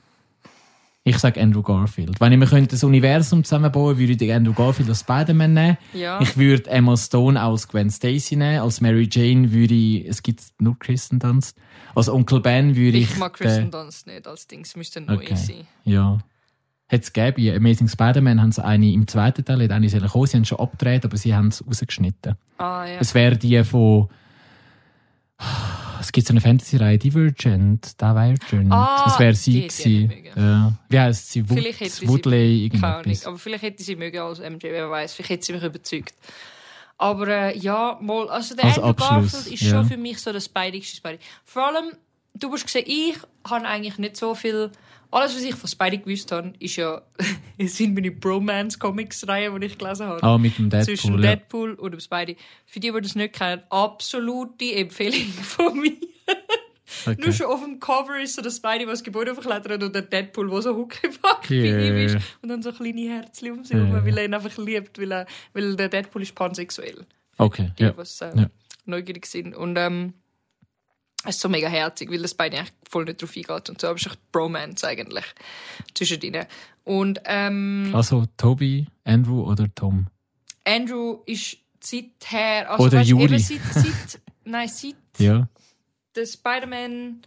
Speaker 2: Ich sage Andrew Garfield. Wenn ich mir könnte das Universum zusammenbauen würde ich Andrew Garfield als Spider-Man nehmen.
Speaker 1: Ja.
Speaker 2: Ich würde Emma Stone auch als Gwen Stacy nehmen. Als Mary Jane würde ich, es gibt nur Kristen Dunst. Als Onkel Ben würde ich.
Speaker 1: Ich mag
Speaker 2: den-
Speaker 1: Kristen Dunst nicht als Ding, es müsste neu
Speaker 2: äh, Okay.
Speaker 1: sein.
Speaker 2: Ja. Hat es gegeben. In Amazing Spider-Man haben sie eine im zweiten Teil, hat eine sollen kommen. Sie haben schon abgedreht, aber sie haben es rausgeschnitten.
Speaker 1: Ah ja.
Speaker 2: Es wäre die von. Es gibt so eine Fantasy-Reihe, Divergent, Divergent.
Speaker 1: Ah,
Speaker 2: das wäre sie
Speaker 1: die- die
Speaker 2: gewesen.
Speaker 1: hätte ich mögen.
Speaker 2: Ja. Wie heisst sie? Wood,
Speaker 1: Vielleicht hätte sie-
Speaker 2: Woodley,
Speaker 1: Keine Ahnung.
Speaker 2: irgendetwas.
Speaker 1: Aber vielleicht hätte sie mögen als MJ, wer weiß. Vielleicht hätte sie mich überzeugt. Aber äh, ja, mal, also der
Speaker 2: Als
Speaker 1: Andrew
Speaker 2: Abschluss,
Speaker 1: Garfield ist
Speaker 2: ja.
Speaker 1: schon für mich so der speidigste Spidey. Vor allem, du musst sehen, ich habe eigentlich nicht so viel. Alles, was ich von Spidey gewusst habe, ist ja, es sind meine Bromance-Comics-Reihen, die ich gelesen habe.
Speaker 2: Ah, mit dem
Speaker 1: zwischen
Speaker 2: Deadpool. Ja.
Speaker 1: Deadpool und dem Spidey. Für die, die das nicht kennen, absolute Empfehlung von mir. Nur
Speaker 2: Okay.
Speaker 1: schon auf dem Cover ist so der Spidey, der das Gebäude verklettert und der Deadpool, der so huckepackt
Speaker 2: Yeah.
Speaker 1: bei ihm ist. Und dann so kleine Herzchen um sich herum,
Speaker 2: Yeah.
Speaker 1: weil er ihn einfach liebt, weil, er, weil der Deadpool ist pansexuell.
Speaker 2: okay.
Speaker 1: Die,
Speaker 2: Ja.
Speaker 1: was äh,
Speaker 2: Ja.
Speaker 1: neugierig sind. Und ähm, es ist so mega herzig, weil das Spidey eigentlich voll nicht drauf eingeht und so. Aber es ist echt Bromance eigentlich zwischen ihnen. Und ähm,
Speaker 2: Also Toby, Andrew oder Tom?
Speaker 1: Andrew ist seither... Also,
Speaker 2: Oder
Speaker 1: weißt,
Speaker 2: Yuri.
Speaker 1: Eben seit, seit, nein, seit
Speaker 2: Ja.
Speaker 1: der Spider-Man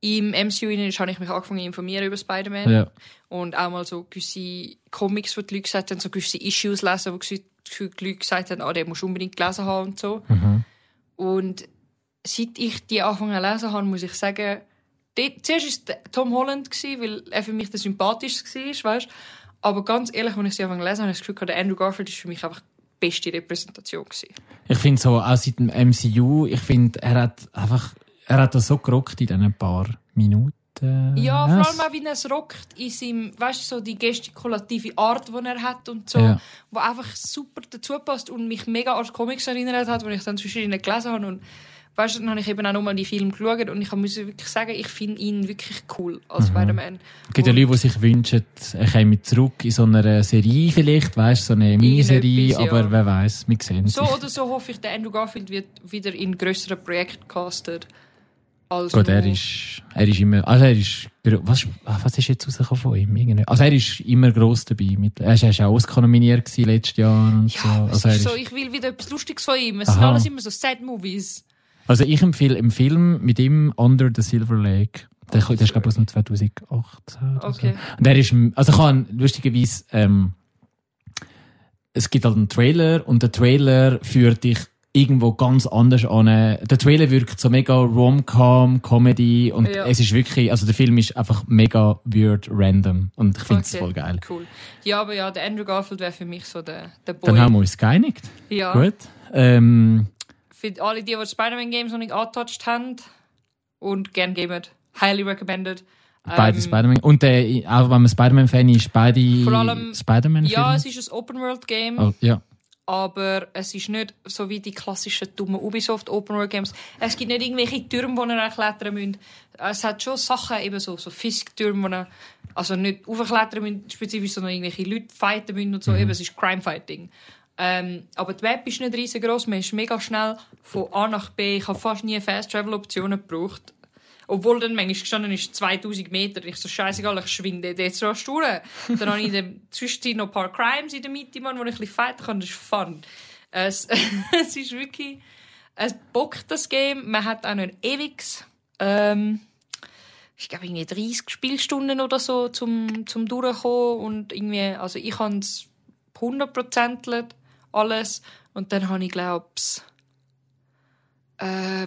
Speaker 1: im MCU rein, habe ich mich angefangen zu informieren über Spider-Man.
Speaker 2: Ja.
Speaker 1: Und auch mal so gewisse Comics, die die Leute gesagt haben, so gewisse Issues lesen, wo gewisse- die Leute gesagt haben, ah, den musst du unbedingt gelesen haben und so.
Speaker 2: Mhm.
Speaker 1: Und seit ich die angefangen zu lesen habe, muss ich sagen, die, zuerst war es der Tom Holland, gewesen, weil er für mich der sympathischste war, weißt Aber ganz ehrlich, als ich sie angefangen zu lesen habe, habe ich das Gefühl, gehabt, der Andrew Garfield war für mich einfach die beste Repräsentation. Gewesen.
Speaker 2: Ich finde so, auch seit dem MCU, ich finde, er hat einfach, er hat das so gerockt in diesen paar Minuten.
Speaker 1: Ja, vor allem
Speaker 2: Was?
Speaker 1: auch, wie er es rockt in seinem, weißt du, so die gestikulative Art, die er hat und so,
Speaker 2: Ja.
Speaker 1: wo einfach super dazu passt und mich mega an die Comics erinnert hat, wo ich dann zwischendrin gelesen habe und weißt du, dann habe ich eben auch nochmal die Filme geschaut und ich muss wirklich sagen, ich finde ihn wirklich cool als
Speaker 2: Mhm.
Speaker 1: Spider-Man.
Speaker 2: Es gibt ja Leute, die sich wünschen, er käme zurück in so einer Serie vielleicht, weißt du, so eine Miniserie,
Speaker 1: Irgendetwas, ja.
Speaker 2: aber wer weiß, wir sehen
Speaker 1: So
Speaker 2: sich.
Speaker 1: oder so hoffe ich, der Andrew Garfield wird wieder in größere Projekte gecastet. als
Speaker 2: Gut, er
Speaker 1: nur-
Speaker 2: ist, er ist immer, also er ist, gro- was, ah, was ist jetzt rausgekommen von ihm? Irgendwie- Also er ist immer gross dabei. Mit, er war auch Oscar nominiert gewesen letztes Jahr und so.
Speaker 1: Ja, es
Speaker 2: Also, er
Speaker 1: ist
Speaker 2: ist,
Speaker 1: so, ich will wieder etwas Lustiges von ihm. Es sind
Speaker 2: Aha.
Speaker 1: alles immer so Sad-Movies.
Speaker 2: also ich empfehle im Film mit ihm Under the Silver Lake. Der, der ist, glaube ich, aus dem 2018 oder
Speaker 1: Okay.
Speaker 2: so. Und er ist, also ich habe lustigerweise, ähm, es gibt halt einen Trailer und der Trailer führt dich irgendwo ganz anders an. Der Trailer wirkt so mega Rom-Com, Comedy und
Speaker 1: Ja.
Speaker 2: es ist wirklich, also der Film ist einfach mega weird, random und ich finde es
Speaker 1: Okay,
Speaker 2: voll geil.
Speaker 1: Cool. Ja, aber ja, der Andrew Garfield wäre für mich so der, der Boy.
Speaker 2: Dann haben wir uns geeinigt.
Speaker 1: ja.
Speaker 2: Gut. Ähm,
Speaker 1: Für alle, die, die die Spider-Man-Games noch nicht angetatscht haben und gerne gamen, highly recommended.
Speaker 2: beide
Speaker 1: Ähm,
Speaker 2: Spider-Man. Und äh, auch wenn man Spider-Man-Fan ist, beide
Speaker 1: Vor allem-
Speaker 2: Spider-Man-Filme.
Speaker 1: Ja, es ist ein Open-World-Game,
Speaker 2: oh, ja.
Speaker 1: aber es ist nicht so wie die klassischen dummen Ubisoft Open-World-Games. Es gibt nicht irgendwelche Türme, die ihr erklettern müsst. Es hat schon Sachen, eben so, so Fisktürme, die ihr also nicht aufklettern müsst, spezifisch, sondern irgendwelche Leute fighten müssen und so. Eben, es ist Crime-Fighting. Ähm, aber die Map ist nicht riesig groß, man ist mega schnell von A nach B. Ich habe fast nie Fast-Travel-Optionen gebraucht. Obwohl dann manchmal gestanden ist 2000 Meter. Und Ich so, scheißegal, ich schwinde jetzt so stur. Dann habe ich in der Zwischenzeit noch ein paar Crimes in der Mitte, Mann, wo ich ein bisschen fighten kann. Das ist fun. Es, es ist wirklich, es bockt das Game. Man hat auch noch ein ewiges, ähm, ich glaube, irgendwie 30 Spielstunden oder so zum, zum Durchkommen. Und irgendwie, also ich habe es 100% alles. Und dann habe ich, glaube ich, äh,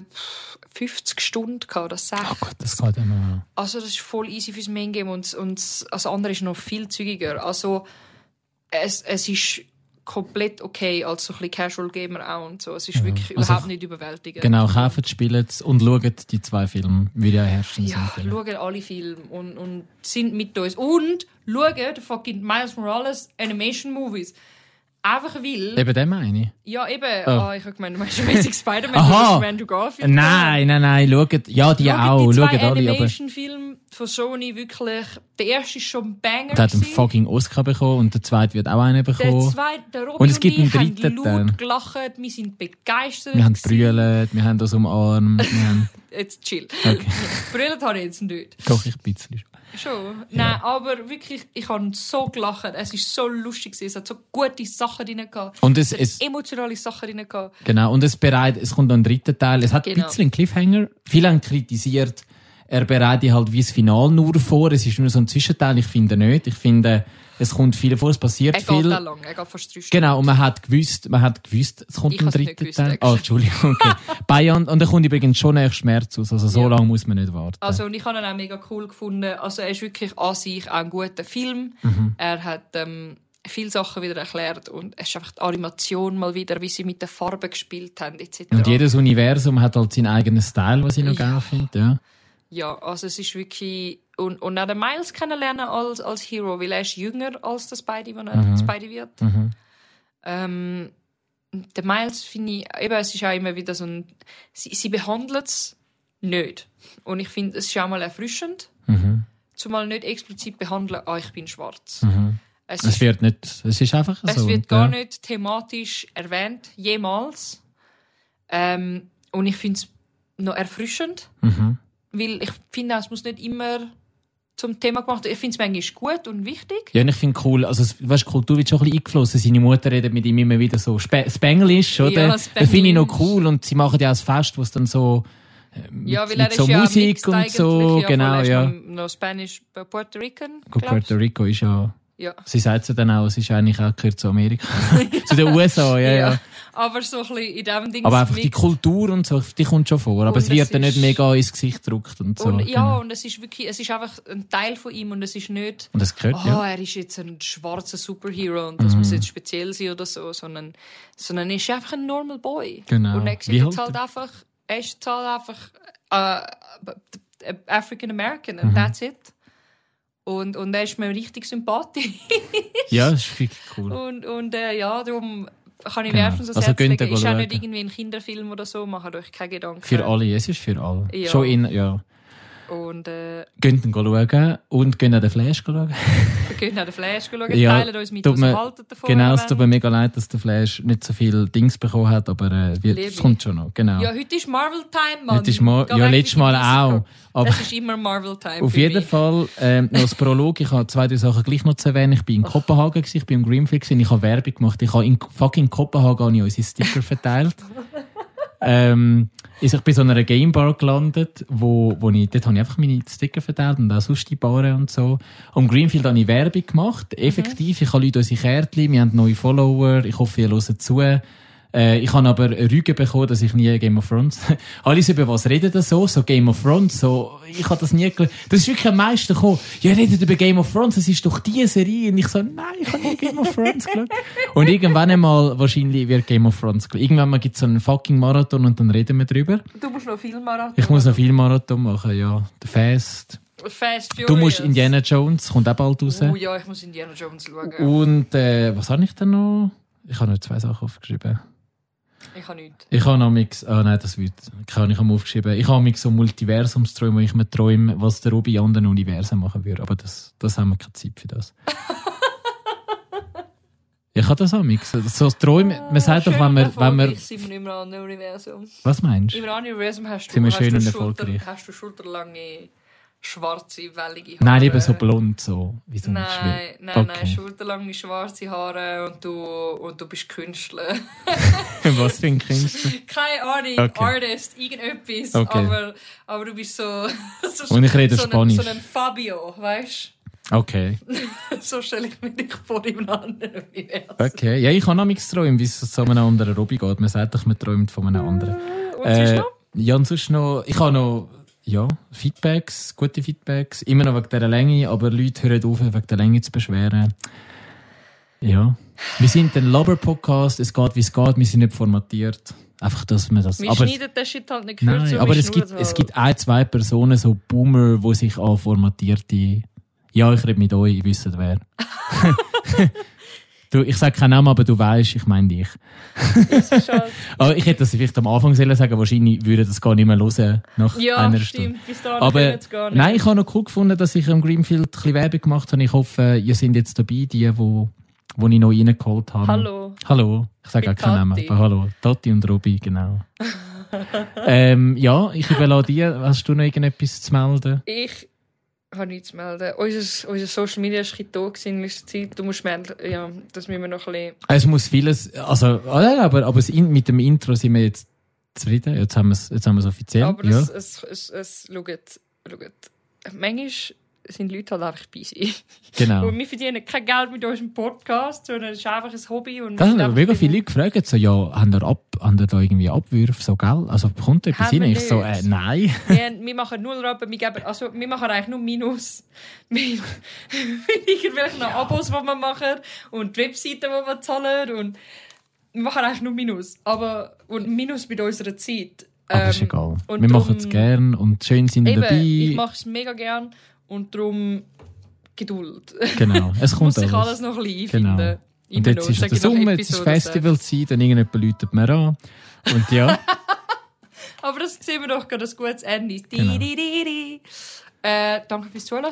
Speaker 1: 50 Stunden gehabt, oder 60.
Speaker 2: Oh Gott, das geht immer.
Speaker 1: Also das ist voll easy fürs Main-Game und, und das andere ist noch viel zügiger. Also es, es ist komplett okay als so ein bisschen Casual-Gamer auch und so. Es ist wirklich
Speaker 2: Also-
Speaker 1: überhaupt nicht überwältigend.
Speaker 2: Genau, kauft, spielt und schaut die zwei Filme, würde ja herrschen.
Speaker 1: Ja, schauen alle Filme und, und sind mit uns. Und schauen fucking Miles Morales Animation-Movies. Einfach weil...
Speaker 2: Eben den meine ich.
Speaker 1: Ja, eben.
Speaker 2: Oh.
Speaker 1: Ah, ich habe gemeint, du meinst Amazing Spider-Man
Speaker 2: Aha.
Speaker 1: oder Andrew Garfield.
Speaker 2: Nein, nein, nein, schaut, ja, die auch,
Speaker 1: genau. die zwei
Speaker 2: schaut alle, aber
Speaker 1: Animation-Filme von Sony wirklich... Der erste ist schon ein Banger.
Speaker 2: der hat einen
Speaker 1: gewesen.
Speaker 2: fucking Oscar bekommen und der zweite wird auch einen
Speaker 1: Der
Speaker 2: bekommen.
Speaker 1: zweite, der Robin
Speaker 2: Und es gibt
Speaker 1: und ich
Speaker 2: einen dritten
Speaker 1: haben laut
Speaker 2: dann.
Speaker 1: gelacht, wir sind begeistert.
Speaker 2: Wir haben
Speaker 1: gewesen.
Speaker 2: brüllt, wir haben das umarmt, wir haben,
Speaker 1: Jetzt chill.
Speaker 2: okay,
Speaker 1: Brüllen habe ich jetzt nicht.
Speaker 2: doch ich ein bisschen.
Speaker 1: Schon. Nein, aber wirklich, ich habe so gelacht. Es war so lustig, gewesen. es hat so gute Sachen drin gehabt.
Speaker 2: Und es,
Speaker 1: Es hat
Speaker 2: es,
Speaker 1: emotionale Sachen drin gehabt.
Speaker 2: Genau, und es bereit, es kommt noch ein dritter Teil. Es hat ein
Speaker 1: Genau.
Speaker 2: bisschen einen Cliffhanger. Viele haben kritisiert, er bereitet halt wie das Finale nur vor. Es ist nur so ein Zwischenteil. Ich finde nicht. Ich finde, es kommt viel vor, es passiert
Speaker 1: Er geht
Speaker 2: viel.
Speaker 1: auch lang, er geht fast drei Stunden.
Speaker 2: Genau, und man hat gewusst, man hat gewusst, es kommt
Speaker 1: Ich
Speaker 2: ein
Speaker 1: hab's nicht
Speaker 2: dritter
Speaker 1: gewusst,
Speaker 2: Teil.
Speaker 1: eigentlich.
Speaker 2: Ah, Entschuldigung, okay. Bayern, und er kommt übrigens schon nach Schmerz aus. Also so
Speaker 1: Ja.
Speaker 2: lange muss man nicht warten.
Speaker 1: Also, und ich habe ihn auch mega cool gefunden. Also, er ist wirklich an sich auch ein guter Film.
Speaker 2: Mhm.
Speaker 1: Er hat ähm, viele Sachen wieder erklärt und es ist einfach die Animation mal wieder, wie sie mit den Farben gespielt haben, etc.
Speaker 2: und jedes Universum hat halt seinen eigenen Style, was ich noch
Speaker 1: Ja.
Speaker 2: geil finde, ja.
Speaker 1: Ja, also es ist wirklich... Und, und auch den Miles kennenlernen als, als Hero, weil er ist jünger als der Spidey, wenn er
Speaker 2: Mhm.
Speaker 1: Spidey wird.
Speaker 2: Mhm.
Speaker 1: Ähm, der Miles finde ich... Eben, es ist auch immer wieder so ein... Sie, sie behandelt es nicht. Und ich finde, es ist auch mal erfrischend,
Speaker 2: Mhm.
Speaker 1: zumal nicht explizit behandeln, ah, ich bin schwarz.
Speaker 2: Mhm.
Speaker 1: Es,
Speaker 2: Es
Speaker 1: ist,
Speaker 2: wird nicht, es ist einfach so.
Speaker 1: es wird
Speaker 2: und,
Speaker 1: gar
Speaker 2: ja.
Speaker 1: nicht thematisch erwähnt, jemals. Ähm, und ich finde es noch erfrischend.
Speaker 2: Mhm.
Speaker 1: Weil ich finde, es muss nicht immer zum Thema gemacht werden. Ich finde es manchmal gut und wichtig.
Speaker 2: Ja, und ich finde cool, also es- weißt, du, Kultur wird schon ein bisschen eingeflossen. Seine Mutter redet mit ihm immer wieder so Spe Spanglish, oder?
Speaker 1: Ja,
Speaker 2: das finde ich noch
Speaker 1: Spanglish.
Speaker 2: cool und sie machen ja auch ein Fest, wo es dann so mit,
Speaker 1: Ja, weil er
Speaker 2: mit
Speaker 1: ist
Speaker 2: so
Speaker 1: ja
Speaker 2: Musik
Speaker 1: mixed
Speaker 2: und
Speaker 1: eigentlich,
Speaker 2: so,
Speaker 1: ja,
Speaker 2: genau,
Speaker 1: voll, er ist
Speaker 2: ja.
Speaker 1: noch- Noch Spanisch, äh, Puerto Rican,
Speaker 2: Gut,
Speaker 1: glaubst
Speaker 2: Puerto
Speaker 1: du?
Speaker 2: Rico ist ja,
Speaker 1: Ja.
Speaker 2: sie sagt es ja dann auch, es ist eigentlich auch gehört zu Amerika, zu den USA, ja, ja.
Speaker 1: Aber so ein bisschen in dem Ding.
Speaker 2: Aber einfach die
Speaker 1: mixed.
Speaker 2: Kultur und so, die kommt schon vor, aber
Speaker 1: Und
Speaker 2: es wird
Speaker 1: es
Speaker 2: dann nicht
Speaker 1: ist-
Speaker 2: mega ins Gesicht gedrückt und so.
Speaker 1: Und, ja,
Speaker 2: genau.
Speaker 1: und es ist wirklich, es ist einfach ein Teil von ihm und es ist nicht,
Speaker 2: und das gehört,
Speaker 1: oh,
Speaker 2: ja. Mhm.
Speaker 1: er ist jetzt ein schwarzer Superhero und das muss jetzt speziell sein oder so, sondern, sondern er ist einfach ein normal Boy.
Speaker 2: Genau.
Speaker 1: Und er ist
Speaker 2: Wie
Speaker 1: jetzt
Speaker 2: halt
Speaker 1: halt einfach, er ist jetzt halt einfach äh, African American
Speaker 2: Mhm.
Speaker 1: and that's it. Und, und er ist mir richtig sympathisch. halt
Speaker 2: Ja, das ist wirklich cool.
Speaker 1: Und, und äh, ja, darum kann ich
Speaker 2: Genau.
Speaker 1: wärmstens ans
Speaker 2: Also
Speaker 1: Herz
Speaker 2: könnt ihr
Speaker 1: legen. Ist auch
Speaker 2: schauen.
Speaker 1: nicht irgendwie ein Kinderfilm oder so, macht euch keine Gedanken.
Speaker 2: Für alle, es ist für alle.
Speaker 1: Ja.
Speaker 2: Schon in, ja.
Speaker 1: Und äh,
Speaker 2: Gehen dann schauen und gehen an den Flash schauen.
Speaker 1: wir können auch den Flash schauen,
Speaker 2: Ja,
Speaker 1: teilen uns mit,
Speaker 2: tut
Speaker 1: was
Speaker 2: mir-
Speaker 1: ihr haltet davon.
Speaker 2: Genau,
Speaker 1: wenn
Speaker 2: es tut mir mega leid, dass der Flash nicht so viel Dings bekommen hat, aber äh, wird,
Speaker 1: Liebe.
Speaker 2: es kommt schon noch. Genau.
Speaker 1: Ja, heute ist Marvel-Time, Mann.
Speaker 2: Heute ist mal,
Speaker 1: Geh
Speaker 2: ja,
Speaker 1: weg
Speaker 2: letztes
Speaker 1: mit
Speaker 2: Mal
Speaker 1: dem
Speaker 2: auch.
Speaker 1: Risiko.
Speaker 2: Aber
Speaker 1: Das ist immer Marvel-Time.
Speaker 2: auf
Speaker 1: für
Speaker 2: jeden
Speaker 1: mich.
Speaker 2: Fall ähm, noch das Prolog. Ich habe zwei drei Sachen gleich noch zu erwähnen. Ich bin in
Speaker 1: Oh.
Speaker 2: Kopenhagen, gewesen, ich bin im Greenfield, gewesen, ich habe Werbung gemacht. Ich habe in fucking Kopenhagen habe ich unsere Sticker verteilt. ähm, ich bin so in einer Gamebar gelandet, wo, wo ich, dort habe ich einfach meine Sticker verteilt und auch sonst die Baren und so. Am Greenfield habe ich Werbung gemacht,
Speaker 1: Mhm.
Speaker 2: effektiv. Ich habe Leute unsere Kärtchen, wir haben neue Follower, ich hoffe, ihr hört zu. Äh, ich habe aber Rüge bekommen, dass ich nie Game of Thrones... Alles über was reden das so? So Game of Thrones, so... Ich habe das nie gelesen. Das ist wirklich am meisten gekommen. Ja, redet über Game of Thrones, das ist doch die Serie. Und ich so, nein, ich habe nie Game of Thrones geschaut. Und irgendwann einmal, wahrscheinlich wird Game of Thrones geschaut. Irgendwann mal gibt es so einen fucking Marathon und dann reden wir drüber.
Speaker 1: Du musst noch viel Marathon.
Speaker 2: Ich muss noch viel Marathon machen, ja. Der Fast.
Speaker 1: Fast Furious.
Speaker 2: Du musst Indiana Jones, kommt auch bald raus.
Speaker 1: Oh ja, ich muss Indiana Jones schauen.
Speaker 2: Und äh, was habe ich denn noch? Ich habe noch zwei Sachen aufgeschrieben. oh.
Speaker 1: Ich habe nichts.
Speaker 2: Ich habe nämlich, ah nein, das wird, kann ich habe aufgeschrieben. Ich habe mich so Multiversumsträume, wo ich mir träume, was der Robi in anderen Universen machen würde. Aber das, das haben wir keine Zeit für das. ich habe das auch mix. So Träume,
Speaker 1: Ah,
Speaker 2: man sagt doch, wenn man, wenn man,
Speaker 1: Ich sind wir im anderen Universum.
Speaker 2: was meinst du?
Speaker 1: Im anderen Universum hast du,
Speaker 2: Sind wir
Speaker 1: hast
Speaker 2: schön
Speaker 1: du
Speaker 2: und
Speaker 1: Schulter,
Speaker 2: erfolgreich.
Speaker 1: hast du schulterlange, schwarze, wellige Haare.
Speaker 2: Nein, eben so blond, so, wie so ein
Speaker 1: Nein,
Speaker 2: Schwert.
Speaker 1: nein, nein,
Speaker 2: Okay.
Speaker 1: schulterlange schwarze Haare und du, und du bist Künstler.
Speaker 2: Was für ein Künstler.
Speaker 1: Keine Ahnung,
Speaker 2: Okay.
Speaker 1: Artist, irgendetwas,
Speaker 2: Okay.
Speaker 1: aber, aber du bist so. so
Speaker 2: Und ich rede
Speaker 1: so
Speaker 2: Spanisch.
Speaker 1: Ein, so ein Fabio, weißt
Speaker 2: Okay.
Speaker 1: du? So stelle ich mir dich vor im anderen Universum.
Speaker 2: Okay. Ja, ich habe nämlich geträumt, wie es zu einem anderen Robi geht. Man sagt doch, man träumt von einem anderen.
Speaker 1: Und sonst noch?
Speaker 2: Äh, Ja, und sonst noch, ich habe noch ja, Feedbacks, gute Feedbacks, immer noch wegen dieser Länge, aber Leute hören auf, wegen der Länge zu beschweren. Ja. Wir sind ein Lover-Podcast, es geht, wie es geht, wir sind nicht formatiert. Einfach, dass man das...
Speaker 1: Wir
Speaker 2: aber
Speaker 1: schneiden den Shit halt nicht kürzer.
Speaker 2: nein,
Speaker 1: wir
Speaker 2: aber es
Speaker 1: schnurren
Speaker 2: gibt,
Speaker 1: halt.
Speaker 2: es gibt ein, zwei Personen, so Boomer, die sich an formatierte... Ja, ich rede mit euch, ihr wisst wer. du, ich sage keinen Namen, aber du weißt, ich meine dich.
Speaker 1: Das ist halt-
Speaker 2: Aber ich hätte das vielleicht am Anfang sollen sagen wahrscheinlich würde das gar nicht mehr hören nach
Speaker 1: Ja,
Speaker 2: einer Stunde.
Speaker 1: stimmt. Bis dahin
Speaker 2: Aber
Speaker 1: können sie gar nicht.
Speaker 2: nein, ich habe noch cool gefunden, dass ich am Greenfield ein bisschen Werbung gemacht habe. Ich hoffe, ihr seid jetzt dabei, die, wo, wo ich noch reingeholt habe.
Speaker 1: Hallo.
Speaker 2: Hallo. Ich sage auch
Speaker 1: Mit
Speaker 2: keinen Namen,
Speaker 1: Tati.
Speaker 2: aber hallo. Totti und Robi, genau. ähm, ja, ich überlasse dir. Hast du noch irgendetwas zu melden?
Speaker 1: Ich habe nichts zu melden. Unser, unser Social Media ist ein bisschen tot in letzter Zeit. Du musst melden, ja, das müssen wir noch ein bisschen.
Speaker 2: Es muss vieles, also, ah, nein, aber, aber das In- mit dem Intro sind wir jetzt zufrieden. Jetzt haben wir es, jetzt haben wir es offiziell.
Speaker 1: Aber
Speaker 2: ja.
Speaker 1: es, es, es, es schaut, schaut. Manchmal sind Leute halt einfach busy.
Speaker 2: genau.
Speaker 1: Und wir verdienen kein Geld mit unserem Podcast, sondern es ist einfach ein Hobby. Und
Speaker 2: Das
Speaker 1: wir
Speaker 2: haben
Speaker 1: sind
Speaker 2: aber
Speaker 1: einfach
Speaker 2: mega
Speaker 1: ein
Speaker 2: viele Leute gefragt, so, ja, haben ihr ab, haben ihr da irgendwie Abwürfe, so, gell? Also, kommt etwas
Speaker 1: Haben
Speaker 2: rein?
Speaker 1: wir
Speaker 2: Ich so,
Speaker 1: nicht. Ähm,
Speaker 2: äh, nein.
Speaker 1: Wir, haben- wir machen null Rappen, wir, geben, also, wir machen eigentlich nur Minus. Mit, mit irgendwelchen Abos, die wir machen und die Webseiten, die wir zahlen. Und wir machen eigentlich nur Minus. Aber, und Minus mit unserer Zeit.
Speaker 2: Aber ist
Speaker 1: Ähm,
Speaker 2: egal.
Speaker 1: und
Speaker 2: Wir machen es
Speaker 1: drum-
Speaker 2: gern und schön sind
Speaker 1: Eben,
Speaker 2: dabei.
Speaker 1: ich mache es mega gern und darum Geduld.
Speaker 2: genau, es
Speaker 1: Muss
Speaker 2: kommt
Speaker 1: sich alles
Speaker 2: alles.
Speaker 1: noch ein bisschen
Speaker 2: Genau.
Speaker 1: einfinden.
Speaker 2: Und
Speaker 1: Immer
Speaker 2: jetzt
Speaker 1: noch,
Speaker 2: ist
Speaker 1: sag
Speaker 2: der
Speaker 1: ich nach
Speaker 2: Sommer, jetzt ist
Speaker 1: Episode
Speaker 2: Festivalzeit und irgendjemand läutet mir an. Und ja,
Speaker 1: sechs. Aber das sehen wir doch gerade ein gutes Ende. Di,
Speaker 2: Genau.
Speaker 1: di, di, di. Äh, danke fürs Zuhören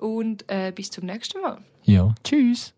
Speaker 1: und äh, bis zum nächsten Mal.
Speaker 2: ja. Tschüss.